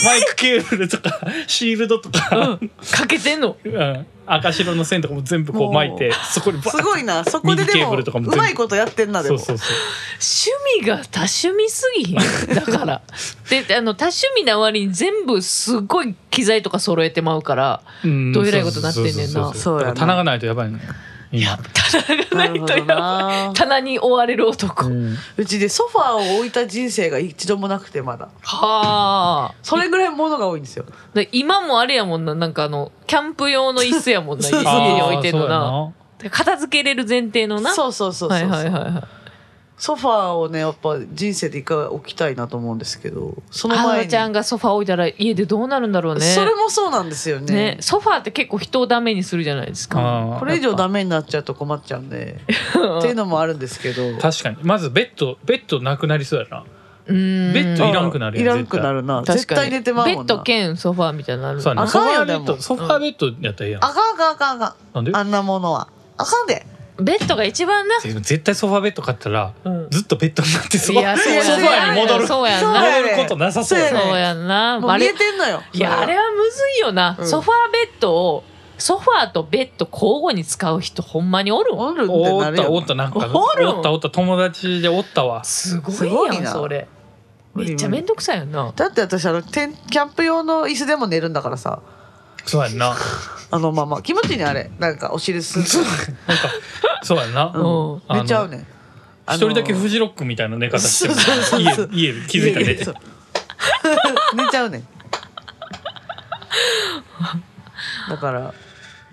[SPEAKER 3] マイクケーブルとかシールドとか、
[SPEAKER 1] かけてんの
[SPEAKER 3] うん、赤白の線とかも全部こう巻いてそこにバーッ
[SPEAKER 2] すごいなそこで
[SPEAKER 3] ミニ
[SPEAKER 2] で
[SPEAKER 3] ケーブ
[SPEAKER 2] も
[SPEAKER 3] ルとかも全
[SPEAKER 2] う
[SPEAKER 3] 部
[SPEAKER 2] まいことやってんなで
[SPEAKER 3] そ
[SPEAKER 2] も
[SPEAKER 3] うそうそう
[SPEAKER 1] 趣味が多趣味すぎひんだから であの多趣味な割に全部すごい機材とか揃えてまうから
[SPEAKER 3] うん
[SPEAKER 1] どえらいことなってんねんな
[SPEAKER 3] そうそう
[SPEAKER 2] そうやな
[SPEAKER 3] だから棚がないとやばいね今
[SPEAKER 2] なるほどな
[SPEAKER 1] 棚に追われる男、
[SPEAKER 3] うん
[SPEAKER 2] うちでソファーを置いた人生が一度もなくてまだ
[SPEAKER 1] はあ
[SPEAKER 2] それぐらい物が多いんですよ
[SPEAKER 1] で今もあれやもんななんかあのキャンプ用の椅子やもんな
[SPEAKER 2] そうそう
[SPEAKER 1] 家に置いてんの
[SPEAKER 3] あ
[SPEAKER 1] な
[SPEAKER 3] ー
[SPEAKER 1] で片付けれる前提のな
[SPEAKER 2] そうそうそうそう、
[SPEAKER 1] はいはいはいはい
[SPEAKER 2] ソファーをねやっぱ人生で一回置きたいなと思うんですけどその
[SPEAKER 1] あ
[SPEAKER 2] 前
[SPEAKER 1] の
[SPEAKER 2] に
[SPEAKER 1] ちゃんがソファー置いたら家でどうなるんだろうね
[SPEAKER 2] それもそうなんですよ
[SPEAKER 1] ね
[SPEAKER 2] ね
[SPEAKER 1] ソファーって結構人をダメにするじゃないです
[SPEAKER 3] そうや
[SPEAKER 1] か
[SPEAKER 3] なあ
[SPEAKER 2] こ
[SPEAKER 3] ー
[SPEAKER 2] れ以上ダメになっちゃうと困っちゃうんでっ ていうのもあるんですけど
[SPEAKER 3] 確かにまずベッドベッドなくなりそうやな
[SPEAKER 1] ベッ
[SPEAKER 3] ッドいらんくなる
[SPEAKER 2] い
[SPEAKER 3] やん
[SPEAKER 2] らんくなるな絶対寝てまう
[SPEAKER 1] ベ
[SPEAKER 2] も
[SPEAKER 1] ッ
[SPEAKER 2] んな
[SPEAKER 1] ド兼ソファーみたいになる
[SPEAKER 3] そうやな
[SPEAKER 2] あ
[SPEAKER 3] ソフ
[SPEAKER 2] かんよ
[SPEAKER 3] ァーベッ
[SPEAKER 2] で
[SPEAKER 3] ド
[SPEAKER 2] も
[SPEAKER 3] ソファーベッドやったらいいやん
[SPEAKER 2] あかんあかんあかんあか
[SPEAKER 3] なんで
[SPEAKER 2] んあんなものはあかんで
[SPEAKER 1] ベッドが一番な、
[SPEAKER 3] でも絶対ソファーベッド買ったら
[SPEAKER 1] うん
[SPEAKER 3] ずっとベッドになってそう
[SPEAKER 1] いやそうやな
[SPEAKER 3] ソファーに戻る
[SPEAKER 1] そうや
[SPEAKER 2] そう
[SPEAKER 1] な
[SPEAKER 2] や
[SPEAKER 3] 戻ることなさそうや
[SPEAKER 2] そう
[SPEAKER 3] な
[SPEAKER 1] そうやんな
[SPEAKER 2] もう
[SPEAKER 1] あ
[SPEAKER 2] 見
[SPEAKER 1] れ
[SPEAKER 2] えてんのよ
[SPEAKER 1] いやあれはむずいよな、
[SPEAKER 2] うん
[SPEAKER 1] ソファーベッドをソファーとベッド交互に使う人ほんまにおるん
[SPEAKER 2] おるんって
[SPEAKER 3] お
[SPEAKER 2] な
[SPEAKER 3] っ
[SPEAKER 2] る
[SPEAKER 3] た
[SPEAKER 2] よ
[SPEAKER 3] おったなんか
[SPEAKER 1] おるん
[SPEAKER 3] おったおった友達でおったわ
[SPEAKER 1] すご
[SPEAKER 2] す
[SPEAKER 1] い
[SPEAKER 2] ご
[SPEAKER 1] や
[SPEAKER 2] い
[SPEAKER 1] ん
[SPEAKER 2] な
[SPEAKER 1] それめっちゃめんどくさいよな
[SPEAKER 2] だって私あのテンキャンプ用の椅子でも寝るんだからさ
[SPEAKER 3] そうやんな
[SPEAKER 2] あのまま気持ちいいねあれなんかお尻すっ
[SPEAKER 3] そうやんな
[SPEAKER 1] うん
[SPEAKER 3] あの
[SPEAKER 2] 寝ちゃうねん
[SPEAKER 3] 一人だけフジロックみたいな寝方してる
[SPEAKER 2] そうそうそう
[SPEAKER 3] 家家で気づいたら寝て
[SPEAKER 2] そう 寝ちゃうねんだから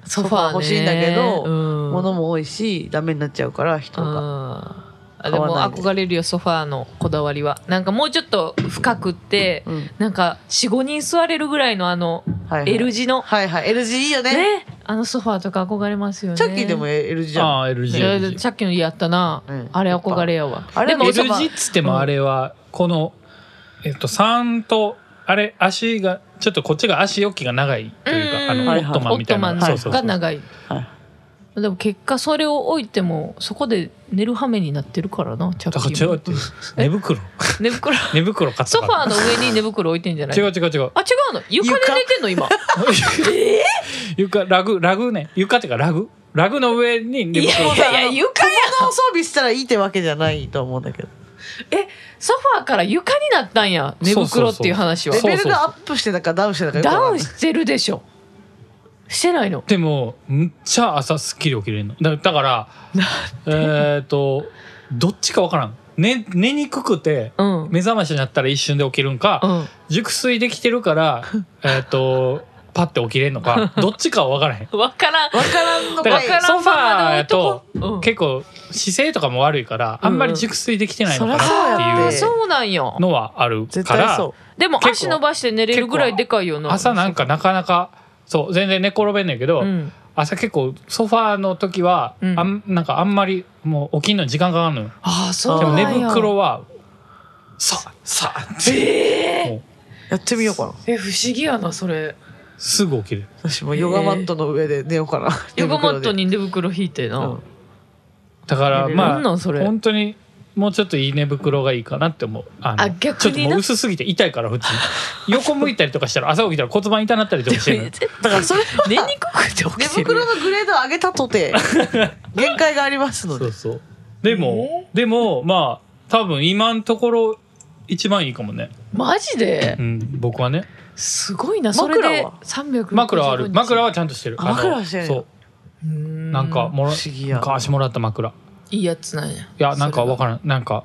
[SPEAKER 1] ソファー、ね、
[SPEAKER 2] ソファー欲しいんだけど
[SPEAKER 1] うん、
[SPEAKER 2] 物も多いしダメになっちゃうから人が
[SPEAKER 1] あで
[SPEAKER 2] 買わないで
[SPEAKER 1] も憧れるよソファーのこだわりはなんかもうちょっと深くって、
[SPEAKER 2] うん
[SPEAKER 1] なんか45人座れるぐらいのあの
[SPEAKER 2] はいはい
[SPEAKER 1] L 字の、
[SPEAKER 2] はいはい LG いいよね
[SPEAKER 1] ねあのソファーとか憧れますよね
[SPEAKER 2] チャッキーでも LG じゃん
[SPEAKER 3] ああ
[SPEAKER 1] いや
[SPEAKER 3] LG
[SPEAKER 1] さっきの家やったな、
[SPEAKER 2] うん
[SPEAKER 1] あれ憧れやわ
[SPEAKER 2] あれ
[SPEAKER 1] でも
[SPEAKER 3] LG っつってもあれはこのえっと3とあれ足がちょっとこっちが足置きが長いというかあの
[SPEAKER 1] うん
[SPEAKER 3] オットマンみたいな
[SPEAKER 1] オット
[SPEAKER 3] そ
[SPEAKER 1] マ
[SPEAKER 3] うそ
[SPEAKER 1] ン
[SPEAKER 3] うそ
[SPEAKER 1] が
[SPEAKER 3] う
[SPEAKER 1] 長い
[SPEAKER 2] はい
[SPEAKER 1] でも結果それを置いてもそこで寝る羽目になってるからなチャ
[SPEAKER 3] だか
[SPEAKER 1] ッ
[SPEAKER 3] ら
[SPEAKER 1] キ
[SPEAKER 3] ち
[SPEAKER 1] ー
[SPEAKER 3] ょっ
[SPEAKER 1] も
[SPEAKER 3] と寝袋
[SPEAKER 1] 寝袋
[SPEAKER 3] 寝袋買った
[SPEAKER 1] ソファ
[SPEAKER 3] か
[SPEAKER 1] ーの上に寝袋置いてんじゃ
[SPEAKER 3] ら
[SPEAKER 1] ない
[SPEAKER 3] 違う違う違う
[SPEAKER 1] あ違うの床で寝てんの今
[SPEAKER 3] 床ラグラグね床っていうかラグラグの上に
[SPEAKER 1] い
[SPEAKER 3] 寝
[SPEAKER 1] や
[SPEAKER 3] 袋
[SPEAKER 1] いやいや床や
[SPEAKER 2] 小物を装備したらいいってわけじゃないと思うんだけど
[SPEAKER 1] ソファーから床になったんや寝袋っていう話は
[SPEAKER 2] レ
[SPEAKER 3] そうそうそ
[SPEAKER 2] ベル
[SPEAKER 3] う
[SPEAKER 2] がアップしてたかダウンしてたかよくわ
[SPEAKER 1] ダ
[SPEAKER 2] か
[SPEAKER 1] ウ
[SPEAKER 2] んな
[SPEAKER 1] ン
[SPEAKER 2] い
[SPEAKER 1] してるでしょしてないの
[SPEAKER 3] でもむっちゃ朝すっきり起きれるのだだからえっとどっちかわからん寝寝にくくて
[SPEAKER 1] うんうん
[SPEAKER 3] 目覚ましになったら一瞬で起きるんか、熟睡できてるから、えっと、パッて起きれんのか、どっちかは分からへん。
[SPEAKER 1] わからん
[SPEAKER 2] わからんのか
[SPEAKER 3] だか
[SPEAKER 1] わ
[SPEAKER 2] い
[SPEAKER 1] から
[SPEAKER 3] ら
[SPEAKER 1] ん
[SPEAKER 3] ソファーやと
[SPEAKER 1] ままの男うん
[SPEAKER 3] 結構姿勢とかも悪いから、あんまり熟睡できてないのか
[SPEAKER 2] そり
[SPEAKER 3] な
[SPEAKER 1] あ
[SPEAKER 2] ゃ
[SPEAKER 3] っていう
[SPEAKER 1] そうなんよ
[SPEAKER 3] のはある
[SPEAKER 2] 絶
[SPEAKER 3] か
[SPEAKER 2] 対
[SPEAKER 3] ら
[SPEAKER 2] そ、
[SPEAKER 1] でも
[SPEAKER 3] 結
[SPEAKER 1] 足
[SPEAKER 3] 構
[SPEAKER 1] 伸ばして寝れるぐらいでかいよな
[SPEAKER 3] 朝なんかなかなか、そう、全然寝転べんねんけど、
[SPEAKER 1] うん
[SPEAKER 3] 朝結構ソファーの時は、
[SPEAKER 1] うん
[SPEAKER 3] あんなんかあんまりもう起きんのに時間かかるのよ。
[SPEAKER 1] ああそう
[SPEAKER 3] でも
[SPEAKER 1] なん
[SPEAKER 3] 寝
[SPEAKER 1] や
[SPEAKER 3] 袋は、さあ、さあって、もう
[SPEAKER 2] うやってみようかな
[SPEAKER 1] え不思議やなそれ
[SPEAKER 3] すぐ起きる。
[SPEAKER 2] 私もヨガマットの上で寝ようかな
[SPEAKER 1] ヨガマット
[SPEAKER 2] に
[SPEAKER 1] に寝袋引いてな、
[SPEAKER 2] うん
[SPEAKER 3] だから、まあ、
[SPEAKER 1] なんなんそれ
[SPEAKER 3] 本当にもうちょっといい寝袋がいいかなって思うあの
[SPEAKER 1] あ逆にな
[SPEAKER 3] ちょっともう薄すぎて痛いから普通 に横向いたりとかしたら朝起きたら骨盤痛なったりとかしてる
[SPEAKER 2] だからそ れは
[SPEAKER 1] 寝にくくて起
[SPEAKER 2] 寝
[SPEAKER 1] きてる
[SPEAKER 2] 袋のグレードを上げたとて限界がありますの
[SPEAKER 3] そう
[SPEAKER 2] で
[SPEAKER 3] そうでも、でもまあ多分今のところ一番いいかもね、
[SPEAKER 1] マジで
[SPEAKER 3] うん、僕はね
[SPEAKER 1] すごいなそれで
[SPEAKER 2] 枕は
[SPEAKER 1] 365
[SPEAKER 3] 枕はある枕
[SPEAKER 1] は
[SPEAKER 3] はちゃんとしてる
[SPEAKER 2] あ
[SPEAKER 3] あの
[SPEAKER 2] 枕はしてるんや
[SPEAKER 3] そう
[SPEAKER 1] な
[SPEAKER 3] なんかも
[SPEAKER 2] 不
[SPEAKER 3] ら
[SPEAKER 2] 思議や
[SPEAKER 3] 昔もらった枕
[SPEAKER 1] いいやつなんやい
[SPEAKER 3] いやなんかわからんなんか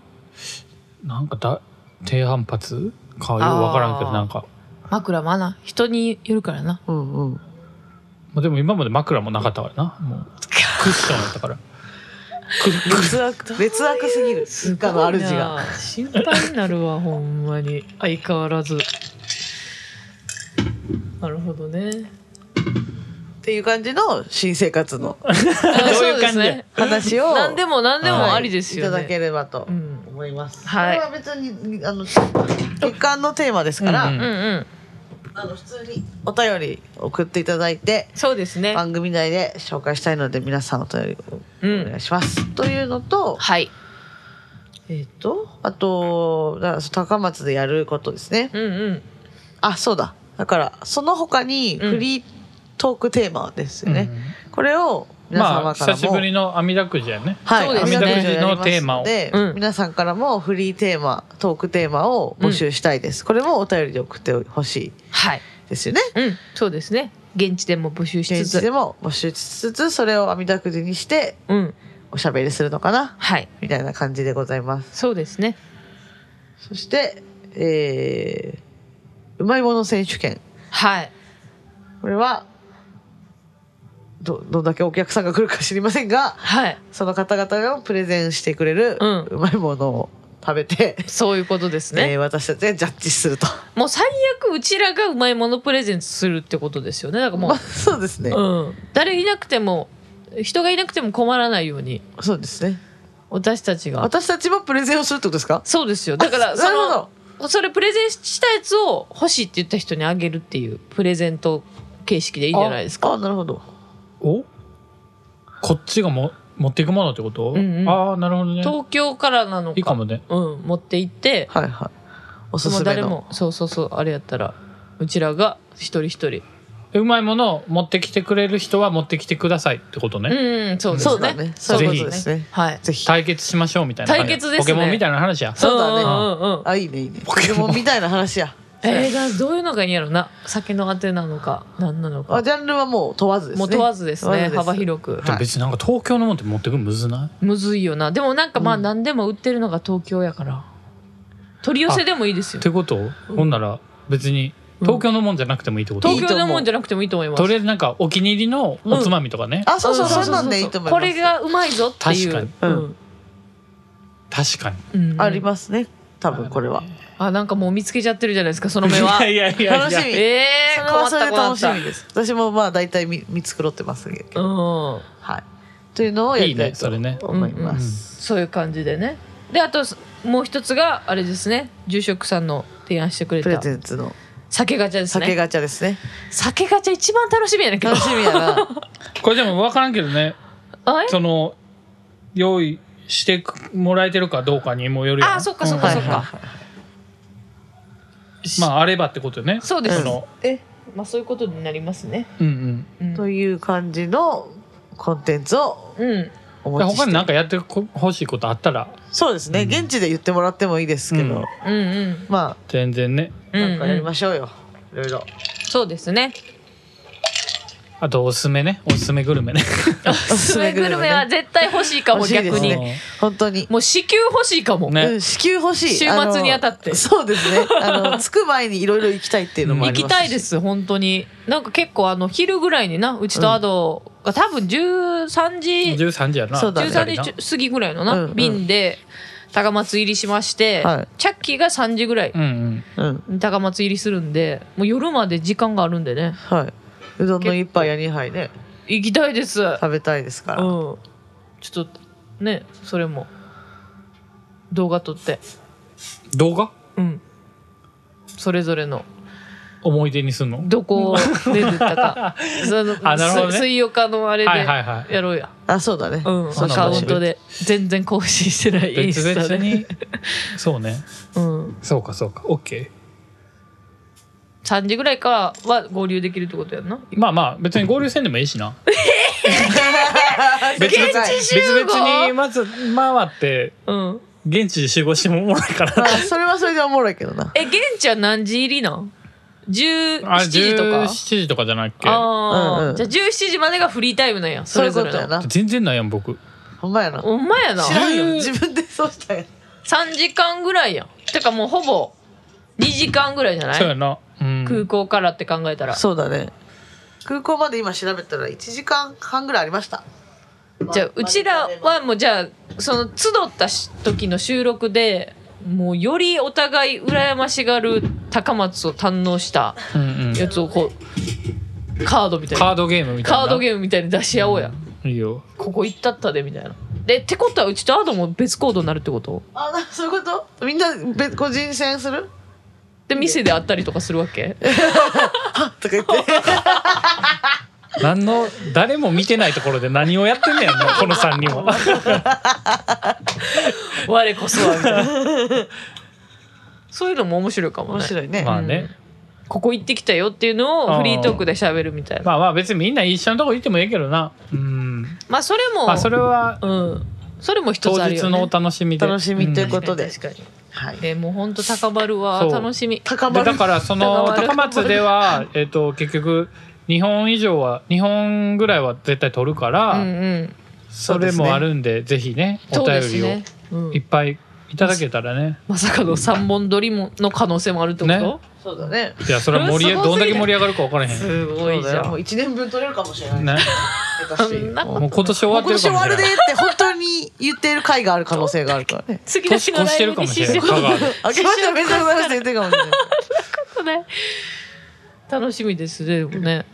[SPEAKER 3] なんかだ低反発かよくわからん
[SPEAKER 1] あ
[SPEAKER 3] けど
[SPEAKER 1] ー
[SPEAKER 3] なんか
[SPEAKER 1] 枕もな人によるからな
[SPEAKER 2] うんうん
[SPEAKER 3] まあでも今まで枕もなかったからなもうクッションやっ たから
[SPEAKER 2] 劣 悪劣悪すぎる一家の主が
[SPEAKER 1] 心配になるわほんまに相変わらずなるほど ね
[SPEAKER 2] っていう感じの新生活の
[SPEAKER 1] そう
[SPEAKER 3] いう感じ
[SPEAKER 1] ですね
[SPEAKER 2] 話を
[SPEAKER 1] 何でも何でもありですよね、
[SPEAKER 2] はいいただければと
[SPEAKER 1] うん
[SPEAKER 2] 思います、
[SPEAKER 1] はい
[SPEAKER 2] これは別にあの血管のテーマですから、
[SPEAKER 3] うん
[SPEAKER 1] うんうん
[SPEAKER 2] あの普通にお便り送っていただいて
[SPEAKER 1] そうですね
[SPEAKER 2] 番組内で紹介したいので皆さんお便り
[SPEAKER 1] う
[SPEAKER 2] お願
[SPEAKER 1] ん
[SPEAKER 2] いします、というのと
[SPEAKER 1] はい
[SPEAKER 2] えっとあとだから高松でやることですね
[SPEAKER 1] うんうん
[SPEAKER 2] あそうだだからその他にフリートークテーマですよね、これを皆
[SPEAKER 3] まあ
[SPEAKER 2] 様から
[SPEAKER 3] 久
[SPEAKER 2] も、
[SPEAKER 3] しぶりの網だくじやね
[SPEAKER 2] はい、
[SPEAKER 1] そうですね
[SPEAKER 2] 網田くじをやります
[SPEAKER 3] テーマを
[SPEAKER 2] で、
[SPEAKER 1] うん
[SPEAKER 2] 皆さんからもフリーテーマトークテーマを募集したいです、これもお便りで送ってほしい
[SPEAKER 1] はい
[SPEAKER 2] ですよね
[SPEAKER 1] うんそうですね現地でも募集し
[SPEAKER 2] 現
[SPEAKER 1] つ
[SPEAKER 2] 地
[SPEAKER 1] つ
[SPEAKER 2] でも募集しつつそれを網だくじにして
[SPEAKER 1] うん
[SPEAKER 2] おしゃべりするのかな
[SPEAKER 1] はい
[SPEAKER 2] みたいな感じでございます
[SPEAKER 1] そうですね
[SPEAKER 2] そして、えーうまいもの選手権
[SPEAKER 1] はい
[SPEAKER 2] これはどどんだけお客さんが来るか知りませんが
[SPEAKER 1] はい
[SPEAKER 2] その方々がプレゼンしてくれる
[SPEAKER 1] うん
[SPEAKER 2] うまいものを食べて、
[SPEAKER 1] そういうことですね、
[SPEAKER 2] えー私たちがジャッジすると。
[SPEAKER 1] もう最悪うちらがうまいものプレゼントするってことですよねだからもう、
[SPEAKER 2] まあ、 そうですね、
[SPEAKER 1] うん、誰いなくても人がいなくても困らないように
[SPEAKER 2] そうですね
[SPEAKER 1] 私たちが
[SPEAKER 2] 私たちもプレゼンをするってことですか
[SPEAKER 1] そうですよだから
[SPEAKER 2] あ
[SPEAKER 1] そ
[SPEAKER 2] なるほど
[SPEAKER 1] のそれプレゼンしたやつを欲しいって言った人にあげるっていうプレゼント形式でいいんじゃないですか
[SPEAKER 2] あなるほど
[SPEAKER 3] おこっちがも持っていくものってこ
[SPEAKER 1] う
[SPEAKER 3] と、
[SPEAKER 1] んうん
[SPEAKER 3] ああなるほどね
[SPEAKER 1] 東京からなの
[SPEAKER 3] いいか
[SPEAKER 1] か
[SPEAKER 3] もね
[SPEAKER 1] うん、持って行って
[SPEAKER 2] はいはいおす
[SPEAKER 1] も
[SPEAKER 2] す
[SPEAKER 1] う
[SPEAKER 2] め
[SPEAKER 1] 誰
[SPEAKER 2] の
[SPEAKER 1] もそうそうそうあれやったらうちらが一人一人
[SPEAKER 3] うまいものを持ってきてくれる人は持ってきてくださいってことね、
[SPEAKER 1] うんそうですね
[SPEAKER 2] そうだねそういうことですね
[SPEAKER 1] はい
[SPEAKER 2] ぜひ
[SPEAKER 3] 対決しましょうみたいな
[SPEAKER 1] 対決ですね
[SPEAKER 3] ポケモンみたいな話や
[SPEAKER 2] そうだね
[SPEAKER 1] んうんうん
[SPEAKER 2] あいいねいいねポケモンみたいな話や
[SPEAKER 1] えー、だからどういうのがいいんやろな酒のあてなのか何なの
[SPEAKER 2] あ
[SPEAKER 1] か
[SPEAKER 2] ジャンルはもう問わずですね
[SPEAKER 1] もう問わずです
[SPEAKER 2] 問わ
[SPEAKER 1] ね
[SPEAKER 2] ずです
[SPEAKER 1] 幅広く、
[SPEAKER 2] はい
[SPEAKER 3] でも別になんか東京のもんって持ってくのむずな
[SPEAKER 1] むずいよなでもなんかまあ
[SPEAKER 2] うん
[SPEAKER 1] 何でも売ってるのが東京やから取り寄せでもいいです
[SPEAKER 3] いっ
[SPEAKER 1] よ
[SPEAKER 3] てこと、ほんなら別に東京のもんじゃなくてもいいってこと、
[SPEAKER 2] うんいい
[SPEAKER 1] 東京のもんじゃなくてもいいと思います
[SPEAKER 3] とりあえずなんかお気に入りのおつまみとかね、
[SPEAKER 2] あそうそううんそうなんでいいと思います
[SPEAKER 1] これがうまいぞっていう
[SPEAKER 3] 確
[SPEAKER 2] かに
[SPEAKER 1] うん
[SPEAKER 3] 確かに
[SPEAKER 1] うん
[SPEAKER 2] ありますね多分これは
[SPEAKER 1] あなんかもう見つけちゃってるじゃないですかその目はい
[SPEAKER 3] や いやいや
[SPEAKER 2] 楽しみ
[SPEAKER 1] え
[SPEAKER 2] そ
[SPEAKER 1] ー、
[SPEAKER 2] れ
[SPEAKER 1] 困
[SPEAKER 2] は
[SPEAKER 1] っ
[SPEAKER 2] そ
[SPEAKER 1] た
[SPEAKER 2] れで
[SPEAKER 1] 困
[SPEAKER 2] 楽
[SPEAKER 1] っ
[SPEAKER 2] したみです私もまあ大体見見繕ってますけど
[SPEAKER 1] うん
[SPEAKER 2] はいというのをやりたい
[SPEAKER 3] いいねそれね
[SPEAKER 2] と思います
[SPEAKER 1] そういう感じでねであともう一つがあれですね住職さんの提案してくれ
[SPEAKER 2] プレ
[SPEAKER 1] た
[SPEAKER 2] ゼンツの
[SPEAKER 1] 酒ガチャですね
[SPEAKER 2] 酒ガチャですね
[SPEAKER 1] 酒ガチャ一番楽しみやねんけど
[SPEAKER 2] 楽しみやな
[SPEAKER 3] これでも分からんけどね
[SPEAKER 1] あえ
[SPEAKER 3] その用意してくもらえてるかどうかにもよるよ
[SPEAKER 1] あそっかそっか
[SPEAKER 3] うん
[SPEAKER 1] そ
[SPEAKER 2] は
[SPEAKER 1] っ
[SPEAKER 2] い
[SPEAKER 1] か、
[SPEAKER 2] はい
[SPEAKER 3] まああればってことよね
[SPEAKER 1] そうです
[SPEAKER 3] その
[SPEAKER 1] えまあそういうことになりますね
[SPEAKER 3] うんうん
[SPEAKER 1] うん
[SPEAKER 2] という感じのコンテンツを
[SPEAKER 1] うん
[SPEAKER 2] お持ちして
[SPEAKER 3] 他に何かやってほしいことあったら
[SPEAKER 2] そうですね、
[SPEAKER 3] うん
[SPEAKER 2] 現地で言ってもらってもいいですけど、
[SPEAKER 3] う
[SPEAKER 1] う
[SPEAKER 3] ん
[SPEAKER 1] んうん
[SPEAKER 2] ま
[SPEAKER 3] 全然ね
[SPEAKER 2] あなんかやり
[SPEAKER 1] うんうん
[SPEAKER 2] ましょうよ、いろいろ
[SPEAKER 1] そうですね
[SPEAKER 3] あとおすすめねおすすめグルメね
[SPEAKER 1] おすすめグルメは絶対欲しいかも
[SPEAKER 2] 欲しい
[SPEAKER 1] 逆
[SPEAKER 2] ですね
[SPEAKER 1] に、
[SPEAKER 2] 本当に、
[SPEAKER 1] もう支給欲しいかも、
[SPEAKER 3] ね
[SPEAKER 2] うん、支給欲しい
[SPEAKER 1] 週末
[SPEAKER 2] あの
[SPEAKER 1] に当たって
[SPEAKER 2] そうですねあの着く前にいろいろ行きたいっていうのもあ
[SPEAKER 1] 行
[SPEAKER 2] り
[SPEAKER 1] き
[SPEAKER 2] ますし
[SPEAKER 1] たいです本当になんか結構あの昼ぐらいになうちとアドが多分13時、
[SPEAKER 3] 13時やな
[SPEAKER 2] そうだね
[SPEAKER 1] 13時過ぎぐらいのな、
[SPEAKER 2] うんうん
[SPEAKER 1] 便で高松入りしまして、
[SPEAKER 2] はい
[SPEAKER 1] チャッキーが3時ぐらい
[SPEAKER 3] うんうん
[SPEAKER 2] うん
[SPEAKER 1] に高松入りするんでもう夜まで時間があるんでね
[SPEAKER 2] はいうどんの一杯や二杯ね
[SPEAKER 1] 行きたいです
[SPEAKER 2] 食べたいですから、
[SPEAKER 1] うん、ちょっとねそれも動画撮って、
[SPEAKER 3] 動画
[SPEAKER 1] うん、それぞれの
[SPEAKER 3] 思い出にすんの
[SPEAKER 1] どこで出た かその
[SPEAKER 3] あなるほどね
[SPEAKER 1] す水曜日のあれ
[SPEAKER 3] はいはい
[SPEAKER 1] で
[SPEAKER 3] はい
[SPEAKER 1] やろうや、
[SPEAKER 2] あそうだね、
[SPEAKER 1] うん、
[SPEAKER 3] そう
[SPEAKER 1] ア
[SPEAKER 3] し
[SPEAKER 1] カ
[SPEAKER 3] ましょう
[SPEAKER 1] ウントで全然更新してないイン
[SPEAKER 3] 別
[SPEAKER 1] スタ
[SPEAKER 3] 々
[SPEAKER 1] で、
[SPEAKER 3] にそうね
[SPEAKER 1] うん、
[SPEAKER 3] そうかそうか OK
[SPEAKER 1] 3時ぐらいかは合流できるってことやんな
[SPEAKER 3] まあまあ別に合流せんでもいいしな別々
[SPEAKER 2] 現地
[SPEAKER 1] 集合
[SPEAKER 3] 別々にまず回って
[SPEAKER 1] うん
[SPEAKER 3] 現地で集合してもおもろいか ら
[SPEAKER 2] まあそれはそれでおもろいけどな
[SPEAKER 1] え現地は何時入りなん
[SPEAKER 3] あれ
[SPEAKER 1] 17時とか
[SPEAKER 3] 17時とかじゃないっけ
[SPEAKER 1] あー、
[SPEAKER 2] うんうん
[SPEAKER 1] じゃあ17時までがフリータイムなんやそ
[SPEAKER 2] そうい
[SPEAKER 1] れ
[SPEAKER 2] うこ
[SPEAKER 1] ぞ
[SPEAKER 2] と
[SPEAKER 1] れの
[SPEAKER 2] やな
[SPEAKER 3] 全然ないやん僕
[SPEAKER 2] ほんまやな
[SPEAKER 1] ほんまやな
[SPEAKER 2] 知らんよ
[SPEAKER 3] 10
[SPEAKER 2] 自分でそうしたやん
[SPEAKER 1] 3時間ぐらいやんてかもうほぼ2時間ぐらいじゃな
[SPEAKER 3] そうや
[SPEAKER 1] い
[SPEAKER 3] なうん
[SPEAKER 1] 空港からって考えたら
[SPEAKER 2] そうだね空港まで今調べたら1時間半ぐらいありました
[SPEAKER 1] じゃあうちらはもうじゃあその集ったし時の収録でもうよりお互い羨ましがる高松を堪能した
[SPEAKER 3] うんうん
[SPEAKER 1] やつをこうカードみたい
[SPEAKER 3] カ
[SPEAKER 1] な
[SPEAKER 3] ードゲームみたいな
[SPEAKER 1] カードゲームみたいに出し合おうや、
[SPEAKER 3] ームいいよ
[SPEAKER 1] ここ行ったったでみたいなでってことはうちとアドも別行動になるってこと
[SPEAKER 2] あなそういうことみんな別個人戦する
[SPEAKER 1] で店で会ったりとかするわ け
[SPEAKER 2] とか言って
[SPEAKER 3] 何の誰も見てないところで何をやってんねやろなこの3人は
[SPEAKER 1] 我こそはみたいなそういうのも面白いかも
[SPEAKER 2] 面
[SPEAKER 1] ね
[SPEAKER 2] 白いね、
[SPEAKER 3] まあね
[SPEAKER 1] ここ行ってきたよっていうのをフリートークで喋るみたいなま
[SPEAKER 3] まあまあ別にみんな一緒のとこ行ってもいいけどなうん
[SPEAKER 1] あそれも、
[SPEAKER 3] まあそれは
[SPEAKER 1] うんそれも一
[SPEAKER 3] 当
[SPEAKER 1] つある
[SPEAKER 3] 日
[SPEAKER 1] よね
[SPEAKER 3] のお楽しみで
[SPEAKER 2] 楽しみということで、
[SPEAKER 1] 確かに確か
[SPEAKER 2] はい
[SPEAKER 1] に、でもうほんと高まるは
[SPEAKER 3] そう
[SPEAKER 1] 楽しみ
[SPEAKER 2] 高
[SPEAKER 3] で
[SPEAKER 2] ま
[SPEAKER 3] だ
[SPEAKER 2] る
[SPEAKER 3] からそ
[SPEAKER 1] 高
[SPEAKER 3] の
[SPEAKER 1] まる
[SPEAKER 3] 高松では、えっと結局日本以上は日本ぐらいは絶対取るから、
[SPEAKER 1] うんうん
[SPEAKER 3] それもあるんでぜひねお
[SPEAKER 1] そう
[SPEAKER 3] 便
[SPEAKER 1] です
[SPEAKER 3] り
[SPEAKER 1] ね、
[SPEAKER 3] を
[SPEAKER 1] うん
[SPEAKER 3] いっぱいいただけたらね、
[SPEAKER 1] まさかの三本撮りもの可能性もあるってこと、
[SPEAKER 3] ね
[SPEAKER 2] そうだね
[SPEAKER 3] いやそれは盛り上
[SPEAKER 1] すご
[SPEAKER 3] どん
[SPEAKER 1] すぎる
[SPEAKER 3] だけ盛り上がるか分からへん、
[SPEAKER 1] すごいじゃ
[SPEAKER 2] そうだよもうん一年分取れるかもしれない、
[SPEAKER 3] ね、
[SPEAKER 2] 下
[SPEAKER 1] そ
[SPEAKER 2] 手し
[SPEAKER 1] ん
[SPEAKER 2] い
[SPEAKER 1] な
[SPEAKER 2] もう
[SPEAKER 3] もう今年終わって
[SPEAKER 2] 今年終わる
[SPEAKER 3] るかもしれ
[SPEAKER 2] で
[SPEAKER 3] な
[SPEAKER 2] っ
[SPEAKER 3] い
[SPEAKER 2] て本当に言ってる回がある可能性がある からね
[SPEAKER 1] 次の日
[SPEAKER 3] 年越
[SPEAKER 1] の
[SPEAKER 3] し
[SPEAKER 1] ラ
[SPEAKER 3] て
[SPEAKER 1] イ
[SPEAKER 3] る
[SPEAKER 1] ブ
[SPEAKER 3] かも
[SPEAKER 1] に
[SPEAKER 3] し
[SPEAKER 1] し
[SPEAKER 3] れない
[SPEAKER 1] よ
[SPEAKER 3] 香川で
[SPEAKER 2] 明けましておめでとうございますって言ってるかもしれないう
[SPEAKER 1] ね 楽しみですねでもね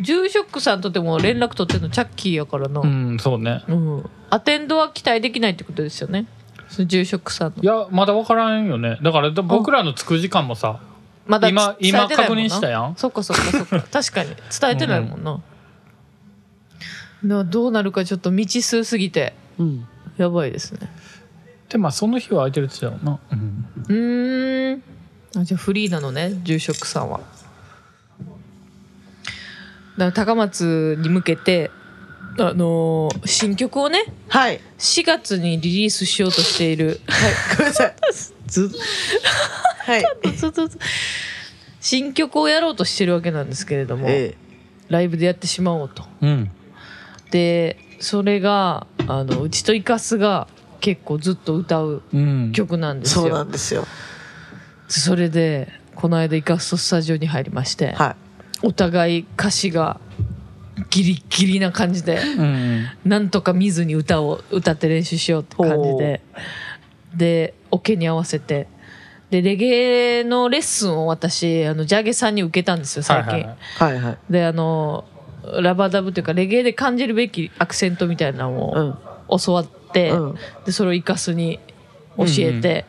[SPEAKER 1] 住職さんとでも連絡取ってるのチャッキーやからな、
[SPEAKER 3] うんそうね
[SPEAKER 1] うんアテンドは期待できないってことですよねその住職さんの
[SPEAKER 3] いやまだ分からんよねだから僕らのつく時間もさ
[SPEAKER 1] まだ
[SPEAKER 3] 今
[SPEAKER 1] 伝えてないもんな
[SPEAKER 3] 今確認したやん
[SPEAKER 1] そっかそっかそっ か確かに伝えてないもんな、などうなるかちょっと未知数すぎて
[SPEAKER 2] うん
[SPEAKER 1] やばいですね
[SPEAKER 3] でまあその日は空いてるっつよな、うん
[SPEAKER 1] うーんあじゃあフリーなのね住職さんはだから高松に向けてあのー新曲をね
[SPEAKER 2] はい
[SPEAKER 1] 4月にリリースしようとしている
[SPEAKER 2] はいごめんなさい ずはい
[SPEAKER 1] そうそうそう新曲をやろうとしてるわけなんですけれども、
[SPEAKER 2] え
[SPEAKER 1] ライブでやってしまおうと
[SPEAKER 3] うん、
[SPEAKER 1] でそれがあのうちとイカスが結構ずっと歌う
[SPEAKER 3] うん、
[SPEAKER 1] 曲なん
[SPEAKER 2] え
[SPEAKER 1] ですよ
[SPEAKER 2] そうなんですよ
[SPEAKER 1] それでこの間イカスとスタジオに入りまして、
[SPEAKER 2] は
[SPEAKER 1] お互い歌詞がギリギリな感じで
[SPEAKER 3] うん
[SPEAKER 1] なんとか見ずに歌を歌って練習しようって感じででオケに合わせてでレゲエのレッスンを私あのジャゲさんに受けたんですよ最近。
[SPEAKER 3] はいはいはい
[SPEAKER 2] いはいはい
[SPEAKER 1] であのラバダブというかレゲエで感じるべきアクセントみたいな
[SPEAKER 2] う
[SPEAKER 1] の
[SPEAKER 2] ん
[SPEAKER 1] を教わって、
[SPEAKER 2] うん
[SPEAKER 1] でそれを生かすに教えて、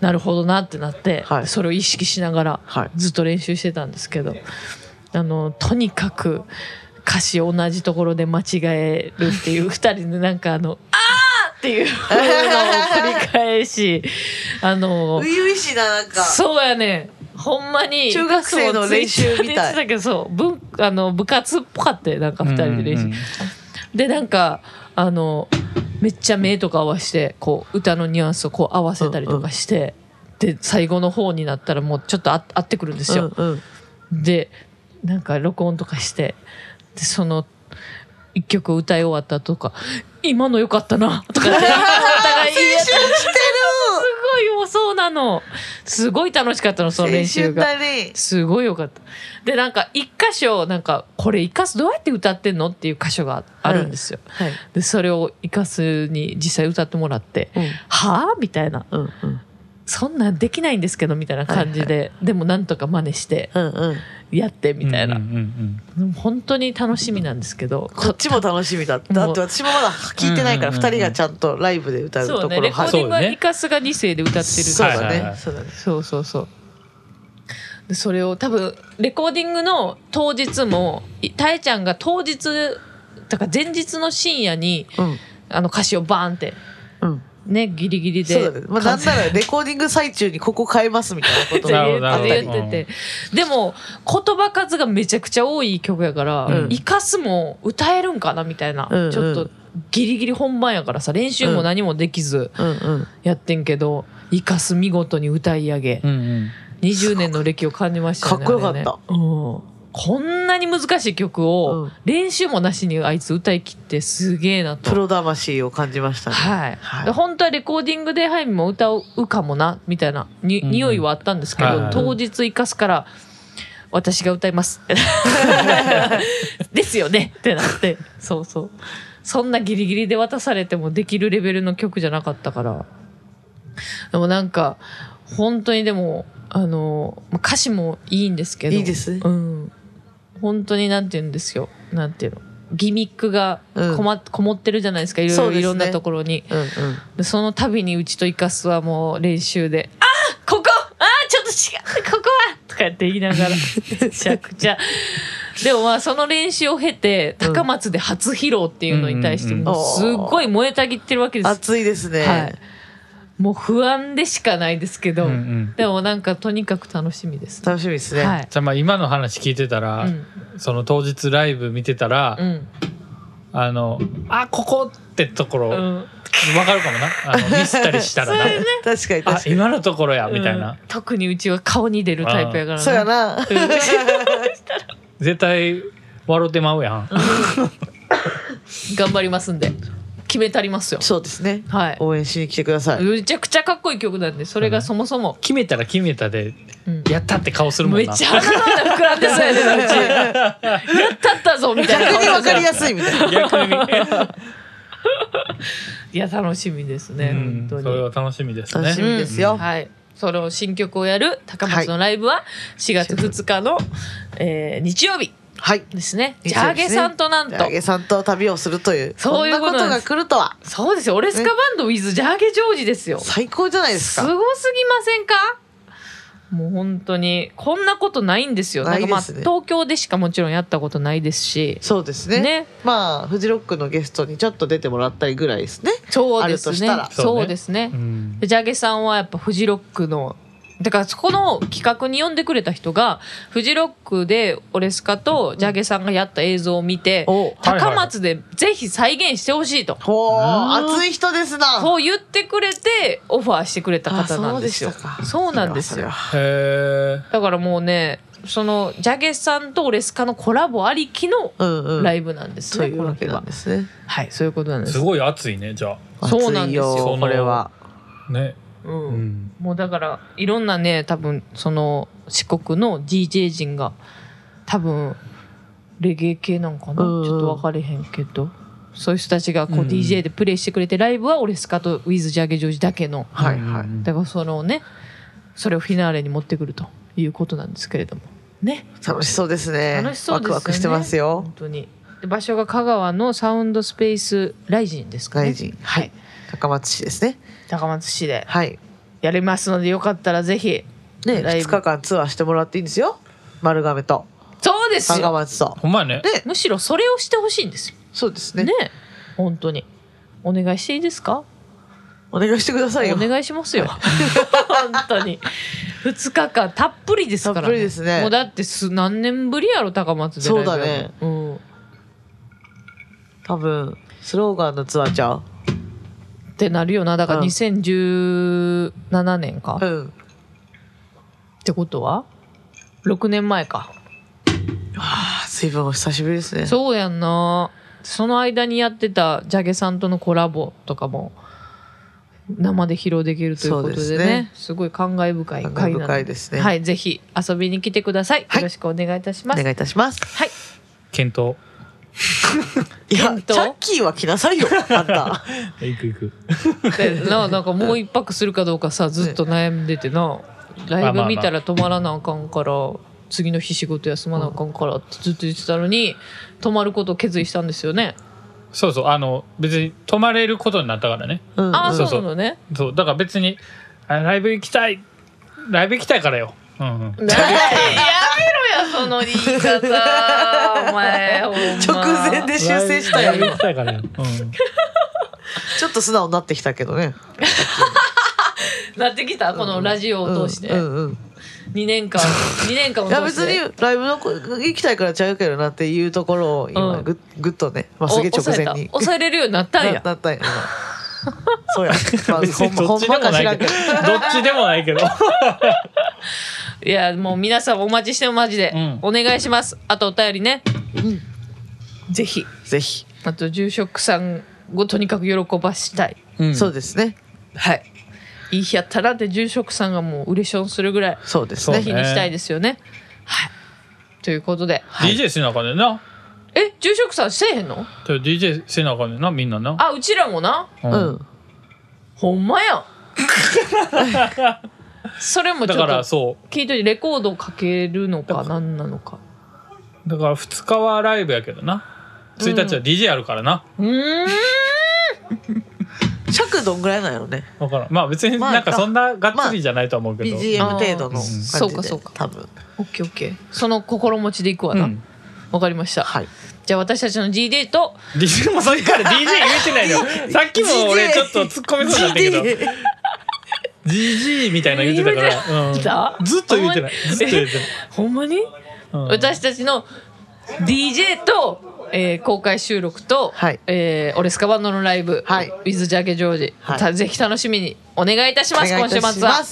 [SPEAKER 1] なるほどなってなって、
[SPEAKER 2] はい
[SPEAKER 1] それを意識しながら
[SPEAKER 2] はい
[SPEAKER 1] ずっと練習してたんですけど、あのとにかく歌詞を同じところで間違えるって いう二人でなんかあの「あー!」っていうのを繰り返しあの
[SPEAKER 2] 初々しいななんか
[SPEAKER 1] そうやねほんまに
[SPEAKER 2] 中学生の練習
[SPEAKER 1] いつ
[SPEAKER 2] みたい
[SPEAKER 1] もツイッターで言ってたけどそうぶあの部活っぽかってなんか二人で練習、
[SPEAKER 3] うんうん
[SPEAKER 1] でなんかあのめっちゃ目とか合わせてこう歌のニュアンスをこう合わせたりとかして、で最後の方になったらもうちょっとあ合ってくるんですよ、
[SPEAKER 2] うんうん
[SPEAKER 1] でなんか録音とかしてでその一曲を歌い終わった後とか「今の良かったな」 とかってお互い言い合ってすごいもうそうなのすごい楽しかったのそ
[SPEAKER 2] 青
[SPEAKER 1] の練習
[SPEAKER 2] 春
[SPEAKER 1] が
[SPEAKER 2] だね
[SPEAKER 1] すごい良かったでなんか一箇所なんかこれイカスどうやって歌ってんのっていう箇所があるんですよ、
[SPEAKER 2] はい
[SPEAKER 1] でそれをイカスに実際歌ってもらって
[SPEAKER 2] うん
[SPEAKER 1] 「はあ?」みたいな
[SPEAKER 2] うんうん
[SPEAKER 1] 「そんなんできないんですけど」みたいな感じで、でもなんとか真似して
[SPEAKER 2] うんうん
[SPEAKER 1] やってみたいな
[SPEAKER 3] うんう、ん
[SPEAKER 1] でも本当に楽しみなんですけど
[SPEAKER 2] こっちも楽しみだっただって私もまだ聞いてないから
[SPEAKER 3] うんうん
[SPEAKER 2] 二人がちゃんとライブで歌うと
[SPEAKER 1] そう
[SPEAKER 2] こ
[SPEAKER 1] ねレ
[SPEAKER 2] ろ
[SPEAKER 1] コー
[SPEAKER 2] は
[SPEAKER 1] デ
[SPEAKER 2] そ
[SPEAKER 1] ィング
[SPEAKER 2] う
[SPEAKER 3] そう
[SPEAKER 1] は
[SPEAKER 3] ね
[SPEAKER 1] イカスが2世で歌ってる
[SPEAKER 2] そう
[SPEAKER 1] から
[SPEAKER 2] だ
[SPEAKER 3] はいはいは
[SPEAKER 2] ね
[SPEAKER 3] い
[SPEAKER 2] そうだね
[SPEAKER 1] そうそうそうでそれを多分レコーディングの当日もいたえちゃんが当日だから前日の深夜に
[SPEAKER 2] うん
[SPEAKER 1] あの歌詞をバーンって
[SPEAKER 2] うん
[SPEAKER 1] ねギリギリで
[SPEAKER 2] そうだねまあなんならレコーディング最中にここ変えますみたいなこと
[SPEAKER 1] って
[SPEAKER 3] な
[SPEAKER 2] も
[SPEAKER 3] るほ
[SPEAKER 1] 言
[SPEAKER 3] どなるほど
[SPEAKER 1] って言ってて、でも言葉数がめちゃくちゃ多い曲やから、
[SPEAKER 3] うん
[SPEAKER 1] イカスも歌えるんかなみたいな、
[SPEAKER 2] うんうん
[SPEAKER 1] ちょっとギリギリ本番やからさ練習も何もできず
[SPEAKER 2] うんうん
[SPEAKER 1] やってんけど、イカス見事に歌い上げ
[SPEAKER 3] うんうん
[SPEAKER 1] 20年の歴を感じましたよね
[SPEAKER 2] かっこよかった
[SPEAKER 1] あれねうんこんなに難しい曲を
[SPEAKER 2] うん
[SPEAKER 1] 練習もなしにあいつ歌い切ってすげえなと
[SPEAKER 2] プロ魂を感じましたね
[SPEAKER 1] はい、
[SPEAKER 2] はい
[SPEAKER 1] で本当はレコーディングでハイミも歌うかもなみたいなに、
[SPEAKER 3] うんうん
[SPEAKER 1] 匂いはあったんですけど、
[SPEAKER 3] はいはい
[SPEAKER 1] 当日生かすから私が歌いますですよねってなってそうそうそんなギリギリで渡されてもできるレベルの曲じゃなかったからでもなんか本当にでもあのまあ歌詞もいいんですけど
[SPEAKER 2] いいですね
[SPEAKER 1] うん、本当になんて言うんですよなんていうのギミックがこま、こもってるじゃないですかいろい
[SPEAKER 2] そう
[SPEAKER 1] ろ
[SPEAKER 2] ですね
[SPEAKER 1] いろんなところに
[SPEAKER 2] うんうん
[SPEAKER 1] でその度にうちとイカスはもう練習で「あーここあーちょっと違うここは!」とかやって言いながらめちゃくちゃでもまあその練習を経て
[SPEAKER 2] うん
[SPEAKER 1] 高松で初披露っていうのに対してもうすっごい燃えたぎってるわけです、
[SPEAKER 2] 熱いですね
[SPEAKER 1] はいもう不安でしかないですけど、
[SPEAKER 3] うんうん
[SPEAKER 1] でもなんかとにかく楽しみです、
[SPEAKER 2] 楽しみですね、
[SPEAKER 1] はい、
[SPEAKER 3] じゃあまあ今の話聞いてたら、
[SPEAKER 1] うん
[SPEAKER 3] その当日ライブ見てたら、
[SPEAKER 1] うん
[SPEAKER 3] あのあここってところ、
[SPEAKER 1] う
[SPEAKER 3] わ
[SPEAKER 1] ん、
[SPEAKER 3] かるかもなあ のミスったりしたら
[SPEAKER 2] 確
[SPEAKER 3] な
[SPEAKER 2] かに
[SPEAKER 3] あ
[SPEAKER 2] 確かに
[SPEAKER 3] 今のところやみたいな、
[SPEAKER 1] うん特にうちは顔に出るタイプやから
[SPEAKER 2] そうや な
[SPEAKER 3] 絶対笑ってまうやん
[SPEAKER 1] 頑張りますんで決めたりますよ
[SPEAKER 2] そうですね
[SPEAKER 1] はい
[SPEAKER 2] 応援しに来てください
[SPEAKER 1] めちゃくちゃかっこいい曲なんでそれがそもそも、
[SPEAKER 3] 決めたら決めたで
[SPEAKER 1] うん
[SPEAKER 3] やったって顔するもん
[SPEAKER 1] めっ
[SPEAKER 3] な
[SPEAKER 1] ちゃ鼻の穴膨らんでそうやねうち やったったぞみたいな
[SPEAKER 2] 逆
[SPEAKER 1] 顔
[SPEAKER 2] に
[SPEAKER 1] だ
[SPEAKER 2] わ
[SPEAKER 1] か
[SPEAKER 2] からり
[SPEAKER 1] い
[SPEAKER 2] やすいみたいな
[SPEAKER 3] 逆 に、
[SPEAKER 1] や楽しみですね、
[SPEAKER 3] うん、そ
[SPEAKER 1] 本当
[SPEAKER 3] れ
[SPEAKER 1] に
[SPEAKER 3] は楽しみです
[SPEAKER 2] 楽し
[SPEAKER 3] ね
[SPEAKER 2] みですよ、
[SPEAKER 1] はい、その新曲をやる高松のライブは4月2日の、えー日曜日
[SPEAKER 2] はい
[SPEAKER 1] ですね。
[SPEAKER 2] 日曜日で
[SPEAKER 1] ジャーゲ
[SPEAKER 2] すね
[SPEAKER 1] さんとなん
[SPEAKER 2] ジ
[SPEAKER 1] と
[SPEAKER 2] ャ。ーゲさんと旅をするという
[SPEAKER 1] そういうこ
[SPEAKER 2] ことんなこ
[SPEAKER 1] な
[SPEAKER 2] と
[SPEAKER 1] ん
[SPEAKER 2] が
[SPEAKER 1] です
[SPEAKER 2] 来るとは
[SPEAKER 1] そうですよ。オレスカバンド with ジャーゲジョージですよ。
[SPEAKER 2] 最高じゃないです
[SPEAKER 1] す
[SPEAKER 2] か
[SPEAKER 1] ごすぎませんかもう本当にこんなことないんですよ。
[SPEAKER 2] ないですね
[SPEAKER 1] なんかまあ東京でしかもちろんやったことないですし。
[SPEAKER 2] そうですね
[SPEAKER 1] ね
[SPEAKER 2] まあフジロックのゲストにちょっと出てもらったりぐらいですね
[SPEAKER 1] そうです
[SPEAKER 2] あるとし
[SPEAKER 1] ね
[SPEAKER 2] たら。
[SPEAKER 3] そうね
[SPEAKER 1] そうですね
[SPEAKER 3] う。ん
[SPEAKER 1] ジャーゲさんはやっぱフジロックのだからそこの企画に呼んでくれた人がフジロックでオレスカとジャーゲさんがやった映像を見て
[SPEAKER 2] おう
[SPEAKER 3] はいはい
[SPEAKER 1] 高松でぜひ再現してほしいと
[SPEAKER 2] ほう
[SPEAKER 3] うん
[SPEAKER 2] 熱い人ですな
[SPEAKER 1] そう言ってくれてオファーしてくれた方なんですよ
[SPEAKER 2] あそうでしたか
[SPEAKER 1] そうなんですよ
[SPEAKER 2] そ
[SPEAKER 3] へえ
[SPEAKER 1] だからもうねそのジャゲさんとオレスカのコラボありきの
[SPEAKER 2] れはうんうん
[SPEAKER 1] ライブなんです
[SPEAKER 2] そう
[SPEAKER 1] ね、
[SPEAKER 2] いう
[SPEAKER 1] この
[SPEAKER 2] わけ
[SPEAKER 1] 日
[SPEAKER 2] な
[SPEAKER 1] は
[SPEAKER 2] んですね
[SPEAKER 1] はいそういうことなんです
[SPEAKER 3] すごい熱いねじゃ
[SPEAKER 1] そうなんですよ
[SPEAKER 2] 熱い
[SPEAKER 3] その
[SPEAKER 2] これは
[SPEAKER 3] あね
[SPEAKER 1] うん
[SPEAKER 3] うん
[SPEAKER 1] もうだからいろんなね多分その四国の DJ 陣が多分レゲエ系なんかな
[SPEAKER 2] うんうん
[SPEAKER 1] ちょっと分かれへんけどそういう人たちがこう
[SPEAKER 3] うんうん
[SPEAKER 1] DJ でプレイしてくれてライブはオレスカとウィズ・ジャゲジョージだけの
[SPEAKER 2] はいはい
[SPEAKER 3] うん
[SPEAKER 1] だからそのねそれをフィナーレに持ってくるということなんですけれどもね
[SPEAKER 2] 楽しそうですね
[SPEAKER 1] 楽しそうですよね
[SPEAKER 2] ワクワクしてますよ
[SPEAKER 1] 本当にで場所が香川のサウンドスペースライジンですかね
[SPEAKER 2] 外人
[SPEAKER 1] は
[SPEAKER 2] はいい高松市ですね
[SPEAKER 1] 高松市で
[SPEAKER 2] はい
[SPEAKER 1] やりますのでよかったらぜひ
[SPEAKER 2] ね
[SPEAKER 1] ライブ
[SPEAKER 2] 2日間ツアーしてもらっていいんですよ丸亀と
[SPEAKER 1] そうです
[SPEAKER 2] 高
[SPEAKER 1] よ
[SPEAKER 2] 松と
[SPEAKER 3] ほんまやね
[SPEAKER 2] で
[SPEAKER 1] むしろそれをしてほしいんですよ
[SPEAKER 2] そうです
[SPEAKER 1] ね
[SPEAKER 2] ね
[SPEAKER 1] 本当にお願いしていいですか
[SPEAKER 2] お願いしてくださいよ
[SPEAKER 1] お願いします よ本当に2日間たっぷりですから、
[SPEAKER 2] たっぷりですね
[SPEAKER 1] もうだってす何年ぶりやろ高松でライブやるの
[SPEAKER 2] そうだね
[SPEAKER 1] うん
[SPEAKER 2] 多分スローガンのツアーちゃう
[SPEAKER 1] ってなるよなだから
[SPEAKER 2] うん
[SPEAKER 1] 2017年か、
[SPEAKER 2] う
[SPEAKER 1] っ
[SPEAKER 2] ん
[SPEAKER 1] てことは6年前か
[SPEAKER 2] あ随分お久しぶりですね
[SPEAKER 1] そうやんなその間にやってたジャゲさんとのコラボとかも生で披露できるということでね
[SPEAKER 2] そう
[SPEAKER 1] す
[SPEAKER 2] ですね
[SPEAKER 1] ごい感慨深い回
[SPEAKER 2] 感
[SPEAKER 1] な
[SPEAKER 2] 慨
[SPEAKER 1] の
[SPEAKER 2] 深いですね
[SPEAKER 1] はいぜひ遊びに来てください、
[SPEAKER 2] はい
[SPEAKER 1] よろしくお願いいたし
[SPEAKER 2] お
[SPEAKER 1] ます
[SPEAKER 2] 願いいたします
[SPEAKER 1] はい
[SPEAKER 3] 検討
[SPEAKER 2] いや
[SPEAKER 1] 検討
[SPEAKER 2] チャッキーは来なさいよあん た
[SPEAKER 3] いくいく
[SPEAKER 1] でななんかもう一泊するかどうかさずっと悩んでてなライブ見たら泊まらなあかんから次の日仕事休まなあかんからってずっと言ってたのに泊まることを決意したんですよね、
[SPEAKER 3] そうそうあの別に泊まれることになったからね
[SPEAKER 2] うんうん
[SPEAKER 1] ああ
[SPEAKER 3] そう
[SPEAKER 1] そうなのね
[SPEAKER 3] そうだから別にあライブ行きたいライブ行きたいからよ、うんうん、
[SPEAKER 1] やめろやその言い方お前ほんま
[SPEAKER 2] 直前で修正した
[SPEAKER 3] ライブ
[SPEAKER 2] よ
[SPEAKER 3] 行きたいからよ、うん
[SPEAKER 2] ちょっと素直になってきたけどね
[SPEAKER 1] なってきたこのラジオを通して
[SPEAKER 2] うんうんうん
[SPEAKER 1] 2年間2年間を
[SPEAKER 2] いや
[SPEAKER 1] 通
[SPEAKER 2] 別
[SPEAKER 1] して
[SPEAKER 2] にライブの子行きたいからちゃうけどなっていうところを
[SPEAKER 1] う
[SPEAKER 2] 今
[SPEAKER 1] ん
[SPEAKER 2] ぐぐっとね、まあ、す
[SPEAKER 1] お
[SPEAKER 2] げえ直
[SPEAKER 1] 抑え
[SPEAKER 2] 前
[SPEAKER 1] た
[SPEAKER 2] に
[SPEAKER 1] 抑えれるようになったん
[SPEAKER 2] な
[SPEAKER 1] や
[SPEAKER 2] なったんや今 そうや、まあ、
[SPEAKER 3] 別
[SPEAKER 2] ほ
[SPEAKER 3] に
[SPEAKER 2] ん
[SPEAKER 3] ど
[SPEAKER 2] まほ
[SPEAKER 3] っち
[SPEAKER 2] ん
[SPEAKER 3] で
[SPEAKER 2] ま
[SPEAKER 3] も
[SPEAKER 2] か
[SPEAKER 3] な
[SPEAKER 2] 知
[SPEAKER 3] い
[SPEAKER 2] らん
[SPEAKER 3] け
[SPEAKER 2] け
[SPEAKER 3] ど
[SPEAKER 2] ど
[SPEAKER 3] どっちでもないけど
[SPEAKER 1] いやもう皆さんお待ちしてマジで、
[SPEAKER 3] うん
[SPEAKER 1] お願いしますあとお便りね、ぜひ
[SPEAKER 2] ぜひ、
[SPEAKER 1] あと住職さんをとにかく喜ばしたい
[SPEAKER 3] うん
[SPEAKER 2] そうですね
[SPEAKER 1] はいいい日やったらで住職さんがもううれしょんするぐらい
[SPEAKER 2] そうですね
[SPEAKER 3] そう
[SPEAKER 1] 日にしたいですよねはいということで、
[SPEAKER 3] DJ しなあかんねんな
[SPEAKER 1] え住職さんせえへんの
[SPEAKER 3] ちょ DJ しなあかんねんなみんなな
[SPEAKER 1] あうちらもな
[SPEAKER 3] う
[SPEAKER 2] うんん
[SPEAKER 1] ほんま やんそれもち
[SPEAKER 3] だ
[SPEAKER 1] ょ
[SPEAKER 3] か
[SPEAKER 1] っと
[SPEAKER 3] らそ
[SPEAKER 1] 聞いといてレコードをかけるのか何なのか
[SPEAKER 3] うだから2日はライブやけどな1日は DJ あるからな、
[SPEAKER 1] うーん
[SPEAKER 2] 尺どんぐらいなんやろね
[SPEAKER 3] わからんまあ別に
[SPEAKER 2] まあ
[SPEAKER 3] なんかそんながっつりじゃないとは思うけど、
[SPEAKER 2] BGM
[SPEAKER 1] あー
[SPEAKER 2] 程度の感じ
[SPEAKER 3] うん
[SPEAKER 2] で
[SPEAKER 1] そうかそうか
[SPEAKER 2] 多分
[SPEAKER 1] オッケーオッケーその心持ちでいくわなわ
[SPEAKER 3] う、ん
[SPEAKER 1] かりました、
[SPEAKER 2] はい
[SPEAKER 1] じゃあ私たちの GD と
[SPEAKER 3] DJ もさっきから DJ 言えてないのよさっきも俺ちょっと突っ込みそうだったけど
[SPEAKER 2] GD
[SPEAKER 3] じじいみたいなの言ってたから、う
[SPEAKER 1] 言
[SPEAKER 3] ん
[SPEAKER 1] ってた
[SPEAKER 3] ずっと言ってない
[SPEAKER 1] ほんまに
[SPEAKER 3] ずっと言ってない、
[SPEAKER 1] ほんまに、
[SPEAKER 3] うん
[SPEAKER 1] 私たちの DJ と、えー公開収録と、
[SPEAKER 2] はい
[SPEAKER 1] えーオレスカバンドのライブ、
[SPEAKER 2] はい
[SPEAKER 1] with ジャケジョージ、
[SPEAKER 2] はい
[SPEAKER 1] たぜひ楽しみにお願いいたします
[SPEAKER 2] お願いいたし
[SPEAKER 1] 今
[SPEAKER 2] ま
[SPEAKER 1] 週
[SPEAKER 2] す
[SPEAKER 1] 末は。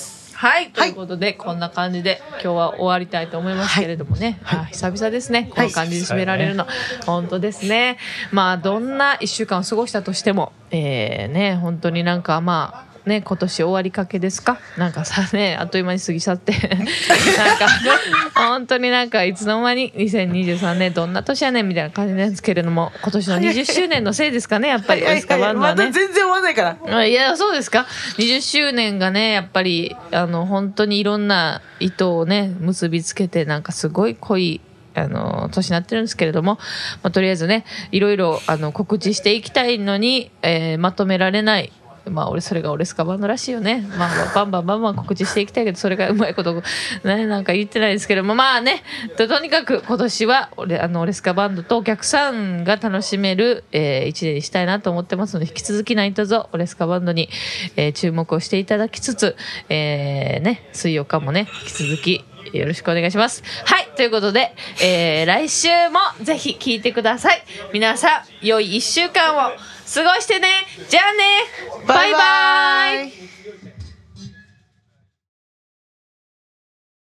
[SPEAKER 1] はい、と
[SPEAKER 2] はい
[SPEAKER 1] いうことで、こんな感じで今日は終わりたいと思いますけれどもね、あ久々ですねこんな感じで締められるの、本当ですねまあどんな1週間を過ごしたとしてもえー、ね本当になんかまあね今年終わりかけですかなんかさねあっという間に過ぎ去って なんか本当になんかいつの間に2023年どんな年やねんみたいな感じなんですけれども今年の20周年のせいですかねやっぱりオレスカバンド
[SPEAKER 2] ま
[SPEAKER 1] は
[SPEAKER 2] だ
[SPEAKER 1] ね
[SPEAKER 2] 全。然終わらないから。
[SPEAKER 1] あいやそうですか20周年がねやっぱりあの本当にいろんな糸をね結びつけてなんかすごい濃いあの年になってるんですけれども、まあ、とりあえずねいろいろあの告知していきたいのに、えーまとめられない。まあ俺それが俺スカバンドらしいよね。まあバンバンバンバン告知していきたいけどそれがうまいことねなんか言ってないですけどもまあねととにかく今年は俺あの俺スカバンドとお客さんが楽しめる、えー一年にしたいなと思ってますので引き続き何卒俺スカバンドに、えー注目をしていただきつつ、えーね水曜日もね引き続きよろしくお願いします。はい、ということで、えー来週もぜひ聞いてください。皆さん、良い1週間を過ごしてね。じゃあね。バイバイ
[SPEAKER 2] イ